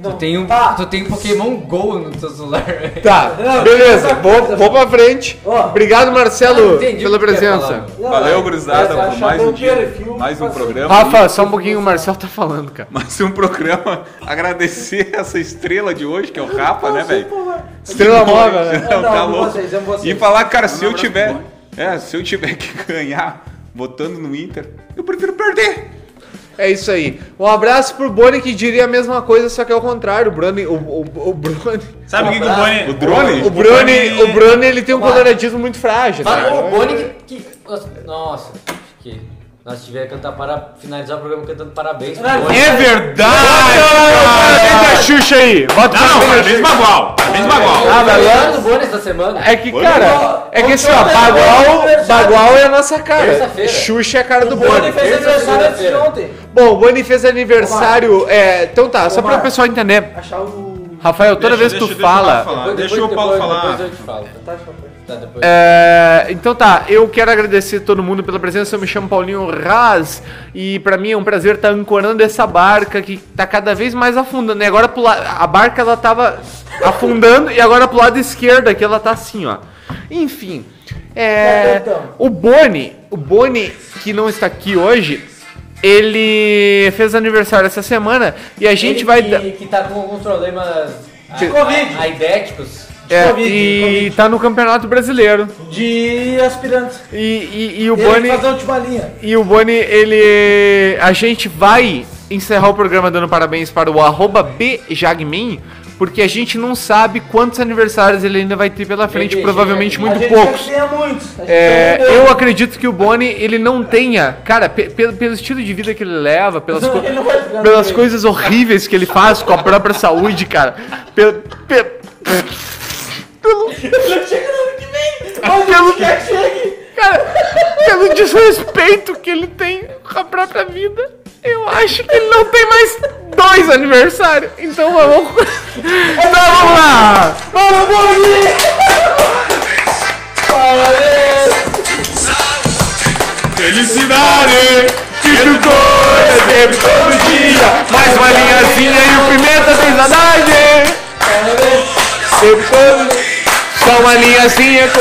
Tu
Não.
tem, um,
Tá.
tu tem um Pokémon GO no teu celular, velho.
Tá,
Não,
beleza,
essa
vou,
coisa,
vou pra frente.
Ó.
Obrigado,
Ah,
Marcelo,
entendi
pela
o que tu ia
presença.
falar, meu.
é,
Valeu, gurizada, por mais um dia, mais um programa.
Rafa, só um pouquinho o Marcel tá falando, cara.
Mais um programa. Agradecer essa estrela de hoje, que é o Rafa, né, velho?
Estrela móvel, né?
Não,
Não,
tá
amo
louco.
vocês, amo
E
vocês.
falar, cara, se eu
abraço
tiver.
pro Boy.
É, se eu tiver que ganhar votando no Inter, eu prefiro perder.
É isso aí. Um abraço pro Boni que diria a mesma coisa, só que é o contrário. O Brony. O, o, o Brony.
Sabe o que, que o
Ah, O
Boni.
O
drone?
Brony, o Brony, ele tem um coloradismo muito frágil,
Ah,
tá?
o Boni que. que- nossa, nossa, acho que. Nós tivemos que cantar para finalizar o programa cantando parabéns pro Boni.
É verdade!
Vem a Xuxa aí. Bota
Não,
pra
parabéns, Bagual. Parabéns, Bagual.
Ah,
tá,
mas
ganhar do Boni essa semana.
É que, cara, é que assim, ó,
Bagual, Bagual é a nossa cara.
Terça-feira.
Xuxa é a cara do
Boni
Boni.
fez
Terça,
aniversário antes de
segunda-feira.
ontem.
Bom, o Boni fez aniversário. É, então tá, só pra
Omar.
pessoal entender.
Achar o.
Rafael, toda vez que tu fala.
Deixa o Paulo falar.
Depois eu te falo.
Tá, papai.
Tá, depois.
É, então tá, eu quero agradecer todo mundo pela presença. Eu me chamo Paulinho Raz e pra mim é um prazer estar ancorando essa barca que tá cada vez mais afundando. E agora pro la- a barca ela tava afundando e agora pro lado esquerdo aqui ela tá assim, ó. Enfim, é, o Boni, o Boni que não está aqui hoje, ele fez aniversário essa semana e a gente
Ele
vai da-
Que, que tá com alguns problemas.
De
a-
Covid.
a- Aidéticos.
é,
Covid,
e
Covid.
tá no Campeonato Brasileiro
De aspirantes.
e, e- e o
Ele
Boni
Boni... faz a última linha.
E o Boni, ele. A gente vai encerrar o programa dando parabéns para o arroba BJagmin, porque a gente não sabe quantos aniversários ele ainda vai ter pela frente,
BJagmin.
provavelmente
a
muito
gente
poucos.
já Tem muitos. A gente
É,
já tem
eu
muitos.
acredito que o Boni, ele não tenha. Cara, pe- pelo, pelo estilo de vida que ele leva, pelas, co-
Ele não vai ficar no
pelas
meio.
coisas horríveis que ele faz com a própria saúde, cara. Pelo. pelo
Não chega no ano que vem. Mas eu quer que chegue.
Cara, pelo desrespeito que ele tem com a própria vida, eu acho que ele não tem mais dois aniversários. Então vamos. Então vamos lá! Vamos morrer!
Felicidade! Tiro
Sempre todo dia! Mais uma linhazinha e o pimenta tem saudade! Sempre todo Só uma linhazinha com.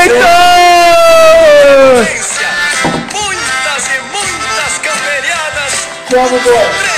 Eita!
Muitas e muitas camperiadas.
é Te amo, Boni.